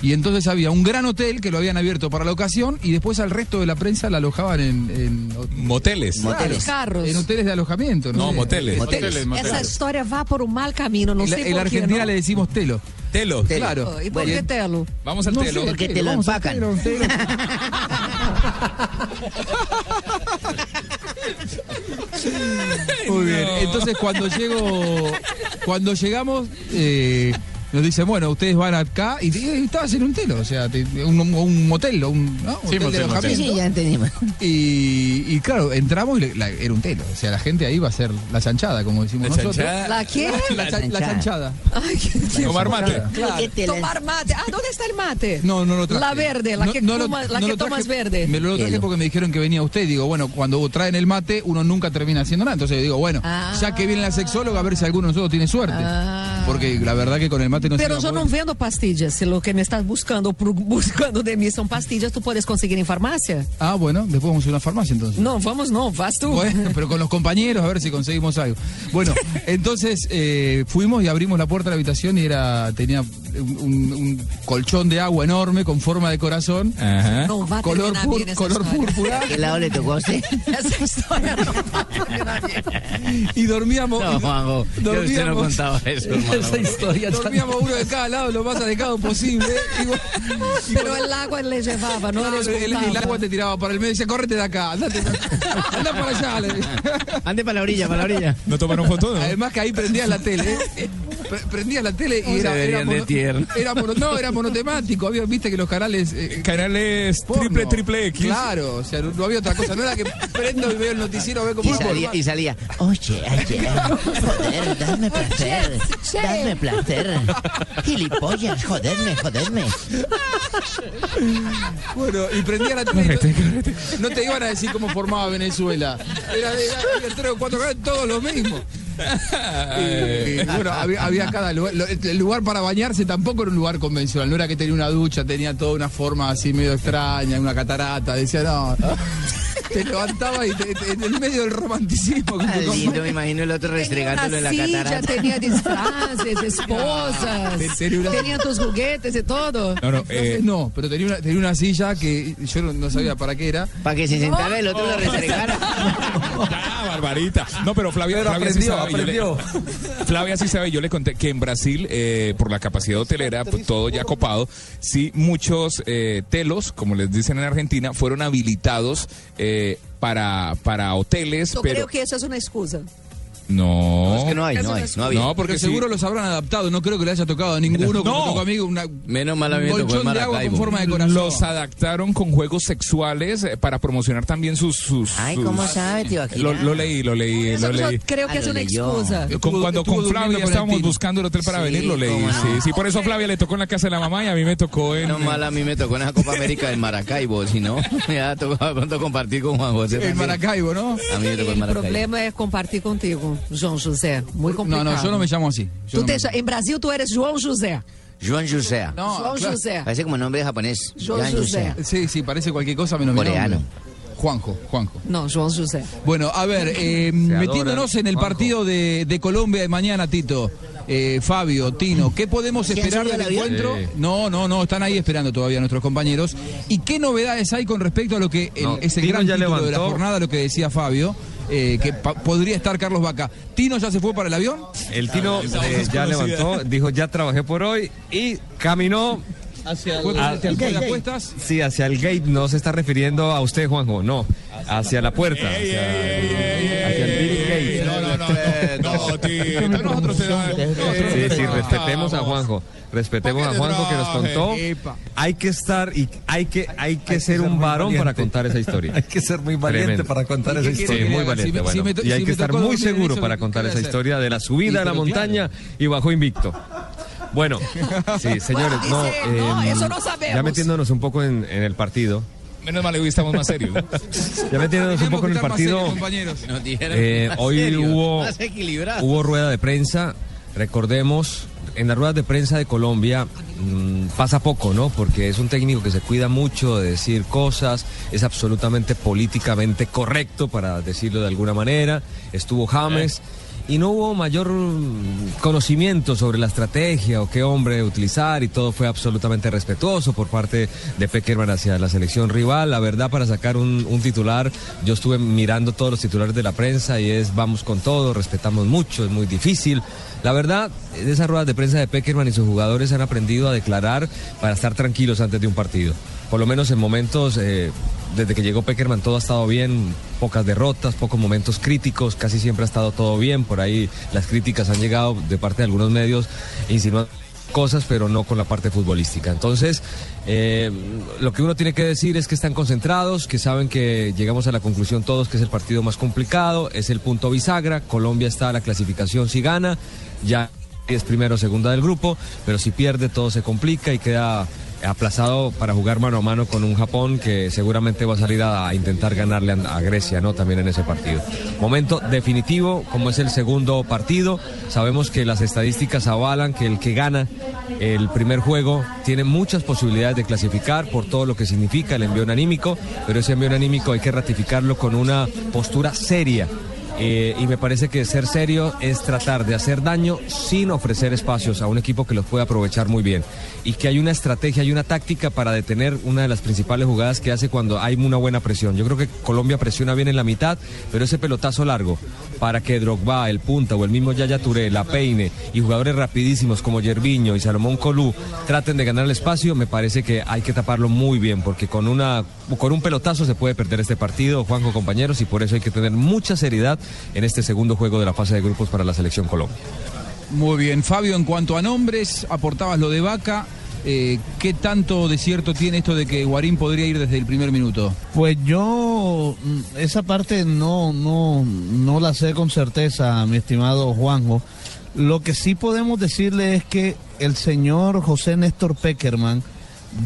[SPEAKER 2] Y entonces había un gran hotel que lo habían abierto para la ocasión y después al resto de la prensa la alojaban en... en
[SPEAKER 6] Moteles.
[SPEAKER 3] Moteles. Carros.
[SPEAKER 2] En hoteles de alojamiento.
[SPEAKER 6] No,
[SPEAKER 2] sé.
[SPEAKER 6] moteles.
[SPEAKER 3] Esa historia va por un mal camino, no
[SPEAKER 2] En, la-
[SPEAKER 3] sé
[SPEAKER 2] en
[SPEAKER 3] por qué,
[SPEAKER 2] Argentina
[SPEAKER 3] ¿no?
[SPEAKER 2] le decimos telo.
[SPEAKER 6] Telo.
[SPEAKER 2] Claro.
[SPEAKER 3] ¿Y por
[SPEAKER 2] Bueno.
[SPEAKER 3] qué Telo?
[SPEAKER 6] Vamos al
[SPEAKER 2] No
[SPEAKER 6] telo.
[SPEAKER 2] sé,
[SPEAKER 9] Porque te lo
[SPEAKER 2] vamos al
[SPEAKER 9] empacan.
[SPEAKER 2] telo, telo. Muy bien. Entonces cuando llego, cuando llegamos, eh, nos dicen, bueno, ustedes van acá y, y estabas en un telo, o sea, te- un, un motel, o un ¿no?
[SPEAKER 9] Sí,
[SPEAKER 2] Hotel de
[SPEAKER 9] motel, motel.
[SPEAKER 2] alojamiento.
[SPEAKER 9] Sí, sí, ya entendimos.
[SPEAKER 2] Y, y claro, entramos y le- la- era un telo, o sea, la gente ahí va a hacer la chanchada, como decimos
[SPEAKER 6] ¿La
[SPEAKER 2] nosotros.
[SPEAKER 6] chanchada?
[SPEAKER 3] ¿La qué?
[SPEAKER 2] La, cha- la chanchada.
[SPEAKER 3] Ay, qué
[SPEAKER 6] Tomar mate.
[SPEAKER 2] Claro.
[SPEAKER 3] Tomar mate. Ah, ¿dónde está el mate?
[SPEAKER 2] No, no lo traje.
[SPEAKER 3] La verde, la
[SPEAKER 2] No-
[SPEAKER 3] que,
[SPEAKER 2] no lo-
[SPEAKER 3] cuma- la
[SPEAKER 2] no
[SPEAKER 3] que
[SPEAKER 2] lo traje-
[SPEAKER 3] tomas verde.
[SPEAKER 2] Me lo traje porque me dijeron que venía usted. Digo, bueno, cuando traen el mate, uno nunca termina haciendo nada. Entonces digo, bueno, ya que viene la sexóloga, a ver si alguno de nosotros tiene suerte. Porque la verdad que con el mate no
[SPEAKER 3] Ah.
[SPEAKER 2] se
[SPEAKER 3] Pero
[SPEAKER 2] va a
[SPEAKER 3] yo no
[SPEAKER 2] poder.
[SPEAKER 3] vendo pastillas. Si lo que me estás buscando, pro- [LAUGHS] buscando de mí son pastillas, ¿tú puedes conseguir en farmacia?
[SPEAKER 2] Ah, bueno, después vamos a una farmacia entonces.
[SPEAKER 3] No, vamos, no, vas tú. [LAUGHS]
[SPEAKER 2] Bueno, pero con los compañeros a ver si conseguimos algo. Bueno, entonces eh, fuimos y abrimos la puerta de la habitación y era tenía un, un- un colchón de agua enorme con forma de corazón,
[SPEAKER 9] Ajá.
[SPEAKER 3] No, va a
[SPEAKER 2] color,
[SPEAKER 3] terminar
[SPEAKER 2] púr-
[SPEAKER 3] bien esa
[SPEAKER 2] color
[SPEAKER 3] historia.
[SPEAKER 2] púrpura.
[SPEAKER 9] ¿Qué lado le tocó a usted?
[SPEAKER 3] Esa historia no va a terminar bien.
[SPEAKER 2] [LAUGHS] y dormíamos.
[SPEAKER 15] No, Eh, Juanjo, [LAUGHS] yo- usted no contaba eso,
[SPEAKER 2] [LAUGHS]
[SPEAKER 15] hermano.
[SPEAKER 2] Esa historia
[SPEAKER 15] tan-
[SPEAKER 4] [LAUGHS]
[SPEAKER 2] dormíamos uno de cada lado, lo más alejado posible. y vos- y
[SPEAKER 3] Pero
[SPEAKER 2] vos-
[SPEAKER 3] el agua le llevaba, no
[SPEAKER 2] Claro,
[SPEAKER 3] les
[SPEAKER 2] el, el
[SPEAKER 3] gustaba.
[SPEAKER 2] agua te tiraba para el medio y decía, correte de acá, andate, anda para allá. le decía.
[SPEAKER 15] Ande para la orilla, para la orilla.
[SPEAKER 6] [LAUGHS] ¿No tomaron foto?
[SPEAKER 2] Además que ahí prendías la tele, ¿eh? Pre- prendías la tele y
[SPEAKER 15] Se
[SPEAKER 2] era, era,
[SPEAKER 15] verían de tierno.
[SPEAKER 2] era mono- no, era monotemático, había, viste que los canales... eh,
[SPEAKER 6] Canales triple,
[SPEAKER 2] porno.
[SPEAKER 6] triple X.
[SPEAKER 2] Claro, o sea, no, no había otra cosa, no era que prendo y veo el noticiero, veo cómo...
[SPEAKER 9] Y
[SPEAKER 2] va
[SPEAKER 9] salía,
[SPEAKER 2] por- [LAUGHS]
[SPEAKER 9] y salía, oye, ayer, joder, dame placer, dame placer, gilipollas, joderme, joderme.
[SPEAKER 2] Bueno, y prendía la tele. y no- No te iban a decir cómo formaba Venezuela. Era, era- era tres o cuatro canales, todos los mismos.
[SPEAKER 6] Eh.
[SPEAKER 2] Y, bueno, había, había cada lugar. lo- El lugar para bañarse tampoco era un lugar convencional. No era que tenía una ducha, tenía toda una forma así medio extraña, una catarata. Decía, no. Te levantaba y te- te- en el medio del romanticismo. con tu
[SPEAKER 15] Ay, Ah, lindo,
[SPEAKER 2] compañero.
[SPEAKER 15] me imagino el otro restregándolo en la
[SPEAKER 3] Sí, ya
[SPEAKER 15] catarata.
[SPEAKER 3] tenía
[SPEAKER 2] [LAUGHS]
[SPEAKER 3] disfraces, esposas,
[SPEAKER 2] Ah, tenía una-
[SPEAKER 3] tenía tus juguetes y todo.
[SPEAKER 2] No, eh, no, no, pero tenía una, tenía una silla que yo no, no sabía para qué era. Para que se
[SPEAKER 15] sentara el otro lo restregara.
[SPEAKER 6] Ah, barbarita. No, pero Flavia,
[SPEAKER 13] Pero
[SPEAKER 6] Flavia
[SPEAKER 13] aprendió,
[SPEAKER 6] sí sabe. yo le- [LAUGHS] Flavia sí sabe, yo le conté que en Brasil, eh, por la capacidad hotelera, pues, todo ya copado, sí, muchos eh, telos, como les dicen en Argentina, fueron habilitados eh, para, para hoteles,
[SPEAKER 3] Yo
[SPEAKER 6] pero...
[SPEAKER 3] creo que eso es una excusa.
[SPEAKER 6] No.
[SPEAKER 2] es que no hay,
[SPEAKER 3] no hay, no había.
[SPEAKER 2] No, porque
[SPEAKER 6] Porque
[SPEAKER 2] seguro
[SPEAKER 6] sí.
[SPEAKER 2] los habrán adaptado. No creo que le haya tocado a ninguno.
[SPEAKER 6] No.
[SPEAKER 2] Como me tocó a mí una-
[SPEAKER 15] Menos mal a mí
[SPEAKER 2] un
[SPEAKER 15] me tocó en
[SPEAKER 2] colchón de agua con
[SPEAKER 15] Maracaibo.
[SPEAKER 2] forma de corazón.
[SPEAKER 6] Los adaptaron con juegos sexuales eh, para promocionar también sus... sus
[SPEAKER 15] Ay,
[SPEAKER 6] sus-
[SPEAKER 15] ¿cómo sabe, tío Akira?
[SPEAKER 6] Lo, lo leí, lo leí,
[SPEAKER 15] Eso
[SPEAKER 6] lo
[SPEAKER 15] yo
[SPEAKER 6] leí.
[SPEAKER 15] creo que Ah, es lo una leyó. excusa.
[SPEAKER 6] Con-
[SPEAKER 15] Estuvo-
[SPEAKER 6] cuando
[SPEAKER 15] estuvo
[SPEAKER 6] con
[SPEAKER 15] durmiendo
[SPEAKER 6] Flavia
[SPEAKER 15] con el
[SPEAKER 6] estábamos
[SPEAKER 15] tipo.
[SPEAKER 6] buscando el hotel para
[SPEAKER 15] Sí,
[SPEAKER 6] venir, lo leí.
[SPEAKER 15] cómo no.
[SPEAKER 6] Sí, sí, por eso a Flavia le tocó en la casa de la mamá y a mí me tocó en...
[SPEAKER 15] Menos mal a mí me tocó en la Copa América del Maracaibo, si no, [LAUGHS] me ha tocado pronto compartir con Juan José.
[SPEAKER 2] El
[SPEAKER 15] también.
[SPEAKER 2] Maracaibo, ¿no?
[SPEAKER 15] A mí me tocó el
[SPEAKER 3] El
[SPEAKER 15] Maracaibo.
[SPEAKER 3] problema es compartir contigo, João José. Muy
[SPEAKER 2] No,
[SPEAKER 3] complicado.
[SPEAKER 2] no, yo no me llamo así.
[SPEAKER 3] Tú te cha- En Brasil tú eres João José.
[SPEAKER 15] Joan José.
[SPEAKER 3] No, Joan claro. José.
[SPEAKER 15] Parece como nombre japonés.
[SPEAKER 3] Joan José.
[SPEAKER 2] Sí, sí, parece cualquier cosa menos mi
[SPEAKER 15] Coreano.
[SPEAKER 2] nombre. Juanjo,
[SPEAKER 15] [LAUGHS]
[SPEAKER 2] Juanjo.
[SPEAKER 3] No, João José.
[SPEAKER 2] Bueno, a ver, eh,
[SPEAKER 15] adora,
[SPEAKER 2] metiéndonos en el
[SPEAKER 15] Juanjo.
[SPEAKER 2] partido de, de Colombia de mañana, Tito, eh, Fabio, Tino, ¿qué podemos
[SPEAKER 15] ¿Ya
[SPEAKER 2] esperar
[SPEAKER 15] subió
[SPEAKER 2] del
[SPEAKER 15] el avión?
[SPEAKER 2] encuentro?
[SPEAKER 10] Eh,
[SPEAKER 15] Sí.
[SPEAKER 2] No, no, no, están ahí esperando todavía nuestros compañeros. ¿Y qué novedades hay con respecto a lo que el-
[SPEAKER 13] No,
[SPEAKER 2] es el
[SPEAKER 13] Tino
[SPEAKER 2] gran
[SPEAKER 13] ya
[SPEAKER 2] título de la
[SPEAKER 13] levantó.
[SPEAKER 2] jornada, lo que decía Fabio, eh, que pa- podría estar Carlos Vaca? ¿Tino ya se fue para el avión?
[SPEAKER 13] El Tino eh, ya levantó, dijo ya trabajé por hoy y caminó
[SPEAKER 2] Hacia
[SPEAKER 13] el-
[SPEAKER 12] Ah,
[SPEAKER 13] hacia el-
[SPEAKER 2] de apuestas.
[SPEAKER 13] Sí, hacia el gate no se está refiriendo a usted, Juanjo, no, hacia la puerta. hacia- hacia el bidding gate. Sí, sí, respetemos a Juanjo, respetemos a Juanjo que nos contó.
[SPEAKER 2] Epa.
[SPEAKER 13] Hay que estar y hay que hay que ser un varón para contar esa
[SPEAKER 20] [LAUGHS]
[SPEAKER 13] historia.
[SPEAKER 29] Hay que ser muy valiente
[SPEAKER 13] Tremendo.
[SPEAKER 29] para contar esa
[SPEAKER 13] Sí,
[SPEAKER 29] historia.
[SPEAKER 13] muy valiente,
[SPEAKER 2] Si me- si
[SPEAKER 13] bueno.
[SPEAKER 2] me to-
[SPEAKER 13] y hay
[SPEAKER 2] si me
[SPEAKER 13] que estar
[SPEAKER 2] tocó
[SPEAKER 13] muy
[SPEAKER 2] dormir en
[SPEAKER 13] seguro
[SPEAKER 2] eso,
[SPEAKER 13] para
[SPEAKER 2] ¿qué
[SPEAKER 13] contar
[SPEAKER 2] voy a
[SPEAKER 13] esa
[SPEAKER 2] hacer?
[SPEAKER 13] historia de la subida
[SPEAKER 2] Sí,
[SPEAKER 13] a la
[SPEAKER 2] pero claro.
[SPEAKER 13] montaña y bajo invicto.
[SPEAKER 2] [LAUGHS]
[SPEAKER 13] Bueno, sí, señores, no,
[SPEAKER 3] dice, no,
[SPEAKER 13] eh,
[SPEAKER 3] eso no sabemos.
[SPEAKER 13] Ya metiéndonos un poco en, en el partido.
[SPEAKER 6] Menos mal, hoy estamos más serios.
[SPEAKER 13] Ya metiéndonos un poco en el partido.
[SPEAKER 15] Nos dijeron
[SPEAKER 13] eh,
[SPEAKER 15] más
[SPEAKER 13] hoy
[SPEAKER 15] serio,
[SPEAKER 13] hubo,
[SPEAKER 15] más equilibrado.
[SPEAKER 13] hubo rueda de prensa. Recordemos, en las ruedas de prensa de Colombia mm, pasa poco, ¿no? Porque es un técnico que se cuida mucho de decir cosas, es absolutamente políticamente correcto, para decirlo de alguna manera. Estuvo James. Y no hubo mayor mm, conocimiento sobre la estrategia o qué hombre utilizar y todo fue absolutamente respetuoso por parte de Peckerman hacia la selección rival. La verdad, para sacar un, un titular, yo estuve mirando todos los titulares de la prensa y es vamos con todo, respetamos mucho, es muy difícil. La verdad, en esas ruedas de prensa de Peckerman y sus jugadores han aprendido a declarar para estar tranquilos antes de un partido. Por lo menos en momentos... eh, desde que llegó Peckerman todo ha estado bien, pocas derrotas, pocos momentos críticos, casi siempre ha estado todo bien. Por ahí las críticas han llegado de parte de algunos medios insinuando cosas, pero no con la parte futbolística. Entonces, eh, lo que uno tiene que decir es que están concentrados, que saben que llegamos a la conclusión todos que es el partido más complicado, es el punto bisagra, Colombia está a la clasificación si gana, ya es primero o segunda del grupo, pero si pierde todo se complica y queda aplazado para jugar mano a mano con un Japón que seguramente va a salir a, a intentar ganarle a, a Grecia, ¿no? También en ese partido. Momento definitivo, como es el segundo partido, sabemos que las estadísticas avalan que el que gana el primer juego tiene muchas posibilidades de clasificar por todo lo que significa el envío anímico, pero ese envío anímico hay que ratificarlo con una postura seria. Eh, y me parece que ser serio es tratar de hacer daño sin ofrecer espacios a un equipo que los pueda aprovechar muy bien. Y que hay una estrategia, hay una táctica para detener una de las principales jugadas que hace cuando hay una buena presión. Yo creo que Colombia presiona bien en la mitad, pero ese pelotazo largo para que Drogba, el punta o el mismo Yaya Touré, la peine y jugadores rapidísimos como Yerviño y Salomón Colú traten de ganar el espacio, me parece que hay que taparlo muy bien porque con, una, con un pelotazo se puede perder este partido, Juanjo, compañeros, y por eso hay que tener mucha seriedad en este segundo juego de la fase de grupos para la selección Colombia.
[SPEAKER 2] Muy bien, Fabio, en cuanto a nombres, aportabas lo de Vaca. Eh, ¿Qué tanto de cierto tiene esto de que Guarín podría ir desde el primer minuto?
[SPEAKER 12] Pues yo mm, esa parte no, no, no la sé con certeza, mi estimado Juanjo. Lo que sí podemos decirle es que el señor José Néstor Peckerman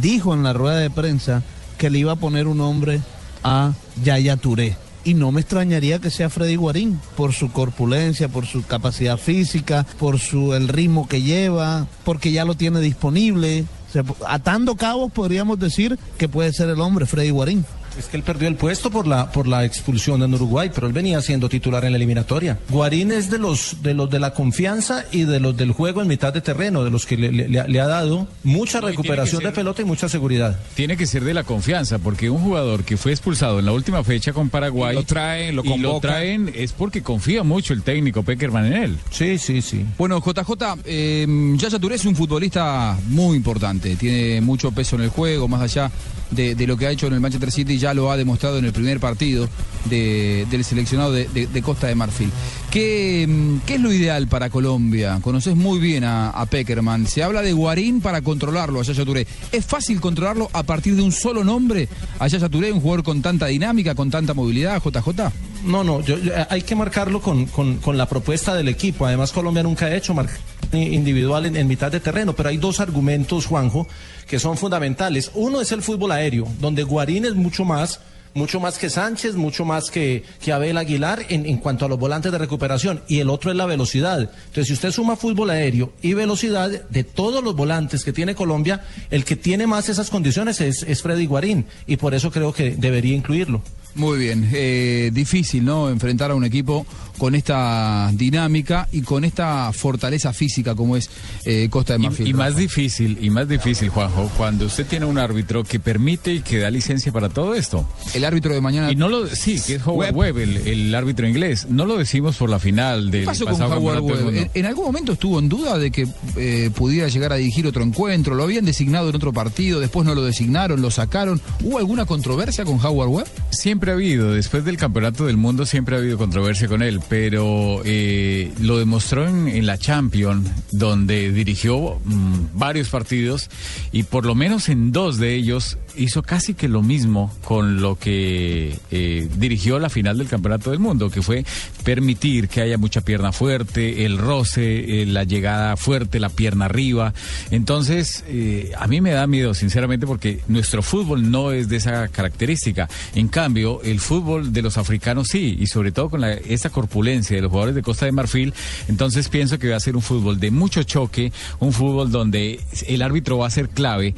[SPEAKER 12] dijo en la rueda de prensa que le iba a poner un nombre a Yaya Touré. Y no me extrañaría que sea Freddy Guarín, por su corpulencia, por su capacidad física, por su el ritmo que lleva, porque ya lo tiene disponible. O sea, atando cabos podríamos decir que puede ser el hombre Freddy Guarín.
[SPEAKER 29] Es que él perdió el puesto por la, por la expulsión en Uruguay, pero él venía siendo titular en la eliminatoria. Guarín es de los de los de la confianza y de los del juego en mitad de terreno, de los que le, le, le ha dado mucha recuperación ser, de pelota y mucha seguridad.
[SPEAKER 10] Tiene que ser de la confianza, porque un jugador que fue expulsado en la última fecha con Paraguay
[SPEAKER 6] y lo traen, lo,
[SPEAKER 10] y lo traen es porque confía mucho el técnico Peckerman en él.
[SPEAKER 29] Sí, sí, sí.
[SPEAKER 2] Bueno, JJ, eh, Yaya Touré es un futbolista muy importante, tiene mucho peso en el juego, más allá de, de lo que ha hecho en el Manchester City ya ya lo ha demostrado en el primer partido de, del seleccionado de, de, de, Costa de Marfil. ¿Qué, ¿Qué, es lo ideal para Colombia? Conoces muy bien a, a Peckerman. Se habla de Guarín para controlarlo a Yaya Touré. ¿Es fácil controlarlo a partir de un solo nombre a Yaya Touré, un jugador con tanta dinámica, con tanta movilidad, JJ?
[SPEAKER 29] No, no, yo, yo, hay que marcarlo con, con, con, la propuesta del equipo. Además, Colombia nunca ha hecho marca individual en, en mitad de terreno, pero hay dos argumentos, Juanjo, que son fundamentales. Uno es el fútbol aéreo, donde Guarín es mucho más mucho más que Sánchez, mucho más que, que Abel Aguilar en, en, cuanto a los volantes de recuperación. Y el otro es la velocidad. Entonces, si usted suma fútbol aéreo y velocidad, de todos los volantes que tiene Colombia, el que tiene más esas condiciones es, es Freddy Guarín. Y por eso creo que debería incluirlo.
[SPEAKER 2] Muy bien, eh, difícil, ¿no? Enfrentar a un equipo con esta dinámica y con esta fortaleza física como es eh, Costa de Marfil.
[SPEAKER 10] Y, y, más difícil, y más difícil, Juanjo, cuando usted tiene un árbitro que permite y que da licencia para todo esto.
[SPEAKER 2] El árbitro de mañana.
[SPEAKER 10] Y no lo sí, que es Howard Webb, Webb el, el, árbitro inglés. No lo decimos por la final del
[SPEAKER 2] pasó pasado con Howard Webb? En, en, algún momento estuvo en duda de que eh, pudiera llegar a dirigir otro encuentro. Lo habían designado en otro partido, después no lo designaron, lo sacaron. ¿Hubo alguna controversia con Howard Webb?
[SPEAKER 10] Siempre ha habido, después del campeonato del mundo siempre ha habido controversia con él pero eh, lo demostró en, en, la Champions, donde dirigió mmm, varios partidos y por lo menos en dos de ellos hizo casi que lo mismo con lo que eh, dirigió la final del Campeonato del Mundo, que fue permitir que haya mucha pierna fuerte, el roce, eh, la llegada fuerte, la pierna arriba. Entonces, eh, a mí me da miedo, sinceramente, porque nuestro fútbol no es de esa característica. En cambio, el fútbol de los africanos sí, y sobre todo con la, esa corporación de los jugadores de Costa de Marfil, entonces pienso que va a ser un fútbol de mucho choque, un fútbol donde el árbitro va a ser clave.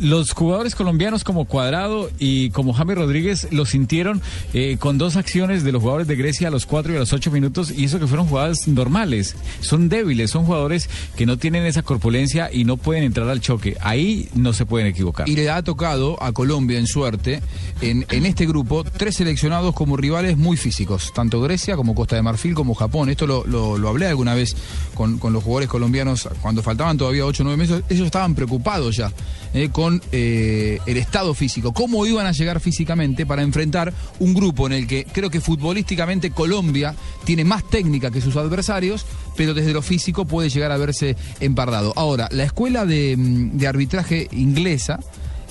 [SPEAKER 10] Los jugadores colombianos como Cuadrado y como James Rodríguez lo sintieron eh, con dos acciones de los jugadores de Grecia a los 4 y a los 8 minutos y eso que fueron jugadas normales. Son débiles, son jugadores que no tienen esa corpulencia y no pueden entrar al choque. Ahí no se pueden equivocar.
[SPEAKER 2] Y le ha tocado a Colombia en suerte, en, en este grupo, tres seleccionados como rivales muy físicos, tanto Grecia como Costa de Marfil, como Japón. Esto lo, lo, lo hablé alguna vez con, con, los jugadores colombianos cuando faltaban todavía 8 o 9 meses. Ellos estaban preocupados ya eh, con eh, el estado físico, cómo iban a llegar físicamente para enfrentar un grupo en el que creo que futbolísticamente Colombia tiene más técnica que sus adversarios, pero desde lo físico puede llegar a verse empardado. Ahora, la escuela de, mm, de arbitraje inglesa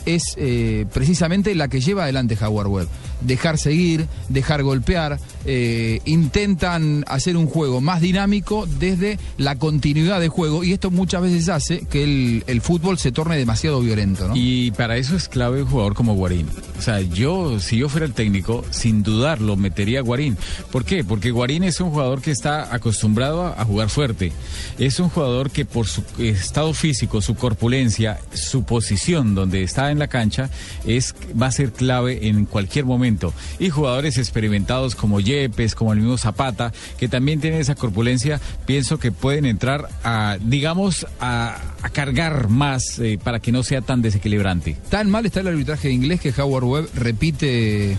[SPEAKER 2] es eh, precisamente la que lleva adelante Jaguar Web. Dejar seguir, dejar golpear, eh, intentan hacer un juego más dinámico desde la continuidad de juego y esto muchas veces hace que el, el fútbol se torne demasiado violento. ¿no?
[SPEAKER 10] Y para eso es clave un jugador como Guarín. O sea, yo, si yo fuera el técnico, sin dudarlo, metería a Guarín. ¿Por qué? Porque Guarín es un jugador que está acostumbrado a, a jugar fuerte. Es un jugador que por su estado físico, su corpulencia, su posición donde está en la cancha es va a ser clave en cualquier momento. Y jugadores experimentados como Yepes, como el mismo Zapata, que también tienen esa corpulencia, pienso que pueden entrar a, digamos, a, a cargar más eh, para que no sea tan desequilibrante.
[SPEAKER 2] ¿Tan mal está el arbitraje inglés que Howard Webb repite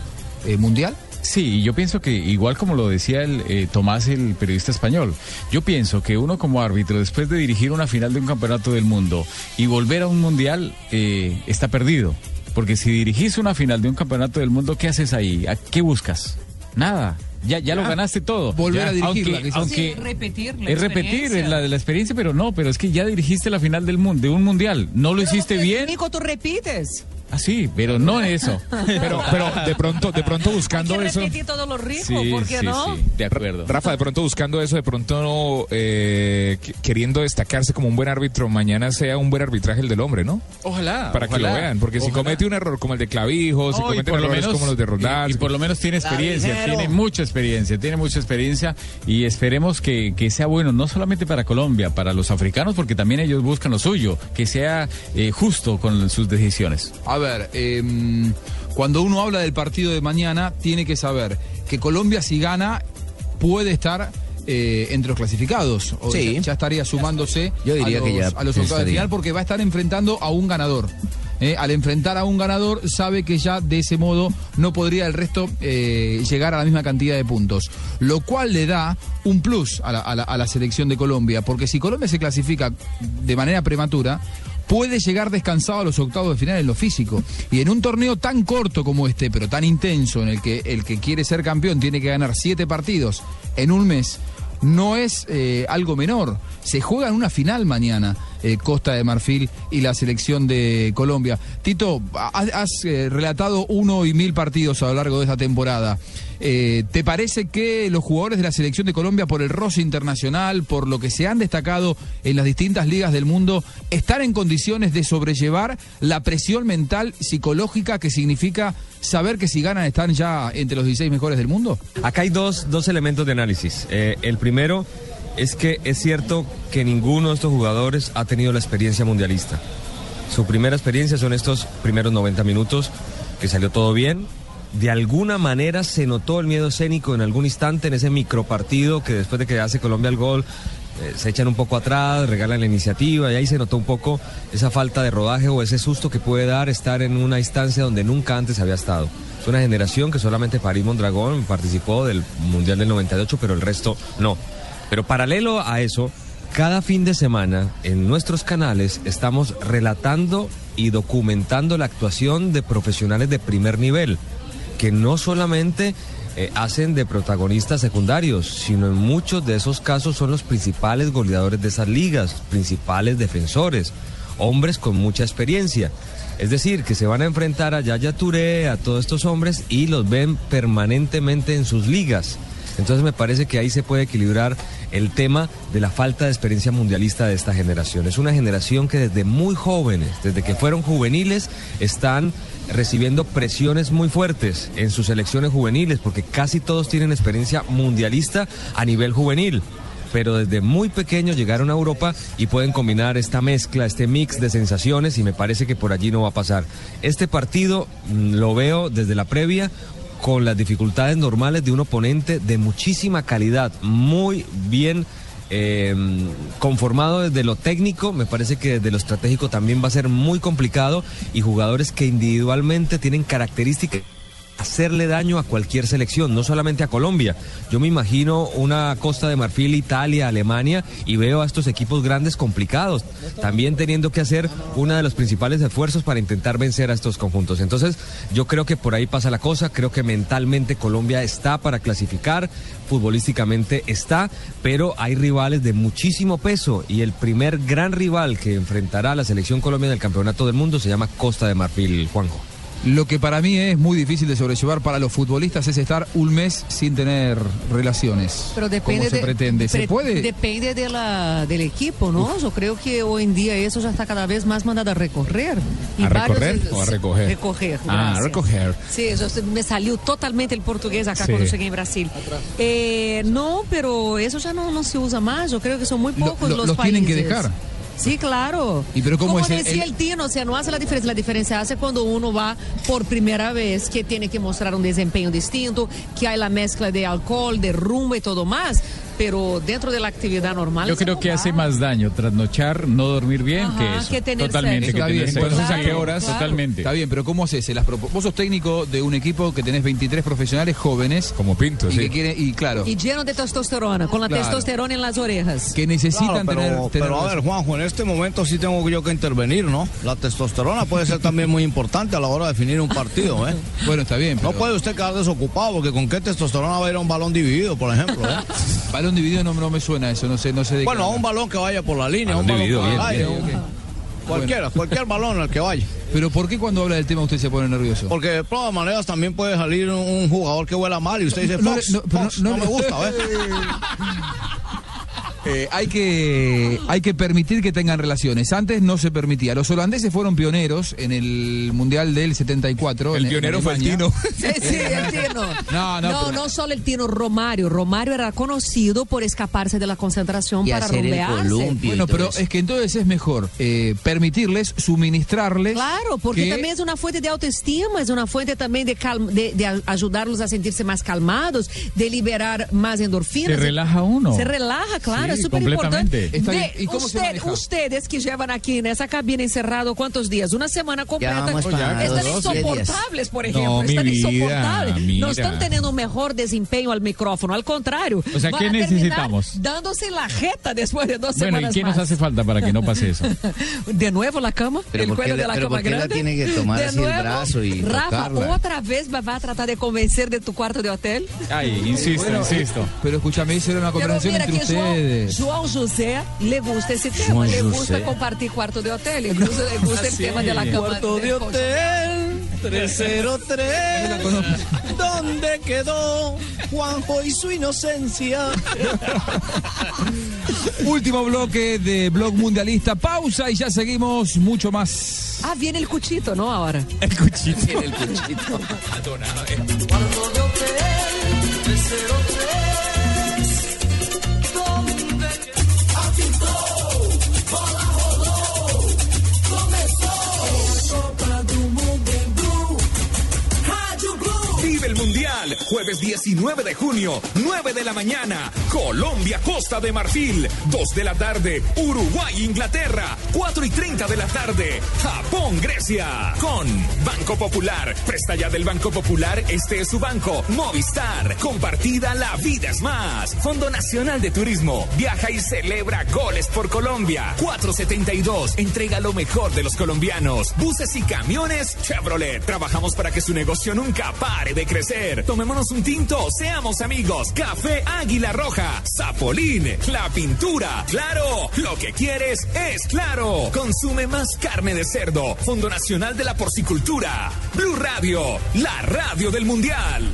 [SPEAKER 2] eh, mundial?
[SPEAKER 10] Sí, yo pienso que igual como lo decía el eh, Tomás, el periodista español, yo pienso que uno como árbitro, después de dirigir una final de un campeonato del mundo y volver a un mundial, eh, está perdido. Porque si dirigís una final de un campeonato del mundo, ¿qué haces ahí? ¿A ¿Qué buscas? Nada. Ya, ya, ya, lo ganaste todo.
[SPEAKER 2] Volver
[SPEAKER 10] ya.
[SPEAKER 2] a dirigirla.
[SPEAKER 10] Aunque, aunque sí, repetir la es repetir la, la experiencia, pero no, pero es que ya dirigiste la final del mundo, de un mundial. No lo pero hiciste bien.
[SPEAKER 3] Nico, tú repites.
[SPEAKER 10] Ah, sí, pero no [LAUGHS] eso.
[SPEAKER 6] Pero, pero de pronto, de pronto buscando
[SPEAKER 3] Hay
[SPEAKER 6] que repetir
[SPEAKER 3] eso. todos los ritmos, sí, ¿por qué sí, no? Sí,
[SPEAKER 10] de acuerdo.
[SPEAKER 6] Rafa, de pronto buscando eso, de pronto no, eh, eh, qu- queriendo destacarse como un buen árbitro, mañana sea un buen arbitraje el del hombre, ¿no?
[SPEAKER 10] Ojalá.
[SPEAKER 6] Para que
[SPEAKER 10] ojalá,
[SPEAKER 6] lo vean, porque si
[SPEAKER 10] ojalá.
[SPEAKER 6] comete un error como el de Clavijo, si
[SPEAKER 10] No, y
[SPEAKER 6] comete
[SPEAKER 10] por lo
[SPEAKER 6] errores
[SPEAKER 10] menos-
[SPEAKER 6] como los de Rodal,
[SPEAKER 10] Y, y por lo menos tiene experiencia,
[SPEAKER 6] Clavijero.
[SPEAKER 10] tiene mucha experiencia, tiene mucha experiencia y esperemos que, que sea bueno, no solamente para Colombia, para los africanos, porque también ellos buscan lo suyo, que sea eh, justo con sus decisiones.
[SPEAKER 2] A ver, em, cuando uno habla del partido de mañana, tiene que saber que Colombia si gana puede estar eh, entre los clasificados. O
[SPEAKER 17] Sí.
[SPEAKER 2] ya, ya estaría sumándose
[SPEAKER 17] Yo diría
[SPEAKER 2] a los,
[SPEAKER 17] que ya
[SPEAKER 2] a los octavos de
[SPEAKER 17] estaría.
[SPEAKER 2] final porque va a estar enfrentando a un ganador. Eh, al enfrentar a un ganador, sabe que ya de ese modo no podría el resto eh, llegar a la misma cantidad de puntos. Lo cual le da un plus a la, a la- a la selección de Colombia, porque si Colombia se clasifica de manera prematura, puede llegar descansado a los octavos de final en lo físico. Y en un torneo tan corto como este, pero tan intenso, en el que el que quiere ser campeón tiene que ganar siete partidos en un mes, no es eh, algo menor. Se juega en una final mañana eh, Costa de Marfil y la selección de Colombia. Tito, ha- has, eh, relatado uno y mil partidos a lo largo de esta temporada. Eh, ¿Te parece que los jugadores de la selección de Colombia, por el roce internacional, por lo que se han destacado en las distintas ligas del mundo, están en condiciones de sobrellevar la presión mental psicológica que significa saber que si ganan están ya entre los 16 mejores del mundo?
[SPEAKER 13] Acá hay dos, dos elementos de análisis. Eh, el primero es que es cierto que ninguno de estos jugadores ha tenido la experiencia mundialista. Su primera experiencia son estos primeros 90 minutos, que salió todo bien. De alguna manera se notó el miedo escénico en algún instante en ese micropartido que después de que hace Colombia el gol, eh, se echan un poco atrás, regalan la iniciativa y ahí se notó un poco esa falta de rodaje o ese susto que puede dar estar en una instancia donde nunca antes había estado. Es una generación que solamente París Mondragón participó del Mundial del 98, pero el resto no. Pero paralelo a eso, cada fin de semana en nuestros canales estamos relatando y documentando la actuación de profesionales de primer nivel que no solamente eh, hacen de protagonistas secundarios, sino en muchos de esos casos son los principales goleadores de esas ligas, principales defensores, hombres con mucha experiencia. Es decir, que se van a enfrentar a Yaya Touré, a todos estos hombres y los ven permanentemente en sus ligas. Entonces me parece que ahí se puede equilibrar el tema de la falta de experiencia mundialista de esta generación. Es una generación que desde muy jóvenes, desde que fueron juveniles, están recibiendo presiones muy fuertes en sus selecciones juveniles, porque casi todos tienen experiencia mundialista a nivel juvenil pero desde muy pequeño llegaron a Europa y pueden combinar esta mezcla, este mix de sensaciones y me parece que por allí no va a pasar. Este partido mm, lo veo desde la previa con las dificultades normales de un oponente de muchísima calidad, muy bien eh, conformado desde lo técnico, me parece que desde lo estratégico también va a ser muy complicado y jugadores que individualmente tienen características hacerle daño a cualquier selección, no solamente a Colombia. Yo me imagino una Costa de Marfil, Italia, Alemania y veo a estos equipos grandes complicados, también teniendo que hacer uno de los principales esfuerzos para intentar vencer a estos conjuntos. Entonces, yo creo que por ahí pasa la cosa, creo que mentalmente Colombia está para clasificar, futbolísticamente está, pero hay rivales de muchísimo peso y el primer gran rival que enfrentará a la selección Colombia en el Campeonato del Mundo se llama Costa de Marfil, Juanjo.
[SPEAKER 2] Lo que para mí es muy difícil de sobrellevar para los futbolistas es estar un mes sin tener relaciones.
[SPEAKER 3] Pero depende
[SPEAKER 2] como se
[SPEAKER 3] de-
[SPEAKER 2] pretende. ¿Se
[SPEAKER 3] pre-
[SPEAKER 2] puede?
[SPEAKER 3] Depende de la, del equipo, ¿no? Yo creo que hoy en día eso ya está cada vez más mandado a recorrer.
[SPEAKER 6] ¿A
[SPEAKER 3] varios-
[SPEAKER 6] recorrer o a recoger?
[SPEAKER 3] Recoger.
[SPEAKER 6] Ah,
[SPEAKER 3] gracias.
[SPEAKER 6] recoger.
[SPEAKER 3] Sí, eso se- me salió totalmente el portugués acá
[SPEAKER 6] Sí.
[SPEAKER 3] cuando llegué en Brasil. Eh, no, pero eso ya no, no se usa más. Yo creo que son muy
[SPEAKER 2] Lo-
[SPEAKER 3] pocos
[SPEAKER 2] lo-
[SPEAKER 3] los
[SPEAKER 2] los
[SPEAKER 3] países.
[SPEAKER 2] tienen que dejar.
[SPEAKER 3] Sí, claro.
[SPEAKER 2] ¿Y pero cómo
[SPEAKER 3] Como
[SPEAKER 2] es el-
[SPEAKER 3] decía
[SPEAKER 2] el-
[SPEAKER 3] el, Tino, o sea, no hace la diferencia. La diferencia hace cuando uno va por primera vez, que tiene que mostrar un desempeño distinto, que hay la mezcla de alcohol, de rumba y todo más. Pero dentro de la actividad normal.
[SPEAKER 10] Yo
[SPEAKER 3] eso
[SPEAKER 10] creo
[SPEAKER 3] no
[SPEAKER 10] que
[SPEAKER 3] va.
[SPEAKER 10] hace más daño trasnochar, no dormir bien que
[SPEAKER 3] Ajá,
[SPEAKER 10] eso.
[SPEAKER 3] que tener
[SPEAKER 10] Totalmente,
[SPEAKER 2] Está
[SPEAKER 10] que tener
[SPEAKER 2] bien,
[SPEAKER 10] sexo.
[SPEAKER 2] entonces a qué
[SPEAKER 10] Claro,
[SPEAKER 2] horas?
[SPEAKER 10] claro. Totalmente.
[SPEAKER 2] Está bien, pero ¿cómo haces? Se las propo- Vos sos técnico de un equipo que tenés 23 profesionales jóvenes.
[SPEAKER 6] Como Pinto,
[SPEAKER 2] y
[SPEAKER 6] sí.
[SPEAKER 2] Que quiere, y claro.
[SPEAKER 3] Y lleno de testosterona, con la
[SPEAKER 2] Claro.
[SPEAKER 3] testosterona en las orejas.
[SPEAKER 2] Que necesitan
[SPEAKER 3] Claro, pero-
[SPEAKER 2] tener, tener
[SPEAKER 3] pero
[SPEAKER 17] A ver, Juanjo, en este momento sí tengo yo que intervenir, ¿no? La testosterona puede ser también muy importante a la hora de definir un partido, ¿eh?
[SPEAKER 2] [LAUGHS] Bueno, está bien.
[SPEAKER 17] No puede usted quedar desocupado, porque con qué testosterona va a ir a un balón dividido, por ejemplo, ¿eh?
[SPEAKER 2] Balón dividido no, no me suena eso, no sé, no sé de Ah,
[SPEAKER 17] Bueno, a un balón que vaya por la línea, a un balón por el aire, un-
[SPEAKER 2] Cualquiera,
[SPEAKER 17] cualquier balón al que vaya.
[SPEAKER 2] Pero ¿por qué cuando habla del tema usted se pone nervioso?
[SPEAKER 17] Porque de todas maneras también puede salir un, un jugador que huela mal y usted dice,
[SPEAKER 2] No,
[SPEAKER 17] Fox,
[SPEAKER 2] [LAUGHS] no, pero
[SPEAKER 17] Fox,
[SPEAKER 2] no,
[SPEAKER 17] no,
[SPEAKER 2] no,
[SPEAKER 17] me gusta, ¿eh?
[SPEAKER 2] Eh, hay, que, hay que permitir que tengan relaciones. Antes no se permitía. Los holandeses fueron pioneros en el Mundial del 74.
[SPEAKER 6] El
[SPEAKER 2] en- en
[SPEAKER 6] pionero fue el
[SPEAKER 2] Alemania. [LAUGHS]
[SPEAKER 3] [LAUGHS]
[SPEAKER 6] Tino.
[SPEAKER 3] Sí, sí, el Tino.
[SPEAKER 2] No, no,
[SPEAKER 3] no,
[SPEAKER 2] pero-
[SPEAKER 3] no solo el Tino Romario. Romario era conocido por escaparse de la concentración para rumbearse.
[SPEAKER 2] Bueno, pero es que entonces es mejor eh, permitirles, suministrarles.
[SPEAKER 3] Claro, porque
[SPEAKER 2] que-
[SPEAKER 3] también es una fuente de autoestima, es una fuente también de, calm- de, de a- ayudarlos a sentirse más calmados, de liberar más endorfinas.
[SPEAKER 10] Se relaja uno.
[SPEAKER 3] Se relaja, claro,
[SPEAKER 10] Sí,
[SPEAKER 3] es súper importante.
[SPEAKER 10] completamente. Está bien, ¿y cómo se maneja?
[SPEAKER 3] Ustedes que llevan aquí en esa cabina encerrado, ¿cuántos días? Una semana completa.
[SPEAKER 35] vamos para
[SPEAKER 3] están
[SPEAKER 35] los doce
[SPEAKER 3] insoportables,
[SPEAKER 35] días.
[SPEAKER 3] por ejemplo.
[SPEAKER 10] No, mi
[SPEAKER 3] están
[SPEAKER 10] vida,
[SPEAKER 3] insoportables.
[SPEAKER 10] mira.
[SPEAKER 3] No están teniendo un mejor desempeño al micrófono, al contrario.
[SPEAKER 10] O sea,
[SPEAKER 3] van
[SPEAKER 10] ¿qué
[SPEAKER 3] a terminar
[SPEAKER 10] necesitamos?
[SPEAKER 3] Dándose la jeta después de dos
[SPEAKER 10] Bueno, ¿y
[SPEAKER 3] semanas
[SPEAKER 10] qué nos
[SPEAKER 3] más.
[SPEAKER 10] hace falta para que no pase
[SPEAKER 3] [LAUGHS]
[SPEAKER 10] eso?
[SPEAKER 3] De nuevo la cama,
[SPEAKER 10] Pero
[SPEAKER 3] el
[SPEAKER 10] ¿por qué
[SPEAKER 3] cuello
[SPEAKER 10] la-
[SPEAKER 3] de la
[SPEAKER 10] pero
[SPEAKER 3] cama
[SPEAKER 10] por qué la
[SPEAKER 3] grande.
[SPEAKER 10] tiene que tomar
[SPEAKER 3] De
[SPEAKER 10] así el brazo y
[SPEAKER 3] Rafa,
[SPEAKER 10] tocarla?
[SPEAKER 3] otra vez va, va a tratar de convencer de tu cuarto de hotel.
[SPEAKER 10] Ay, insisto,
[SPEAKER 2] Bueno,
[SPEAKER 10] insisto.
[SPEAKER 2] Pero escúchame, eso era una
[SPEAKER 3] Pero
[SPEAKER 2] conversación
[SPEAKER 3] mira
[SPEAKER 2] entre
[SPEAKER 3] que João, [LAUGHS]
[SPEAKER 2] ustedes.
[SPEAKER 3] João José le gusta ese tema,
[SPEAKER 2] João
[SPEAKER 3] le gusta
[SPEAKER 2] José.
[SPEAKER 3] compartir cuarto de hotel, incluso le gusta el
[SPEAKER 2] Sí.
[SPEAKER 3] tema de la cama.
[SPEAKER 4] Cuarto de hotel 303.
[SPEAKER 15] pues,
[SPEAKER 4] ¿Dónde quedó Juanjo y su inocencia?
[SPEAKER 2] Último bloque de Blog Mundialista. Pausa y ya seguimos mucho más.
[SPEAKER 3] Ah, viene el cuchito, ¿no? Ahora.
[SPEAKER 2] El cuchito.
[SPEAKER 3] el cuchito.
[SPEAKER 20] Vive el Mundial, jueves 19 de junio, 9 de la mañana, Colombia, Costa de Marfil, 2 de la tarde, Uruguay, Inglaterra, 4 y 30 de la tarde, Japón, Grecia, con Banco Popular, presta ya del Banco Popular, este es su banco, Movistar, compartida, la vida es más, Fondo Nacional de Turismo, viaja y celebra goles por Colombia, 472, entrega lo mejor de los colombianos, buses y camiones, Chevrolet, trabajamos para que su negocio nunca pare de crecer, tomémonos un tinto, seamos amigos, Café Águila Roja, Zapolín, la pintura, claro, lo que quieres es claro, consume más carne de cerdo, Fondo Nacional de la Porcicultura, Blue Radio, la radio del Mundial.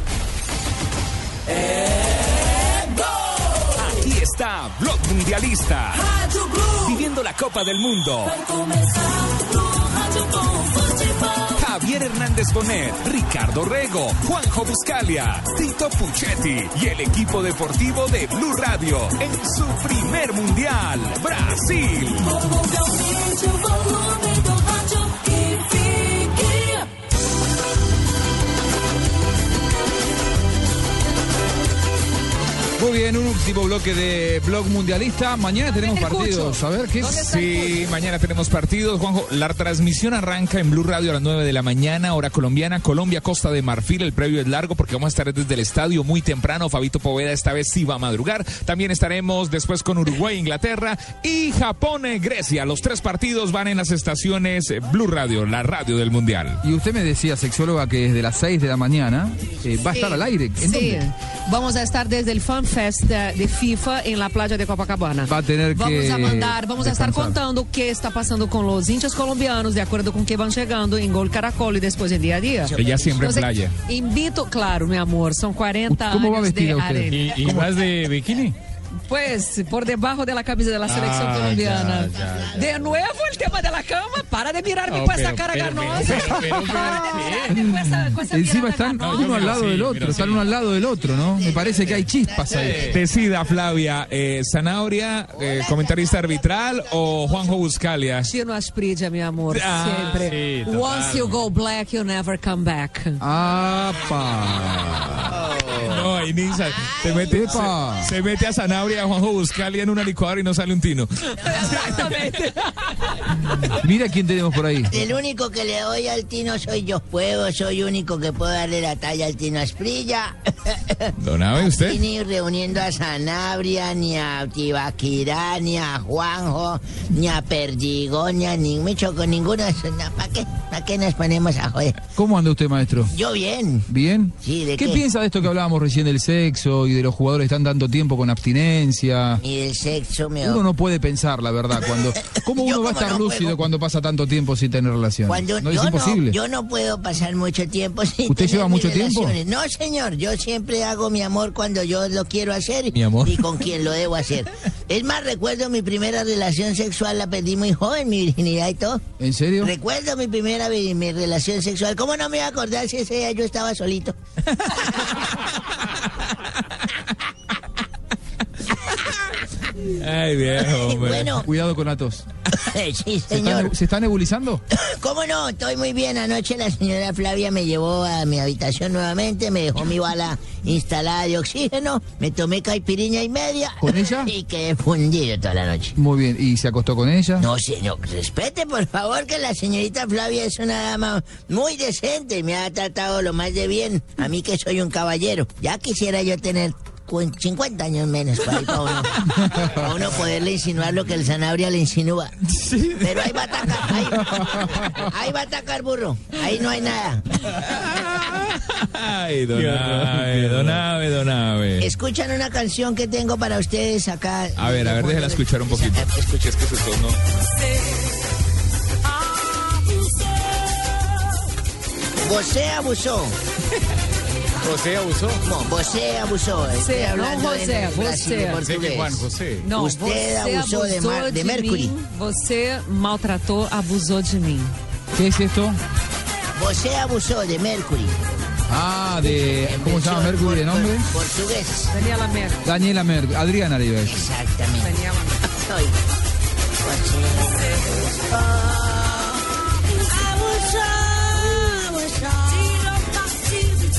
[SPEAKER 20] Aquí está Blog Mundialista. Viviendo la Copa del Mundo. Javier Hernández Bonet, Ricardo Rego, Juanjo Buscalia, Tito Puchetti y el equipo deportivo de Blue Radio en su primer mundial, Brasil.
[SPEAKER 2] Muy bien, un último bloque de Blog Mundialista. Mañana tenemos
[SPEAKER 6] está el
[SPEAKER 2] partidos.
[SPEAKER 6] Cucho?
[SPEAKER 2] A ver qué
[SPEAKER 6] Sí, mañana tenemos partidos, Juanjo. La transmisión arranca en Blue Radio a las 9 de la mañana, hora colombiana, Colombia, Costa de Marfil. El previo es largo porque vamos a estar desde el estadio muy temprano. Fabito Poveda esta vez sí va a madrugar. También estaremos después con Uruguay, Inglaterra y Japón, eh, Grecia. Los tres partidos van en las estaciones eh, Blue Radio, la radio del Mundial.
[SPEAKER 2] Y usted me decía, sexóloga, que desde las 6 de la mañana eh, va a
[SPEAKER 3] Sí,
[SPEAKER 2] estar al aire. ¿En
[SPEAKER 3] sí.
[SPEAKER 2] dónde?
[SPEAKER 3] Vamos a estar desde el Fan Fest de, de FIFA en la playa de Copacabana.
[SPEAKER 2] Va a tener
[SPEAKER 3] vamos
[SPEAKER 2] que
[SPEAKER 3] a mandar, vamos a estar
[SPEAKER 2] descansar.
[SPEAKER 3] contando qué está pasando con los hinchas colombianos de acuerdo con que van llegando en Gol Caracol y después en día a día.
[SPEAKER 6] Ella siempre en playa.
[SPEAKER 3] Invito, claro, mi amor, son
[SPEAKER 6] pues,
[SPEAKER 3] 40
[SPEAKER 10] ¿Cómo va
[SPEAKER 3] años de
[SPEAKER 10] vestida usted?
[SPEAKER 3] arena.
[SPEAKER 10] ¿Y, y más de
[SPEAKER 6] [LAUGHS]
[SPEAKER 10] bikini?
[SPEAKER 3] Pues, por debajo de la camisa de la selección
[SPEAKER 10] Ah,
[SPEAKER 3] colombiana.
[SPEAKER 10] ya, ya,
[SPEAKER 3] De nuevo el tema de la cama, para de mirarme
[SPEAKER 10] No,
[SPEAKER 3] con esa
[SPEAKER 10] pero,
[SPEAKER 3] cara
[SPEAKER 10] pero,
[SPEAKER 3] [LAUGHS] ganosa.
[SPEAKER 10] pero, pero, pero,
[SPEAKER 3] Para de mirarme con esa-
[SPEAKER 36] [LAUGHS]
[SPEAKER 3] con esa
[SPEAKER 2] Encima
[SPEAKER 3] mirada
[SPEAKER 2] están
[SPEAKER 3] ganosa.
[SPEAKER 2] uno al
[SPEAKER 6] miro
[SPEAKER 2] lado
[SPEAKER 6] así,
[SPEAKER 2] del
[SPEAKER 6] miro
[SPEAKER 2] otro, están
[SPEAKER 6] así.
[SPEAKER 2] uno al lado del otro, ¿no? Me parece que hay chispas ahí.
[SPEAKER 6] Decida, Flavia, eh, Zanabria, eh, comentarista arbitral o Juanjo Buscalia.
[SPEAKER 3] Tino Asprilla, mi amor,
[SPEAKER 6] Ah,
[SPEAKER 3] siempre.
[SPEAKER 6] sí, total.
[SPEAKER 3] Once you go black, you never come back.
[SPEAKER 6] No, ahí ni sa- se, mete, se, se mete a Sanabria y a Juanjo Buscalia en una licuadora y no sale un tino.
[SPEAKER 3] Exactamente.
[SPEAKER 2] Mira quién tenemos por ahí.
[SPEAKER 36] El único que le doy al Tino soy yo. Puedo, soy único que puedo darle la talla al Tino Asprilla.
[SPEAKER 6] Don Abe,
[SPEAKER 36] Aquí
[SPEAKER 6] usted.
[SPEAKER 36] Ni reuniendo a Sanabria, ni a Tibaquirá, ni a Juanjo, ni a Perdigón, ni a ni mucho con ninguno de esos. ¿Para qué? ¿Para qué nos ponemos a joder?
[SPEAKER 2] ¿Cómo anda usted, maestro?
[SPEAKER 36] Yo bien.
[SPEAKER 2] ¿Bien?
[SPEAKER 36] Sí, ¿de
[SPEAKER 2] ¿Qué
[SPEAKER 36] qué?
[SPEAKER 2] piensa de esto que hablábamos recién del del sexo y de los jugadores que están dando tiempo con abstinencia.
[SPEAKER 36] Y del sexo, mi
[SPEAKER 2] Uno no puede pensar, la verdad,
[SPEAKER 36] [LAUGHS]
[SPEAKER 2] cuando... ¿Cómo uno va a estar lúcido cuando pasa tanto tiempo sin tener relaciones?
[SPEAKER 36] Cuando
[SPEAKER 2] no
[SPEAKER 36] yo
[SPEAKER 2] es imposible.
[SPEAKER 36] No, yo no puedo pasar mucho tiempo [LAUGHS] sin
[SPEAKER 2] ¿Usted
[SPEAKER 36] tener
[SPEAKER 2] lleva
[SPEAKER 36] mis
[SPEAKER 2] mucho tiempo?
[SPEAKER 36] relaciones. No, señor. Yo siempre hago mi amor cuando yo lo quiero hacer
[SPEAKER 2] Mi amor.
[SPEAKER 36] y con quien lo debo
[SPEAKER 2] [LAUGHS]
[SPEAKER 36] hacer. Es más, recuerdo mi primera relación sexual, la perdí muy joven, mi virginidad y todo.
[SPEAKER 2] ¿En serio?
[SPEAKER 36] Recuerdo mi primera vi- mi relación sexual. ¿Cómo no me voy a acordar si ese día yo estaba solito?
[SPEAKER 2] [LAUGHS]
[SPEAKER 36] [LAUGHS]
[SPEAKER 2] Ay,
[SPEAKER 36] [LAUGHS]
[SPEAKER 2] viejo,
[SPEAKER 36] hombre. Bueno.
[SPEAKER 2] Cuidado con Atos.
[SPEAKER 36] sí,
[SPEAKER 2] ¿Se está,
[SPEAKER 36] señor.
[SPEAKER 2] ne- ¿Se está nebulizando?
[SPEAKER 36] ¿Cómo no? Estoy muy bien. Anoche la señora Flavia me llevó a mi habitación nuevamente, me dejó mi bala instalada de oxígeno, me tomé caipiriña y media.
[SPEAKER 2] ¿Con ella?
[SPEAKER 36] [LAUGHS] Y quedé fundido toda la noche.
[SPEAKER 2] Muy bien, ¿y se acostó con ella?
[SPEAKER 36] No, señor, respete por favor que la señorita Flavia es una dama muy decente y me ha tratado lo más de bien, a mí que soy un caballero. Ya quisiera yo tener cu- 50 años menos para, ir pa' uno, pa' uno poderle insinuar lo que el Sanabria le insinúa. Pero ahí va a atacar, ahí, ahí va a atacar burro, ahí no hay nada.
[SPEAKER 6] Ay, Donave, Donave, Donave.
[SPEAKER 36] Escuchan una canción que tengo para ustedes acá.
[SPEAKER 6] A ver, a ver, déjela escuchar un poquito. Escuché, es que su tono.
[SPEAKER 36] José abusó.
[SPEAKER 10] José abusó.
[SPEAKER 36] No, José abusó. eh, Estoy
[SPEAKER 18] José, no
[SPEAKER 36] hablando en
[SPEAKER 18] José,
[SPEAKER 36] Brasil,
[SPEAKER 18] José.
[SPEAKER 36] en portugués.
[SPEAKER 10] Sé que Juan José.
[SPEAKER 18] Não,
[SPEAKER 36] Usted
[SPEAKER 18] você
[SPEAKER 36] abusó de Mar- de Mercury.
[SPEAKER 18] mim, você maltratou, abusou de mim.
[SPEAKER 2] ¿Qué es esto?
[SPEAKER 36] José abusó de Mercury.
[SPEAKER 2] Ah, de... ¿Cómo se llama Mercury de nombre?
[SPEAKER 36] Portugués.
[SPEAKER 18] Daniela Mercury.
[SPEAKER 2] Daniela Mercury. Adriana le iba a decir.
[SPEAKER 36] Exactamente. Soy José abusó. Abusó, abusó.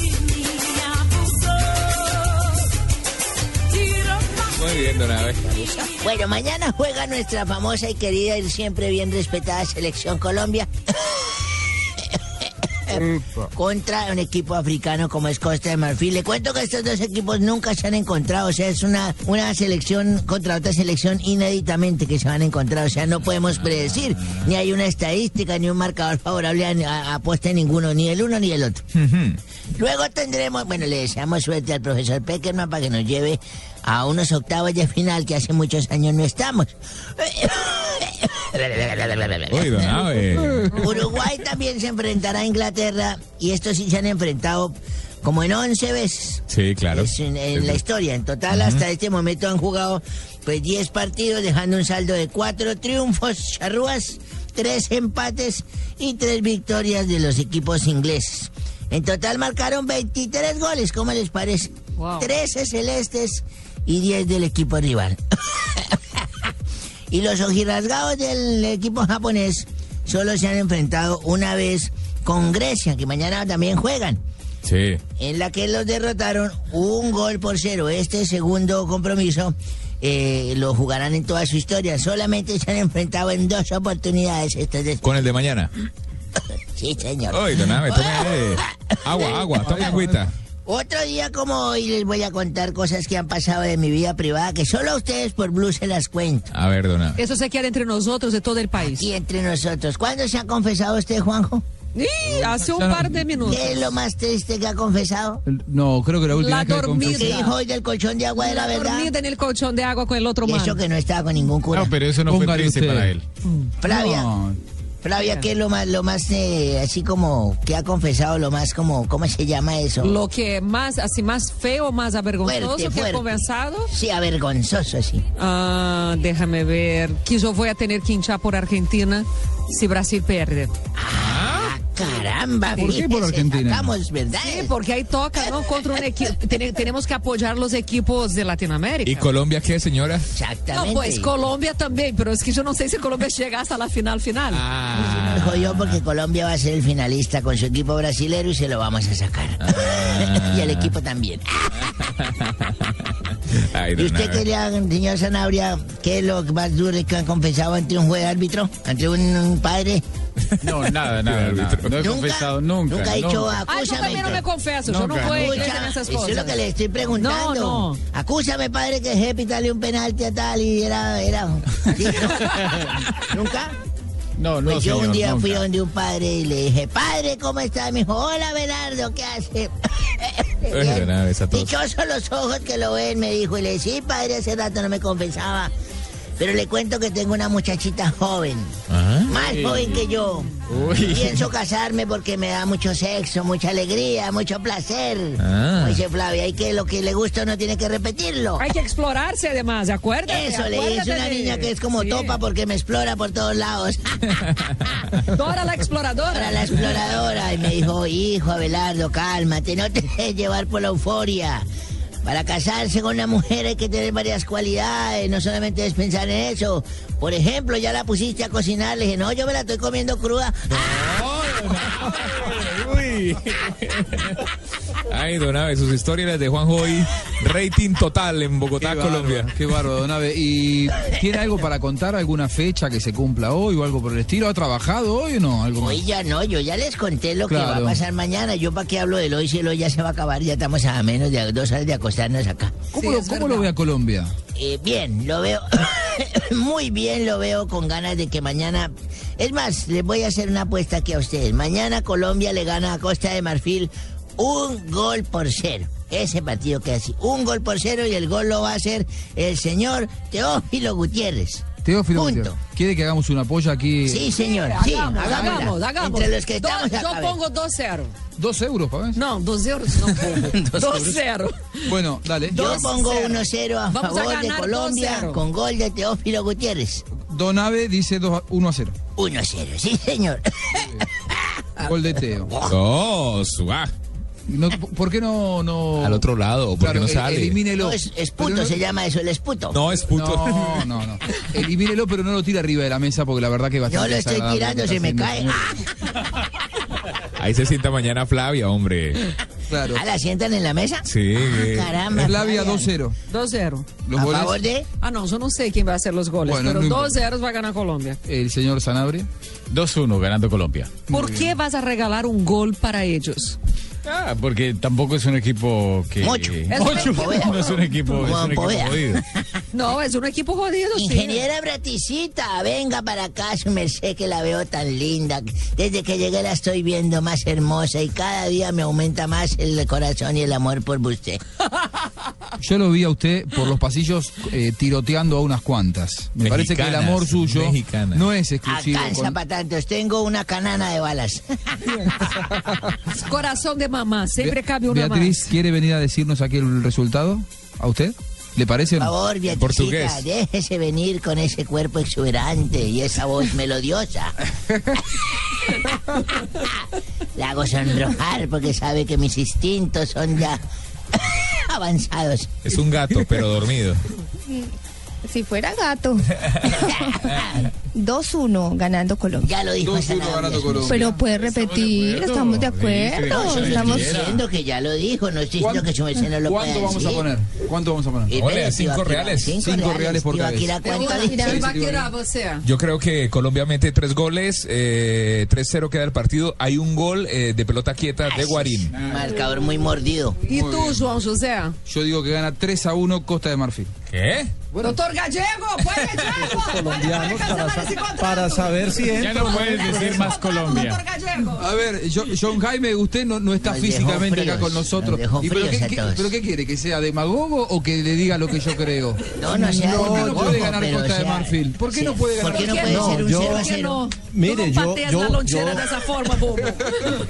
[SPEAKER 6] Muy bien, Donave.
[SPEAKER 36] Bueno, mañana juega nuestra famosa y querida y siempre bien respetada selección Colombia contra un equipo africano como es Costa de Marfil. Le cuento que estos dos equipos nunca se han encontrado, o sea, es una, una selección contra otra selección inéditamente que se van a encontrar, o sea, no podemos predecir, ni hay una estadística, ni un marcador favorable a, a- a puesta de ninguno, ni el uno ni el otro. Luego tendremos, bueno, le deseamos suerte al profesor Peckerman para que nos lleve a unos octavos de final que hace muchos años no estamos.
[SPEAKER 6] Uy,
[SPEAKER 9] Eh.
[SPEAKER 6] Donave.
[SPEAKER 36] Uruguay también se enfrentará a Inglaterra y estos sí se han enfrentado como en 11 veces.
[SPEAKER 6] Sí, claro.
[SPEAKER 36] Es en, en la
[SPEAKER 6] Es-
[SPEAKER 36] historia. En total,
[SPEAKER 6] Ujú.
[SPEAKER 36] hasta este momento han jugado pues 10 partidos, dejando un saldo de 4 triunfos charrúas, 3 empates y 3 victorias de los equipos ingleses. En total marcaron 23 goles, ¿cómo les parece? 13 celestes y 10 del equipo rival. [LAUGHS] Y los ojirrasgados del equipo japonés solo se han enfrentado una vez con Grecia, que mañana también juegan,
[SPEAKER 6] Sí.
[SPEAKER 36] en la que los derrotaron un gol por cero. Este segundo compromiso eh, lo jugarán en toda su historia. Solamente se han enfrentado en dos oportunidades. Estas de-
[SPEAKER 6] Con el de mañana.
[SPEAKER 36] Sí, señor.
[SPEAKER 6] Uy, Donave, tome eh, agua, agua, tome agüita.
[SPEAKER 36] Otro día como hoy les voy a contar cosas que han pasado de mi vida privada que solo a ustedes por Blue se las cuento.
[SPEAKER 6] A ver, Donave.
[SPEAKER 18] Eso se queda entre nosotros de todo el país.
[SPEAKER 36] Y entre nosotros. ¿Cuándo se ha confesado usted, Juanjo?
[SPEAKER 18] hace un par de minutos.
[SPEAKER 36] ¿Qué es lo más triste que ha confesado?
[SPEAKER 2] No, creo que la última
[SPEAKER 18] La
[SPEAKER 2] vez que le
[SPEAKER 18] dormida.
[SPEAKER 2] confesé-
[SPEAKER 36] ¿Qué dijo hoy del colchón de agua de la
[SPEAKER 18] La
[SPEAKER 36] verdad?
[SPEAKER 18] dormida en el colchón de agua con el otro
[SPEAKER 36] Y
[SPEAKER 18] man.
[SPEAKER 36] eso que no estaba con ningún cura.
[SPEAKER 10] No, pero eso no fue
[SPEAKER 2] Póngale
[SPEAKER 10] triste
[SPEAKER 2] usted.
[SPEAKER 10] para él.
[SPEAKER 36] Flavia,
[SPEAKER 2] No.
[SPEAKER 36] Flavia, ¿qué es lo más, lo más, eh, así como, que ha confesado, lo más como, ¿cómo se llama eso?
[SPEAKER 18] Lo que é assim, más, así más feo, más avergonzoso
[SPEAKER 36] Fuerte,
[SPEAKER 18] que
[SPEAKER 36] fuerte.
[SPEAKER 18] he conversado.
[SPEAKER 36] Sí, avergonzoso, sí.
[SPEAKER 18] Ah, déjame ver. Que yo voy a tener que hinchar por Argentina si Brasil pierde.
[SPEAKER 36] Ah, caramba.
[SPEAKER 2] ¿Por qué por
[SPEAKER 36] fíjese,
[SPEAKER 2] Argentina?
[SPEAKER 36] sacamos, ¿verdad?
[SPEAKER 18] Sí, porque ahí toca, ¿no? Contra
[SPEAKER 3] [LAUGHS]
[SPEAKER 18] un equipo. Tene- tenemos que apoyar los equipos de Latinoamérica.
[SPEAKER 6] ¿Y Colombia qué, señora?
[SPEAKER 36] Exactamente.
[SPEAKER 18] No, pues Colombia también, pero es que yo no sé si Colombia llega hasta la final final.
[SPEAKER 10] Ah.
[SPEAKER 36] Nos jodió porque Colombia va a ser el finalista con su equipo brasilero y se lo vamos a sacar.
[SPEAKER 10] Ah.
[SPEAKER 36] [LAUGHS] y el equipo también.
[SPEAKER 37] [LAUGHS]
[SPEAKER 6] Ay,
[SPEAKER 36] ¿Y usted
[SPEAKER 6] Donave.
[SPEAKER 36] quería, señor Sanabria, qué es lo más duro que han confesado ante un juez de árbitro? ¿Ante un, un padre?
[SPEAKER 10] No, nada, nada, nada. No he
[SPEAKER 36] Nunca,
[SPEAKER 10] confesado nunca.
[SPEAKER 36] Nunca ha dicho
[SPEAKER 10] nunca.
[SPEAKER 18] Ah, yo también no me
[SPEAKER 36] acúsame.
[SPEAKER 18] confieso, yo no
[SPEAKER 10] Nunca,
[SPEAKER 18] voy a
[SPEAKER 36] Escucha,
[SPEAKER 18] iglesia en esas
[SPEAKER 36] eso
[SPEAKER 18] cosas.
[SPEAKER 36] es lo que le estoy preguntando.
[SPEAKER 18] No, no.
[SPEAKER 36] Acúsame, padre, que Jepi dale un penalti a tal y era... era... ¿Sí?
[SPEAKER 10] [LAUGHS]
[SPEAKER 36] ¿Nunca?
[SPEAKER 10] No, no,
[SPEAKER 36] Pues yo un
[SPEAKER 10] señor,
[SPEAKER 36] día fui
[SPEAKER 10] nunca.
[SPEAKER 36] donde un padre y le dije, padre, ¿cómo está? Me dijo, hola, Belardo, ¿qué hace?
[SPEAKER 6] de una vez a todos.
[SPEAKER 36] Dichosos los ojos que lo ven, me dijo. Y le dije, sí, padre, hace rato no me confesaba. Pero le cuento que tengo una muchachita joven,
[SPEAKER 4] Ah.
[SPEAKER 36] más joven que yo.
[SPEAKER 6] Uy.
[SPEAKER 36] Pienso casarme porque me da mucho sexo, mucha alegría, mucho placer.
[SPEAKER 3] Ah.
[SPEAKER 36] Como Dice Flavia, hay que lo que le gusta uno tiene que repetirlo.
[SPEAKER 3] Hay que explorarse además, acuérdate.
[SPEAKER 36] Eso le dice
[SPEAKER 3] acuérdate
[SPEAKER 36] una
[SPEAKER 3] de-
[SPEAKER 36] niña que es como
[SPEAKER 3] Sí.
[SPEAKER 36] topa porque me explora por todos lados.
[SPEAKER 3] [LAUGHS] Dora la exploradora.
[SPEAKER 36] Dora la exploradora. Y me dijo, hijo Abelardo, cálmate, no te [LAUGHS] dejes llevar por la euforia. Para casarse con una mujer hay que tener varias cualidades, no solamente es pensar en eso. Por ejemplo, ya la pusiste a cocinar, le dije, no, yo me la estoy comiendo cruda. ¡Ah!
[SPEAKER 6] Uy. Ay, don Abe, sus historias las de Juanjo hoy. Rating total en Bogotá, Colombia.
[SPEAKER 2] Qué bárbaro, don Abe. ¿Y tiene algo para contar? ¿Alguna fecha que se cumpla hoy o algo por el estilo? ¿Ha trabajado hoy o no? ¿Algo más?
[SPEAKER 36] Hoy ya no, yo ya les conté lo que
[SPEAKER 2] Claro.
[SPEAKER 36] va a pasar mañana. Yo para qué hablo del hoy si el hoy ya se va a acabar, ya estamos a menos de dos horas de acostarnos acá.
[SPEAKER 2] ¿Cómo, lo, cómo lo ve a [LAUGHS] Colombia?
[SPEAKER 36] Eh, bien, lo veo [COUGHS] muy bien, lo veo con ganas de que mañana... Es más, les voy a hacer una apuesta aquí a ustedes. Mañana Colombia le gana a Costa de Marfil un gol por cero. Ese partido que así, un gol por cero y el gol lo va a hacer el señor Teófilo Gutiérrez.
[SPEAKER 2] Teófilo
[SPEAKER 36] Punto.
[SPEAKER 2] Gutiérrez, ¿Quiere que hagamos una polla aquí?
[SPEAKER 36] Sí, señor, sí,
[SPEAKER 3] Hagamos,
[SPEAKER 36] hagámosla.
[SPEAKER 3] hagamos, hagamos.
[SPEAKER 36] Entre los que
[SPEAKER 3] Do-
[SPEAKER 36] estamos acá, a
[SPEAKER 3] Yo
[SPEAKER 36] ver.
[SPEAKER 2] [LAUGHS]
[SPEAKER 3] pongo 2-0.
[SPEAKER 2] ¿Dos euros, Pabés?
[SPEAKER 3] No, 2 euros
[SPEAKER 36] [LAUGHS]
[SPEAKER 3] no pongo. 2-0.
[SPEAKER 2] Bueno, dale.
[SPEAKER 36] Yo pongo 1-0 a
[SPEAKER 3] Vamos a
[SPEAKER 36] favor de
[SPEAKER 3] ganar
[SPEAKER 36] Colombia
[SPEAKER 3] 2-0.
[SPEAKER 36] con gol de Teófilo Gutiérrez.
[SPEAKER 2] Don Abe dice 1 a 0.
[SPEAKER 36] 1 a 0, sí señor.
[SPEAKER 2] Gol de Teo.
[SPEAKER 36] [LAUGHS]
[SPEAKER 6] Dos, guau.
[SPEAKER 2] No, ¿Por qué no, no...?
[SPEAKER 6] Al otro lado, ¿por qué
[SPEAKER 2] Claro,
[SPEAKER 6] no
[SPEAKER 2] el-
[SPEAKER 6] sale?
[SPEAKER 2] elimínelo.
[SPEAKER 36] No, es, es puto,
[SPEAKER 2] Pero no-
[SPEAKER 36] se llama eso, el esputo.
[SPEAKER 6] No, es puto.
[SPEAKER 2] No, no, no. Elimínelo, pero no lo tira arriba de la mesa porque la verdad que va a
[SPEAKER 36] Yo lo estoy tirando, se me cae. Ah,
[SPEAKER 6] Ahí se sienta mañana Flavia, hombre.
[SPEAKER 2] Claro.
[SPEAKER 36] ¿Ah, la sientan en la mesa?
[SPEAKER 6] Sí. eh,
[SPEAKER 36] Ah, caramba.
[SPEAKER 2] Flavia
[SPEAKER 36] Fabián.
[SPEAKER 2] 2-0.
[SPEAKER 3] 2-0.
[SPEAKER 2] Eh, Los
[SPEAKER 36] ¿A
[SPEAKER 2] goles,
[SPEAKER 36] favor de?
[SPEAKER 3] Ah, no, yo no sé quién va a hacer los goles,
[SPEAKER 2] Bueno, no
[SPEAKER 3] pero
[SPEAKER 2] importa.
[SPEAKER 3] 2-0 va a ganar Colombia.
[SPEAKER 2] el señor Sanabria.
[SPEAKER 10] 2-1 ganando Colombia.
[SPEAKER 3] ¿Por qué vas a regalar un gol para ellos?
[SPEAKER 10] Ah, porque tampoco es un equipo que.
[SPEAKER 3] Mocho. Es un equipo.
[SPEAKER 10] Mocho. [LAUGHS] No es un equipo, es
[SPEAKER 36] Juan
[SPEAKER 10] un equipo
[SPEAKER 36] Poveda.
[SPEAKER 10] jodido.
[SPEAKER 3] No, es un equipo jodido, sí.
[SPEAKER 36] Ingeniera Braticita, venga para acá, su merced que la veo tan linda. Desde que llegué la estoy viendo más hermosa y cada día me aumenta más el corazón y el amor por usted.
[SPEAKER 2] Yo lo vi a usted por los pasillos eh, tiroteando a unas cuantas. Me parece que el
[SPEAKER 6] Mexicanas,
[SPEAKER 2] amor suyo
[SPEAKER 6] mexicanas.
[SPEAKER 2] no es exclusivo.
[SPEAKER 36] Alcanza
[SPEAKER 2] con-
[SPEAKER 36] para tantos, tengo una canana de balas.
[SPEAKER 3] [LAUGHS] Corazón de mamá, siempre cabe una
[SPEAKER 2] Beatriz,
[SPEAKER 3] más.
[SPEAKER 2] ¿quiere venir a decirnos aquí el resultado? ¿A usted? ¿Le parece o
[SPEAKER 36] Por
[SPEAKER 2] no?
[SPEAKER 36] favor, Beatriz,
[SPEAKER 2] portugués.
[SPEAKER 36] déjese venir con ese cuerpo exuberante y
[SPEAKER 6] [LAUGHS]
[SPEAKER 36] esa voz melodiosa. La hago sonrojar porque sabe que mis instintos son ya [LAUGHS] avanzados.
[SPEAKER 6] Es un gato, pero dormido.
[SPEAKER 38] Si fuera gato. 2-1 ganando Colombia.
[SPEAKER 36] Ya lo dijo
[SPEAKER 2] 2-1
[SPEAKER 36] Sanabria.
[SPEAKER 2] ganando Colombia.
[SPEAKER 38] Pero puede repetir, estamos de acuerdo.
[SPEAKER 36] No,
[SPEAKER 38] estamos-
[SPEAKER 36] estoy diciendo que ya lo dijo, no estoy diciendo que su merced no lo pueda
[SPEAKER 2] ¿Cuánto vamos a
[SPEAKER 36] decir.
[SPEAKER 2] poner? ¿Cuánto vamos a poner?
[SPEAKER 36] Eh, espérate,
[SPEAKER 6] cinco
[SPEAKER 36] Ibaquira,
[SPEAKER 6] reales.
[SPEAKER 2] Cinco reales por
[SPEAKER 36] Ibaquira,
[SPEAKER 2] cabeza.
[SPEAKER 36] ¿cuánto
[SPEAKER 3] Agora,
[SPEAKER 36] dice?
[SPEAKER 3] ele vai quebrar você.
[SPEAKER 6] Yo creo que Colombia mete tres goles, eh, 3-0 queda el partido. Hay un gol eh, de pelota quieta de Guarín.
[SPEAKER 36] Marcador muy mordido.
[SPEAKER 3] E tu, João José?
[SPEAKER 2] Yo digo que gana 3 a 1 Costa de Marfil.
[SPEAKER 6] ¿Qué?
[SPEAKER 3] Doutor Gadiego, põe
[SPEAKER 36] [LAUGHS]
[SPEAKER 3] Gadiego!
[SPEAKER 29] Colombianos para, para saber si
[SPEAKER 10] Ya no puedes decir más Colombia.
[SPEAKER 2] A ver, yo- John Jaime, usted no, no está
[SPEAKER 36] Nos dejó
[SPEAKER 2] físicamente
[SPEAKER 36] fríos,
[SPEAKER 2] acá con nosotros.
[SPEAKER 36] nos dejó
[SPEAKER 2] ¿Y pero,
[SPEAKER 36] fríos
[SPEAKER 2] qué,
[SPEAKER 36] a
[SPEAKER 2] qué-
[SPEAKER 36] todos.
[SPEAKER 2] pero qué quiere? ¿Que sea demagogo o que le diga lo que yo creo?
[SPEAKER 36] [LAUGHS] No, no sea
[SPEAKER 2] ¿Por qué no
[SPEAKER 36] demagogo,
[SPEAKER 2] puede ganar
[SPEAKER 36] pero
[SPEAKER 2] Costa de
[SPEAKER 36] sea-
[SPEAKER 2] Marfil? ¿Por qué
[SPEAKER 36] sea-
[SPEAKER 2] no puede ganar?
[SPEAKER 36] ¿Por qué no puede
[SPEAKER 29] No,
[SPEAKER 36] ser un
[SPEAKER 29] yo-
[SPEAKER 36] 0 a
[SPEAKER 29] ¿por qué
[SPEAKER 36] 0?
[SPEAKER 29] Mire,
[SPEAKER 3] tu
[SPEAKER 29] yo,
[SPEAKER 3] não pateias
[SPEAKER 29] yo,
[SPEAKER 3] na loncheira
[SPEAKER 29] yo-
[SPEAKER 3] dessa forma, bobo.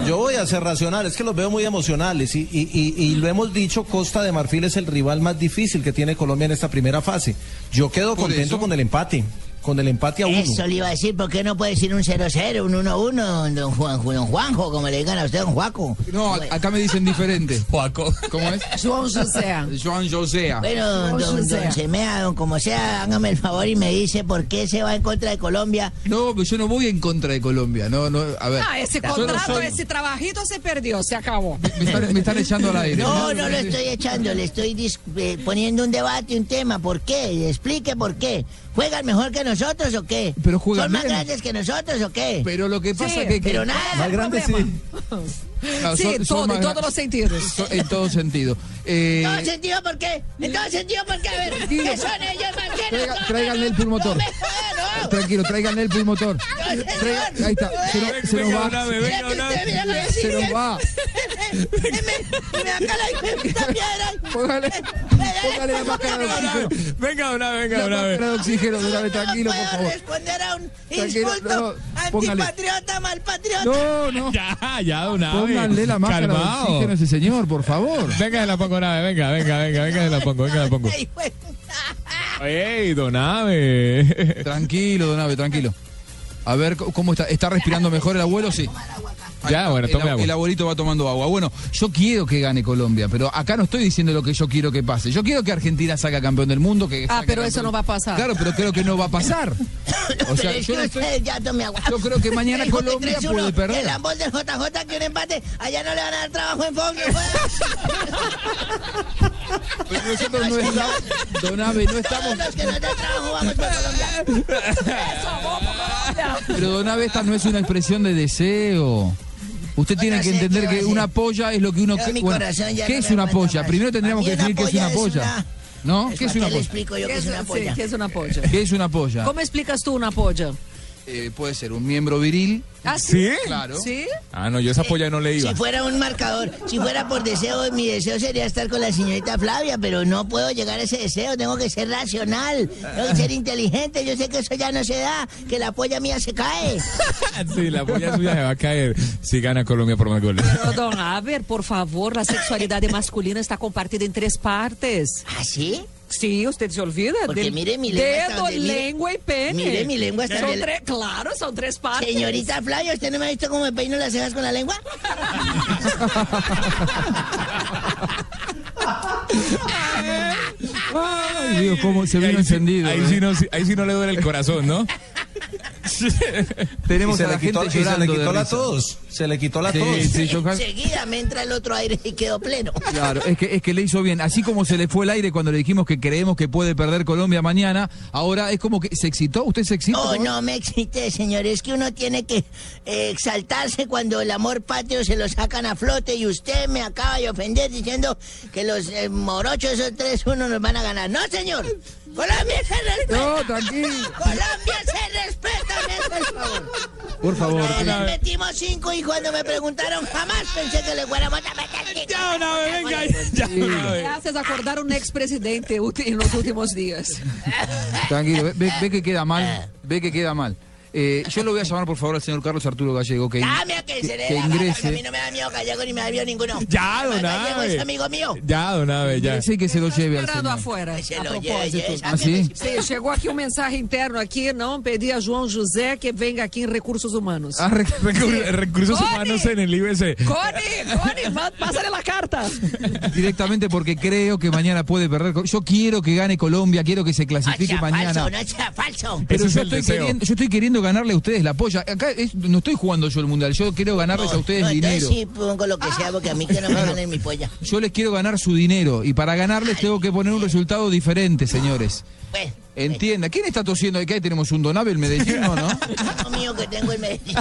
[SPEAKER 29] yo voy a ser racional, es que los veo muy emocionales y, y- y- y lo hemos dicho, Costa de Marfil es el rival más difícil que tiene Colombia en esta primera fase. Yo quedo
[SPEAKER 2] Por
[SPEAKER 29] contento
[SPEAKER 2] eso-
[SPEAKER 29] con el empate, con el empate a uno.
[SPEAKER 36] Eso le iba a decir, ¿por qué no puede ser un 0-0, un 1-1, don, Juan, don Juanjo, como le digan a usted, don Juaco?
[SPEAKER 2] No, a- acá me dicen diferente. ¿Cómo es?
[SPEAKER 3] João José.
[SPEAKER 2] [LAUGHS] Joan Josea.
[SPEAKER 36] Bueno,
[SPEAKER 3] Como
[SPEAKER 36] don,
[SPEAKER 3] sea.
[SPEAKER 36] don Semea, don como sea, hágame el favor y me dice por qué se va en contra de Colombia.
[SPEAKER 2] No, pero yo no voy en contra de Colombia. No, no, a ver.
[SPEAKER 3] Ah, esse
[SPEAKER 2] Yo no
[SPEAKER 3] contrato,
[SPEAKER 2] soy-
[SPEAKER 3] esse trabajito se perdeu, se acabou.
[SPEAKER 2] Me están, me están echando al aire.
[SPEAKER 36] No, no lo estoy echando, le estoy dis- eh, poniendo un debate, un tema. ¿Por qué? Explique por qué. ¿Juegan mejor que nosotros o qué?
[SPEAKER 2] Pero juegan
[SPEAKER 36] ¿Son más
[SPEAKER 2] bien.
[SPEAKER 36] grandes que nosotros o qué?
[SPEAKER 2] Pero lo que pasa
[SPEAKER 3] Sí,
[SPEAKER 2] es que...
[SPEAKER 36] Pero nada.
[SPEAKER 29] Más grande sí.
[SPEAKER 2] Claro,
[SPEAKER 3] Sim,
[SPEAKER 2] son- son
[SPEAKER 3] todo,
[SPEAKER 2] más
[SPEAKER 3] em
[SPEAKER 2] gra-
[SPEAKER 3] todos os sentidos.
[SPEAKER 2] [LAUGHS] son- En todo sentido. Eh,
[SPEAKER 36] ¿En todo sentido por qué? ¿En todo sentido por qué? A ver, ¿qué son ellos más que
[SPEAKER 2] Traiga-
[SPEAKER 36] nosotros?
[SPEAKER 2] tráiganle el pulmotor.
[SPEAKER 36] No me jodan, no.
[SPEAKER 2] Tranquilo, tráiganle el pulmotor.
[SPEAKER 36] No, señor.
[SPEAKER 2] Traiga- ahí está, se, nos- se nos va.
[SPEAKER 36] Mira que usted, mira,
[SPEAKER 2] Se nos
[SPEAKER 36] mira.
[SPEAKER 2] va.
[SPEAKER 17] Póngale la máscara de oxígeno.
[SPEAKER 6] Venga, una vez, venga,
[SPEAKER 17] La
[SPEAKER 6] una
[SPEAKER 17] máscara
[SPEAKER 6] vez.
[SPEAKER 17] de oxígeno, de una vez, tranquilo, por favor.
[SPEAKER 36] responder a un
[SPEAKER 17] Tranquilo,
[SPEAKER 36] insulto
[SPEAKER 17] no, póngale.
[SPEAKER 36] antipatriota, malpatriota.
[SPEAKER 17] No, no.
[SPEAKER 6] Ya, ya, de una
[SPEAKER 17] Pónganle
[SPEAKER 6] vez.
[SPEAKER 17] la máscara de
[SPEAKER 6] Calmado.
[SPEAKER 17] oxígeno a ese señor, por favor.
[SPEAKER 6] Venga, se la pongo una vez, venga, venga, venga, venga, se la pongo, venga, se la pongo. ¡Ey, [LAUGHS] Donave!
[SPEAKER 2] Tranquilo, Donave, tranquilo. A ver c- cómo está. ¿Está respirando mejor el abuelo? Sí.
[SPEAKER 6] Ya, bueno,
[SPEAKER 2] El
[SPEAKER 6] tome
[SPEAKER 2] ab-
[SPEAKER 6] agua.
[SPEAKER 2] El abuelito va tomando agua. Bueno, yo quiero que gane Colombia, pero acá no estoy diciendo lo que yo quiero que pase. Yo quiero que Argentina salga campeón del mundo. Que
[SPEAKER 3] Ah,
[SPEAKER 2] saque
[SPEAKER 3] pero
[SPEAKER 2] campeón-
[SPEAKER 3] eso no va a pasar.
[SPEAKER 2] Claro, pero creo que no va a
[SPEAKER 3] [LAUGHS]
[SPEAKER 2] pasar. O
[SPEAKER 36] [LAUGHS]
[SPEAKER 2] sea, yo no estoy-
[SPEAKER 36] ya tomé agua.
[SPEAKER 2] Yo creo que
[SPEAKER 36] [LAUGHS]
[SPEAKER 2] mañana
[SPEAKER 36] El Jota
[SPEAKER 2] Colombia
[SPEAKER 36] 3-1,
[SPEAKER 2] puede perder.
[SPEAKER 36] El ambos del JJ que un empate, allá no le van a dar trabajo en pues. Fox.
[SPEAKER 2] [LAUGHS] Pues
[SPEAKER 17] Nosotros no estamos,
[SPEAKER 2] Donave,
[SPEAKER 3] [LAUGHS]
[SPEAKER 2] no estamos.
[SPEAKER 36] Los que no dan trabajo, vamos por Colombia.
[SPEAKER 2] Pero Donave, esta no es una expresión de deseo. Usted tiene
[SPEAKER 36] no
[SPEAKER 2] que
[SPEAKER 36] sé
[SPEAKER 2] entender
[SPEAKER 36] qué va
[SPEAKER 2] que
[SPEAKER 36] a
[SPEAKER 2] una
[SPEAKER 36] ser.
[SPEAKER 2] polla es lo que uno...
[SPEAKER 36] Yo,
[SPEAKER 2] que-
[SPEAKER 36] eh, mi
[SPEAKER 2] bueno,
[SPEAKER 36] corazón ya
[SPEAKER 2] ¿Qué
[SPEAKER 36] no
[SPEAKER 2] es
[SPEAKER 36] me
[SPEAKER 2] una
[SPEAKER 36] aguanta
[SPEAKER 2] polla?
[SPEAKER 36] más.
[SPEAKER 2] Primero tendríamos que
[SPEAKER 36] Para mí una
[SPEAKER 2] definir qué es una
[SPEAKER 36] polla es
[SPEAKER 2] polla. ¿No? ¿Qué es una
[SPEAKER 36] ¿Para qué le
[SPEAKER 2] polla?
[SPEAKER 36] explico yo que es una
[SPEAKER 3] sí,
[SPEAKER 36] polla?
[SPEAKER 3] que es una polla.
[SPEAKER 2] ¿Qué es una polla?
[SPEAKER 3] ¿Cómo explicas tú una polla?
[SPEAKER 2] Eh, puede ser un miembro viril.
[SPEAKER 3] ¿Ah,
[SPEAKER 6] ¿Sí?
[SPEAKER 2] Claro.
[SPEAKER 3] ¿Sí?
[SPEAKER 6] Ah, no, yo esa polla no le iba.
[SPEAKER 36] Si fuera un marcador, si fuera por deseo, mi deseo sería estar con la señorita Flavia, pero no puedo llegar a ese deseo, tengo que ser racional, tengo que ser inteligente, yo sé que eso ya no se da, que la polla mía se cae.
[SPEAKER 6] Sí, la polla suya se va a caer si gana Colombia por más goles.
[SPEAKER 3] Pero, don Haber, por favor, la sexualidade masculina está compartida em três partes.
[SPEAKER 36] ¿Ah, sí?
[SPEAKER 3] Sim, você se olvida?
[SPEAKER 36] Porque
[SPEAKER 3] Del-
[SPEAKER 36] mire mi lengua hasta
[SPEAKER 3] Dedo,
[SPEAKER 36] donde- mire-
[SPEAKER 3] língua e pene.
[SPEAKER 36] mire mi lengua hasta
[SPEAKER 3] São
[SPEAKER 36] donde-
[SPEAKER 3] tre- Claro, são três partes.
[SPEAKER 36] Señorita Flavia, ¿usted no me ha visto cómo me peino las cejas con la lengua?
[SPEAKER 17] [LAUGHS]
[SPEAKER 2] Ay, Dios, cómo se vino
[SPEAKER 6] Ahí sí-
[SPEAKER 2] encendido.
[SPEAKER 6] Ahí
[SPEAKER 2] eh.
[SPEAKER 6] sí, no, ahí sí no le duele el
[SPEAKER 29] [LAUGHS]
[SPEAKER 6] corazón, ¿no?
[SPEAKER 2] Tenemos
[SPEAKER 29] Y se
[SPEAKER 2] a la
[SPEAKER 29] le quitó, y se
[SPEAKER 2] gente llorando
[SPEAKER 29] le
[SPEAKER 2] de
[SPEAKER 29] quitó la
[SPEAKER 2] risa.
[SPEAKER 29] tos. Se le quitó la
[SPEAKER 2] Sí,
[SPEAKER 29] tos.
[SPEAKER 2] sí, yo-
[SPEAKER 36] Seguida me entra el otro aire y quedo pleno.
[SPEAKER 2] Claro, es que, es que le hizo bien. Así como se le fue el aire cuando le dijimos que creemos que puede perder Colombia mañana, ahora es como que se excitó. ¿Usted se excitó?
[SPEAKER 36] No, no me excité, señor. Es que uno tiene que eh, exaltarse cuando el amor patrio se lo sacan a flote y usted me acaba de ofender diciendo que los eh, morochos esos 3-1 nos van a ganar. No, señor. Colombia se respeta.
[SPEAKER 17] No, tranquilo.
[SPEAKER 36] Colombia se respeta, me hace el favor.
[SPEAKER 2] Por favor.
[SPEAKER 36] Nosotros les metimos 5 y cuando me preguntaron jamás pensé que le fuéramos a meter 5.
[SPEAKER 6] Ya, una vez, venga, ya, una vez.
[SPEAKER 3] Graças a acordar um ex-presidente ulti- [LAUGHS] nos últimos dias.
[SPEAKER 2] Tranquilo, ve, ve- ve que queda
[SPEAKER 36] Ah.
[SPEAKER 2] mal. Ve que queda mal. Eh, yo lo voy a llamar, por favor, al señor Carlos Arturo Gallego, que, in-
[SPEAKER 36] Dame a que se le
[SPEAKER 2] que
[SPEAKER 36] dé la gana, que a mí
[SPEAKER 2] ingrese.
[SPEAKER 36] no me da miedo gallego ni me da miedo ninguno.
[SPEAKER 6] Ya, don
[SPEAKER 36] Además, Gallego
[SPEAKER 6] Abe.
[SPEAKER 36] es amigo mío.
[SPEAKER 6] Ya, don Abe, ya.
[SPEAKER 2] Ingrese y que se lo lleve al
[SPEAKER 3] Esperando
[SPEAKER 2] señor.
[SPEAKER 3] afuera.
[SPEAKER 36] Se
[SPEAKER 3] a
[SPEAKER 36] lo
[SPEAKER 3] propósito.
[SPEAKER 36] lleve,
[SPEAKER 2] ¿Ah, sí?
[SPEAKER 36] tipo-
[SPEAKER 3] Sim, chegou aqui um mensagem interno aqui, não pedi a João José que venha aqui em Recursos Humanos.
[SPEAKER 2] Ah, re- hum.
[SPEAKER 6] Recur- recursos
[SPEAKER 3] Cone.
[SPEAKER 6] humanos en el IBC.
[SPEAKER 3] Cone, Cone, ma- pásale la carta.
[SPEAKER 2] directamente porque creo que mañana puede perder. Col- Yo quiero que gane Colombia, quiero que se
[SPEAKER 36] No
[SPEAKER 2] clasifique
[SPEAKER 36] sea Ah, falso,
[SPEAKER 2] mañana.
[SPEAKER 36] no sea falso.
[SPEAKER 2] Pero
[SPEAKER 6] Ese es
[SPEAKER 2] yo
[SPEAKER 6] el
[SPEAKER 2] estoy,
[SPEAKER 6] deseo.
[SPEAKER 2] queriendo, yo estoy queriendo ganarle a ustedes la polla. Acá es- no estoy jugando yo el mundial, yo quiero ganarles a ustedes
[SPEAKER 36] no,
[SPEAKER 2] dinero.
[SPEAKER 36] Entonces sí pongo lo que sea porque a mí que no me ganen mi polla.
[SPEAKER 2] Yo les quiero ganar su dinero y para ganarles tengo que poner un resultado diferente, señores.
[SPEAKER 36] Pues,
[SPEAKER 2] Entienda, ¿quién está tosiendo acá? Tenemos un Donave, el Medellín,
[SPEAKER 36] [LAUGHS]
[SPEAKER 2] ¿no? no?
[SPEAKER 36] hijo mío que tengo en Medellín.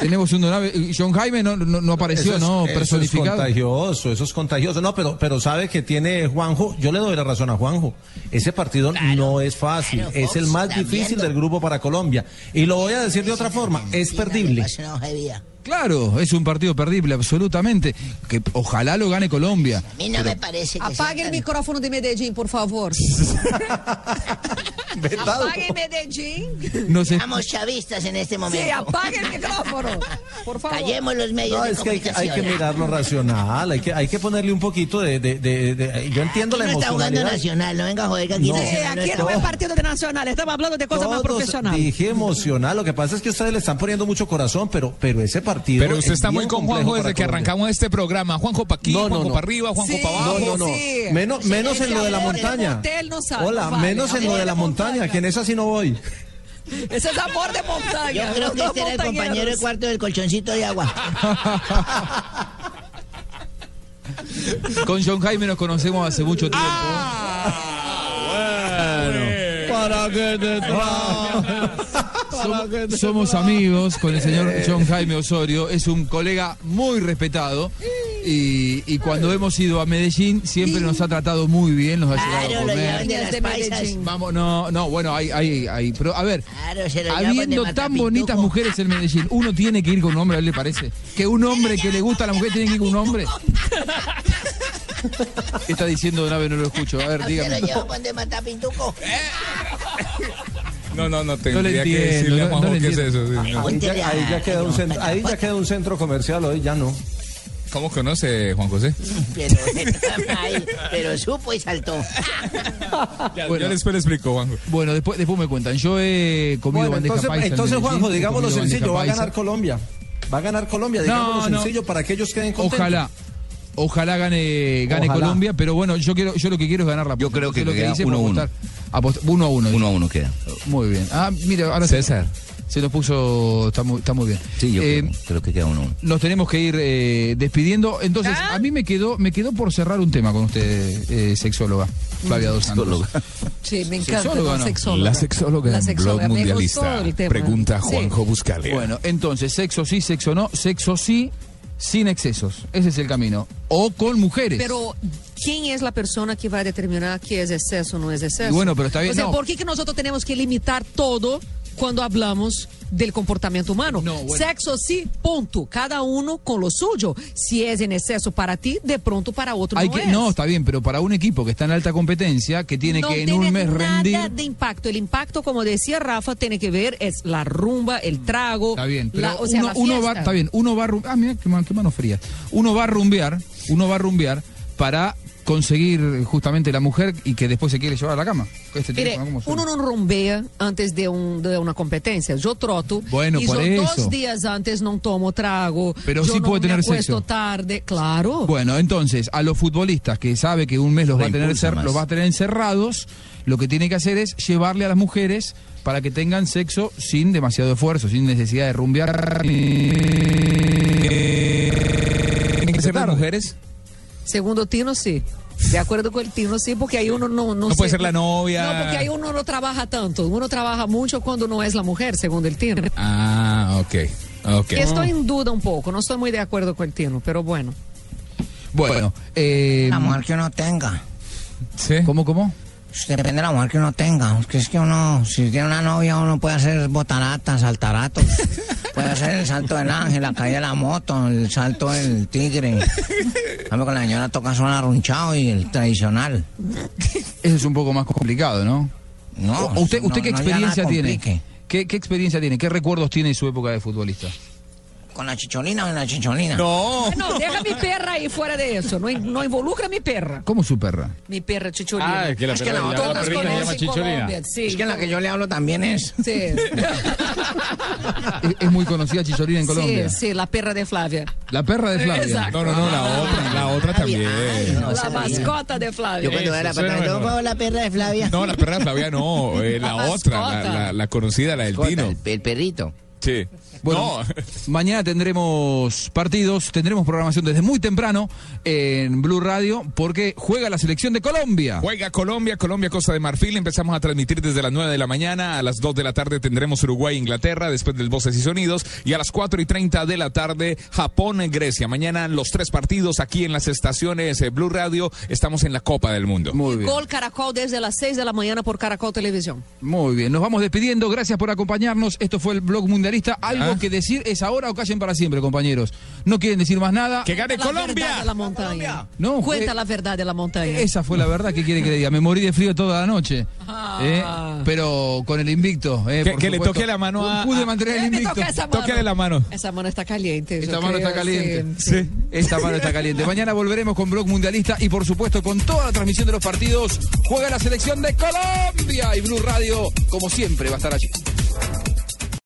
[SPEAKER 2] Tenemos un Donave. y John Jaime no, no, no
[SPEAKER 29] Eso
[SPEAKER 2] apareció,
[SPEAKER 29] es-
[SPEAKER 2] ¿no?
[SPEAKER 29] eso Es
[SPEAKER 2] Personificado.
[SPEAKER 29] contagioso, eso es contagioso. No, pero, pero sabe que tiene Juanjo, yo le doy la razón a Juanjo. Ese partido no es fácil,
[SPEAKER 36] claro,
[SPEAKER 29] es el
[SPEAKER 36] Fox,
[SPEAKER 29] más
[SPEAKER 36] está
[SPEAKER 29] difícil
[SPEAKER 36] viendo.
[SPEAKER 29] del grupo para Colombia. Y lo voy a decir de otra forma, es perdible.
[SPEAKER 36] Es una hoja de vida.
[SPEAKER 2] Claro, es un partido perdible, absolutamente. Que ojalá lo gane Colombia.
[SPEAKER 36] A mí no me parece que
[SPEAKER 3] Apague
[SPEAKER 36] sea
[SPEAKER 3] o
[SPEAKER 36] tan-
[SPEAKER 3] microfone de Medellín, por favor.
[SPEAKER 29] Vetado.
[SPEAKER 3] Apague Medellín.
[SPEAKER 2] No sé.
[SPEAKER 36] Estamos chavistas en este momento.
[SPEAKER 3] Sí, apague el micrófono. Por favor.
[SPEAKER 36] Callemos los medios
[SPEAKER 29] No,
[SPEAKER 36] de
[SPEAKER 29] es que hay, que hay
[SPEAKER 36] comunicación.
[SPEAKER 29] que mirarlo racional, hay que, hay que ponerle un poquito de... de- de- de- yo entiendo la
[SPEAKER 36] no está jugando
[SPEAKER 29] emocionalidad.
[SPEAKER 36] Nacional, no venga a joder que aquí
[SPEAKER 29] No.
[SPEAKER 3] Sí,
[SPEAKER 36] Nacional no
[SPEAKER 3] aquí
[SPEAKER 36] está
[SPEAKER 3] no es partido de nacional, estamos hablando de cosas más
[SPEAKER 29] Todos
[SPEAKER 3] profesionales.
[SPEAKER 29] Dije emocional, lo que pasa es que ustedes le están poniendo mucho corazón, pero, pero ese partido...
[SPEAKER 6] Pero usted
[SPEAKER 29] es
[SPEAKER 6] está muy
[SPEAKER 29] bien
[SPEAKER 6] con
[SPEAKER 29] complejo
[SPEAKER 6] Juanjo
[SPEAKER 29] para
[SPEAKER 6] desde que
[SPEAKER 29] Colombia.
[SPEAKER 6] arrancamos este programa. Juanjo para aquí,
[SPEAKER 29] No, no,
[SPEAKER 6] Juanjo
[SPEAKER 29] no.
[SPEAKER 6] para arriba, Juanjo
[SPEAKER 3] Sí.
[SPEAKER 6] para abajo.
[SPEAKER 29] No, no, no.
[SPEAKER 3] Sí.
[SPEAKER 29] Menos,
[SPEAKER 3] Sí,
[SPEAKER 29] menos
[SPEAKER 3] ese
[SPEAKER 29] en lo de la
[SPEAKER 3] amor en el
[SPEAKER 29] montaña.
[SPEAKER 3] motel no sabe,
[SPEAKER 29] Hola,
[SPEAKER 3] vale.
[SPEAKER 29] menos en lo
[SPEAKER 3] Amor
[SPEAKER 29] de
[SPEAKER 3] en
[SPEAKER 29] la
[SPEAKER 3] la
[SPEAKER 29] montaña,
[SPEAKER 3] montaña.
[SPEAKER 29] que en esa sí no voy.
[SPEAKER 3] Ese es amor de montaña.
[SPEAKER 36] Yo creo que
[SPEAKER 3] los
[SPEAKER 36] este era el
[SPEAKER 3] montañeros.
[SPEAKER 36] compañero de cuarto del colchoncito de agua.
[SPEAKER 2] Con John Jaime nos conocemos hace mucho
[SPEAKER 36] Ah,
[SPEAKER 2] tiempo.
[SPEAKER 17] ¿Para qué
[SPEAKER 2] [LAUGHS]
[SPEAKER 17] te traes? ¿Para qué te
[SPEAKER 2] Somos
[SPEAKER 17] traes?
[SPEAKER 36] Eh.
[SPEAKER 2] amigos con el señor John Jaime Osorio, es un colega muy respetado Y, y cuando hemos ido a Medellín siempre nos ha tratado muy bien, nos ha llevado a
[SPEAKER 36] Claro, lo
[SPEAKER 2] comer.
[SPEAKER 36] llevan de las paisas.
[SPEAKER 2] Vamos, no, no, bueno, hay, hay, hay, pero a ver,
[SPEAKER 36] Claro, se lo llaman de
[SPEAKER 2] habiendo tan
[SPEAKER 36] Macapituco.
[SPEAKER 2] bonitas mujeres en Medellín, uno tiene que ir con un hombre, ¿a él le parece? Que un hombre que le gusta a la mujer tiene que ir con un hombre. ¿Qué está diciendo Don Abe? No lo escucho. A
[SPEAKER 36] [LAUGHS]
[SPEAKER 2] ver,
[SPEAKER 36] No,
[SPEAKER 2] dígame. ¿Eh?
[SPEAKER 36] Se lo llevaban
[SPEAKER 2] [LAUGHS]
[SPEAKER 36] de Matapintuco.
[SPEAKER 6] No, no, no,
[SPEAKER 2] No le
[SPEAKER 6] tendría que
[SPEAKER 2] entiendo,
[SPEAKER 6] decirle a
[SPEAKER 2] no-
[SPEAKER 6] Juanjo
[SPEAKER 2] no le
[SPEAKER 6] qué es eso.
[SPEAKER 2] entiendo.
[SPEAKER 6] sí, no.
[SPEAKER 29] Ahí ya, ahí ya queda un centro, ahí ya queda un centro comercial hoy, ya no.
[SPEAKER 6] ¿Cómo conoce Juan José?
[SPEAKER 36] Pero, ay, pero supo y saltó.
[SPEAKER 2] [LAUGHS]
[SPEAKER 6] Ya, yo después le explico, Juanjo.
[SPEAKER 2] Bueno, después, después me cuentan. Yo he comido
[SPEAKER 29] Bueno,
[SPEAKER 2] bandeja
[SPEAKER 29] entonces,
[SPEAKER 2] paisa. en
[SPEAKER 29] entonces
[SPEAKER 2] Medellín,
[SPEAKER 29] Juanjo,
[SPEAKER 2] he
[SPEAKER 29] digámoslo
[SPEAKER 2] comido bandeja
[SPEAKER 29] sencillo, va a
[SPEAKER 2] paisa.
[SPEAKER 29] ganar Colombia. Va a ganar Colombia,
[SPEAKER 2] No,
[SPEAKER 29] digámoslo
[SPEAKER 2] no.
[SPEAKER 29] sencillo para que ellos queden contentos.
[SPEAKER 2] Ojalá. Ojalá gane, gane
[SPEAKER 29] Ojalá.
[SPEAKER 2] Colombia, pero bueno, yo quiero, yo lo que quiero es ganar la Yo creo
[SPEAKER 8] que
[SPEAKER 2] lo
[SPEAKER 8] queda
[SPEAKER 2] es
[SPEAKER 8] uno a uno.
[SPEAKER 2] apostar- apost- uno a uno.
[SPEAKER 8] Uno a uno queda.
[SPEAKER 2] Muy bien. Ah, mira, ahora César. Se nos puso, está muy, está muy bien.
[SPEAKER 8] Sí, yo
[SPEAKER 2] Eh,
[SPEAKER 8] creo, creo que queda uno a uno.
[SPEAKER 2] Nos tenemos que ir eh, despidiendo. Entonces,
[SPEAKER 3] ¿Ah?
[SPEAKER 2] a mí me quedó, me quedó por cerrar un tema con usted, eh, sexóloga, Flavia Dos Santos.
[SPEAKER 3] Sí, me encanta.
[SPEAKER 2] ¿Sexóloga o no?
[SPEAKER 3] sexóloga.
[SPEAKER 2] La sexóloga
[SPEAKER 3] La
[SPEAKER 2] en
[SPEAKER 3] sexóloga.
[SPEAKER 2] Blog
[SPEAKER 3] Me gustó
[SPEAKER 2] Mundialista.
[SPEAKER 3] el tema. Sí.
[SPEAKER 6] Buscalia.
[SPEAKER 2] Bueno, entonces, sexo sí, sexo no, sexo sí, sin excesos. Ese es el camino. O con mujeres.
[SPEAKER 3] Pero, ¿quién es la persona que va a determinar qué es exceso o no es exceso?
[SPEAKER 2] Bueno, pero está bien,
[SPEAKER 3] O sea,
[SPEAKER 2] no.
[SPEAKER 3] ¿por qué que nosotros tenemos que limitar todo cuando hablamos del comportamiento humano?
[SPEAKER 2] bueno.
[SPEAKER 3] Sexo sí, punto. Cada uno con lo suyo. Si es en exceso para ti, de pronto para otro
[SPEAKER 2] Hay
[SPEAKER 3] no
[SPEAKER 2] que,
[SPEAKER 3] es.
[SPEAKER 2] no, está bien, pero para un equipo que está en alta competencia, que tiene
[SPEAKER 3] no
[SPEAKER 2] que en un mes
[SPEAKER 3] nada
[SPEAKER 2] rendir.
[SPEAKER 3] de impacto. El impacto, como decía Rafa, tiene que ver es la rumba, el trago.
[SPEAKER 2] Está bien, pero
[SPEAKER 3] la- o sea,
[SPEAKER 2] uno,
[SPEAKER 3] la
[SPEAKER 2] uno va,
[SPEAKER 3] fiesta.
[SPEAKER 2] está bien, uno va a rumbear, ah, mira, qué, man- qué mano fría. Uno va a rumbear, uno va a rumbear para conseguir justamente la mujer y que después se quiere llevar a la cama. Este
[SPEAKER 3] Mire,
[SPEAKER 2] teléfono, ¿cómo suena?
[SPEAKER 3] uno no rumbea antes de, un, de una competencia. Yo troto.
[SPEAKER 2] Bueno,
[SPEAKER 3] y
[SPEAKER 2] por
[SPEAKER 3] yo
[SPEAKER 2] eso.
[SPEAKER 3] dos días antes no tomo trago.
[SPEAKER 2] Pero
[SPEAKER 3] yo
[SPEAKER 2] sí
[SPEAKER 3] no
[SPEAKER 2] puede
[SPEAKER 3] me
[SPEAKER 2] tener
[SPEAKER 3] acuesto
[SPEAKER 2] sexo.
[SPEAKER 3] tarde, claro.
[SPEAKER 2] Bueno, entonces, a los futbolistas que sabe que un mes los va, a tener
[SPEAKER 8] Reimpulsa
[SPEAKER 2] cer-
[SPEAKER 8] más.
[SPEAKER 2] los va a tener encerrados, lo que tiene que hacer es llevarle a las mujeres para que tengan sexo sin demasiado esfuerzo, sin necesidad de rumbear.
[SPEAKER 6] ¿Tienen que ser las mujeres?
[SPEAKER 3] Segundo Tino, sí. De acuerdo con el Tino, sí, porque ahí uno no... No,
[SPEAKER 6] No puede
[SPEAKER 3] se-
[SPEAKER 6] ser la novia.
[SPEAKER 3] No, porque ahí uno no trabaja tanto. Uno trabaja mucho cuando no es la mujer, según el Tino.
[SPEAKER 6] Ah, ok. ok.
[SPEAKER 3] Estoy en duda un poco. No estoy muy de acuerdo con el Tino, pero bueno.
[SPEAKER 2] Bueno, eh,
[SPEAKER 9] La mujer que uno tenga.
[SPEAKER 2] ¿Cómo, cómo?
[SPEAKER 9] Depende de la mujer que uno tenga. Porque es que uno, si tiene una novia, uno puede hacer botaratas, saltaratos. puede hacer el salto del ángel, la caída de la moto, el salto del tigre. Cambio con la señora toca son arrunchado y el tradicional.
[SPEAKER 2] Eso es un poco más complicado, ¿no?
[SPEAKER 9] No.
[SPEAKER 2] O- ¿Usted, usted
[SPEAKER 9] no-
[SPEAKER 2] qué
[SPEAKER 9] no había nada
[SPEAKER 2] experiencia tiene?
[SPEAKER 9] complique.
[SPEAKER 2] ¿Qué, qué experiencia tiene? ¿Qué recuerdos tiene de su época de futbolista?
[SPEAKER 9] ¿Con la chicholina o en la chicholina?
[SPEAKER 2] No.
[SPEAKER 3] No, deja mi perra ahí fuera de eso. No, in- no involucra a mi perra.
[SPEAKER 2] ¿Cómo su perra?
[SPEAKER 3] Mi perra chicholina.
[SPEAKER 2] Ah, es que la perra
[SPEAKER 3] no,
[SPEAKER 2] se llama- la
[SPEAKER 3] todas
[SPEAKER 2] perrita se
[SPEAKER 3] conocen
[SPEAKER 2] llama Chicholina.
[SPEAKER 3] Colombia, sí.
[SPEAKER 9] Es que la que yo le hablo también es.
[SPEAKER 3] Sí.
[SPEAKER 2] [LAUGHS] Es, es muy conocida Chicholina en Colombia.
[SPEAKER 3] Sí, sí, la perra de Flavia.
[SPEAKER 2] La perra de Flavia.
[SPEAKER 3] Exacto.
[SPEAKER 6] No, no, no, la otra, la otra también.
[SPEAKER 3] la mascota de Flavia.
[SPEAKER 9] Yo cuando era
[SPEAKER 6] Eso
[SPEAKER 9] para
[SPEAKER 6] suena
[SPEAKER 9] atrás,
[SPEAKER 6] mejor.
[SPEAKER 9] yo la perra de Flavia.
[SPEAKER 6] No, la perra de Flavia no, eh, la,
[SPEAKER 9] La
[SPEAKER 6] otra,
[SPEAKER 9] mascota.
[SPEAKER 6] la, la- la conocida, la del
[SPEAKER 9] Mascota,
[SPEAKER 6] Tino.
[SPEAKER 9] el- el perrito.
[SPEAKER 6] Sí.
[SPEAKER 2] Bueno, mañana tendremos partidos, tendremos programación desde muy temprano en Blue Radio porque juega la selección de Colombia.
[SPEAKER 6] Juega Colombia, Colombia, Costa de Marfil. Empezamos a transmitir desde las 9 de la mañana. A las 2 de la tarde tendremos Uruguay, Inglaterra, después del Voces y Sonidos. Y a las 4 y 30 de la tarde, Japón, Grecia. Mañana los tres partidos aquí en las estaciones eh, Blue Radio. Estamos en la Copa del Mundo.
[SPEAKER 2] Muy bien.
[SPEAKER 3] Gol Caracol desde las 6 de la mañana por Caracol Televisión.
[SPEAKER 2] Muy bien, nos vamos despidiendo. Gracias por acompañarnos. Esto fue el blog mundialista. Algo
[SPEAKER 6] Ah.
[SPEAKER 2] que decir es ahora o callen para siempre, compañeros. No quieren decir más nada.
[SPEAKER 6] Que gane
[SPEAKER 3] La verdad de la montaña.
[SPEAKER 2] No, fue-
[SPEAKER 3] Cuenta la verdad de la montaña.
[SPEAKER 2] Esa fue la verdad que quiere que le diga. Me morí de frío toda la noche.
[SPEAKER 3] Ah.
[SPEAKER 2] ¿eh? Pero con el invicto. ¿eh?
[SPEAKER 6] Que-
[SPEAKER 2] Por
[SPEAKER 6] que le
[SPEAKER 2] supuesto.
[SPEAKER 6] toque la mano a-
[SPEAKER 2] Pude
[SPEAKER 6] a-
[SPEAKER 2] mantener el
[SPEAKER 3] Déjame
[SPEAKER 2] invicto.
[SPEAKER 3] tocar Eh, esa mano.
[SPEAKER 6] Tóquele la mano.
[SPEAKER 3] Esa mano está caliente. yo
[SPEAKER 2] Esta mano
[SPEAKER 3] creo,
[SPEAKER 2] está caliente.
[SPEAKER 3] sí.
[SPEAKER 2] Sí. Esta mano está caliente. Mañana volveremos con Blog Mundialista y por supuesto con toda la transmisión de los partidos. Juega la selección de Colombia y Blue Radio, como siempre, va a estar allí.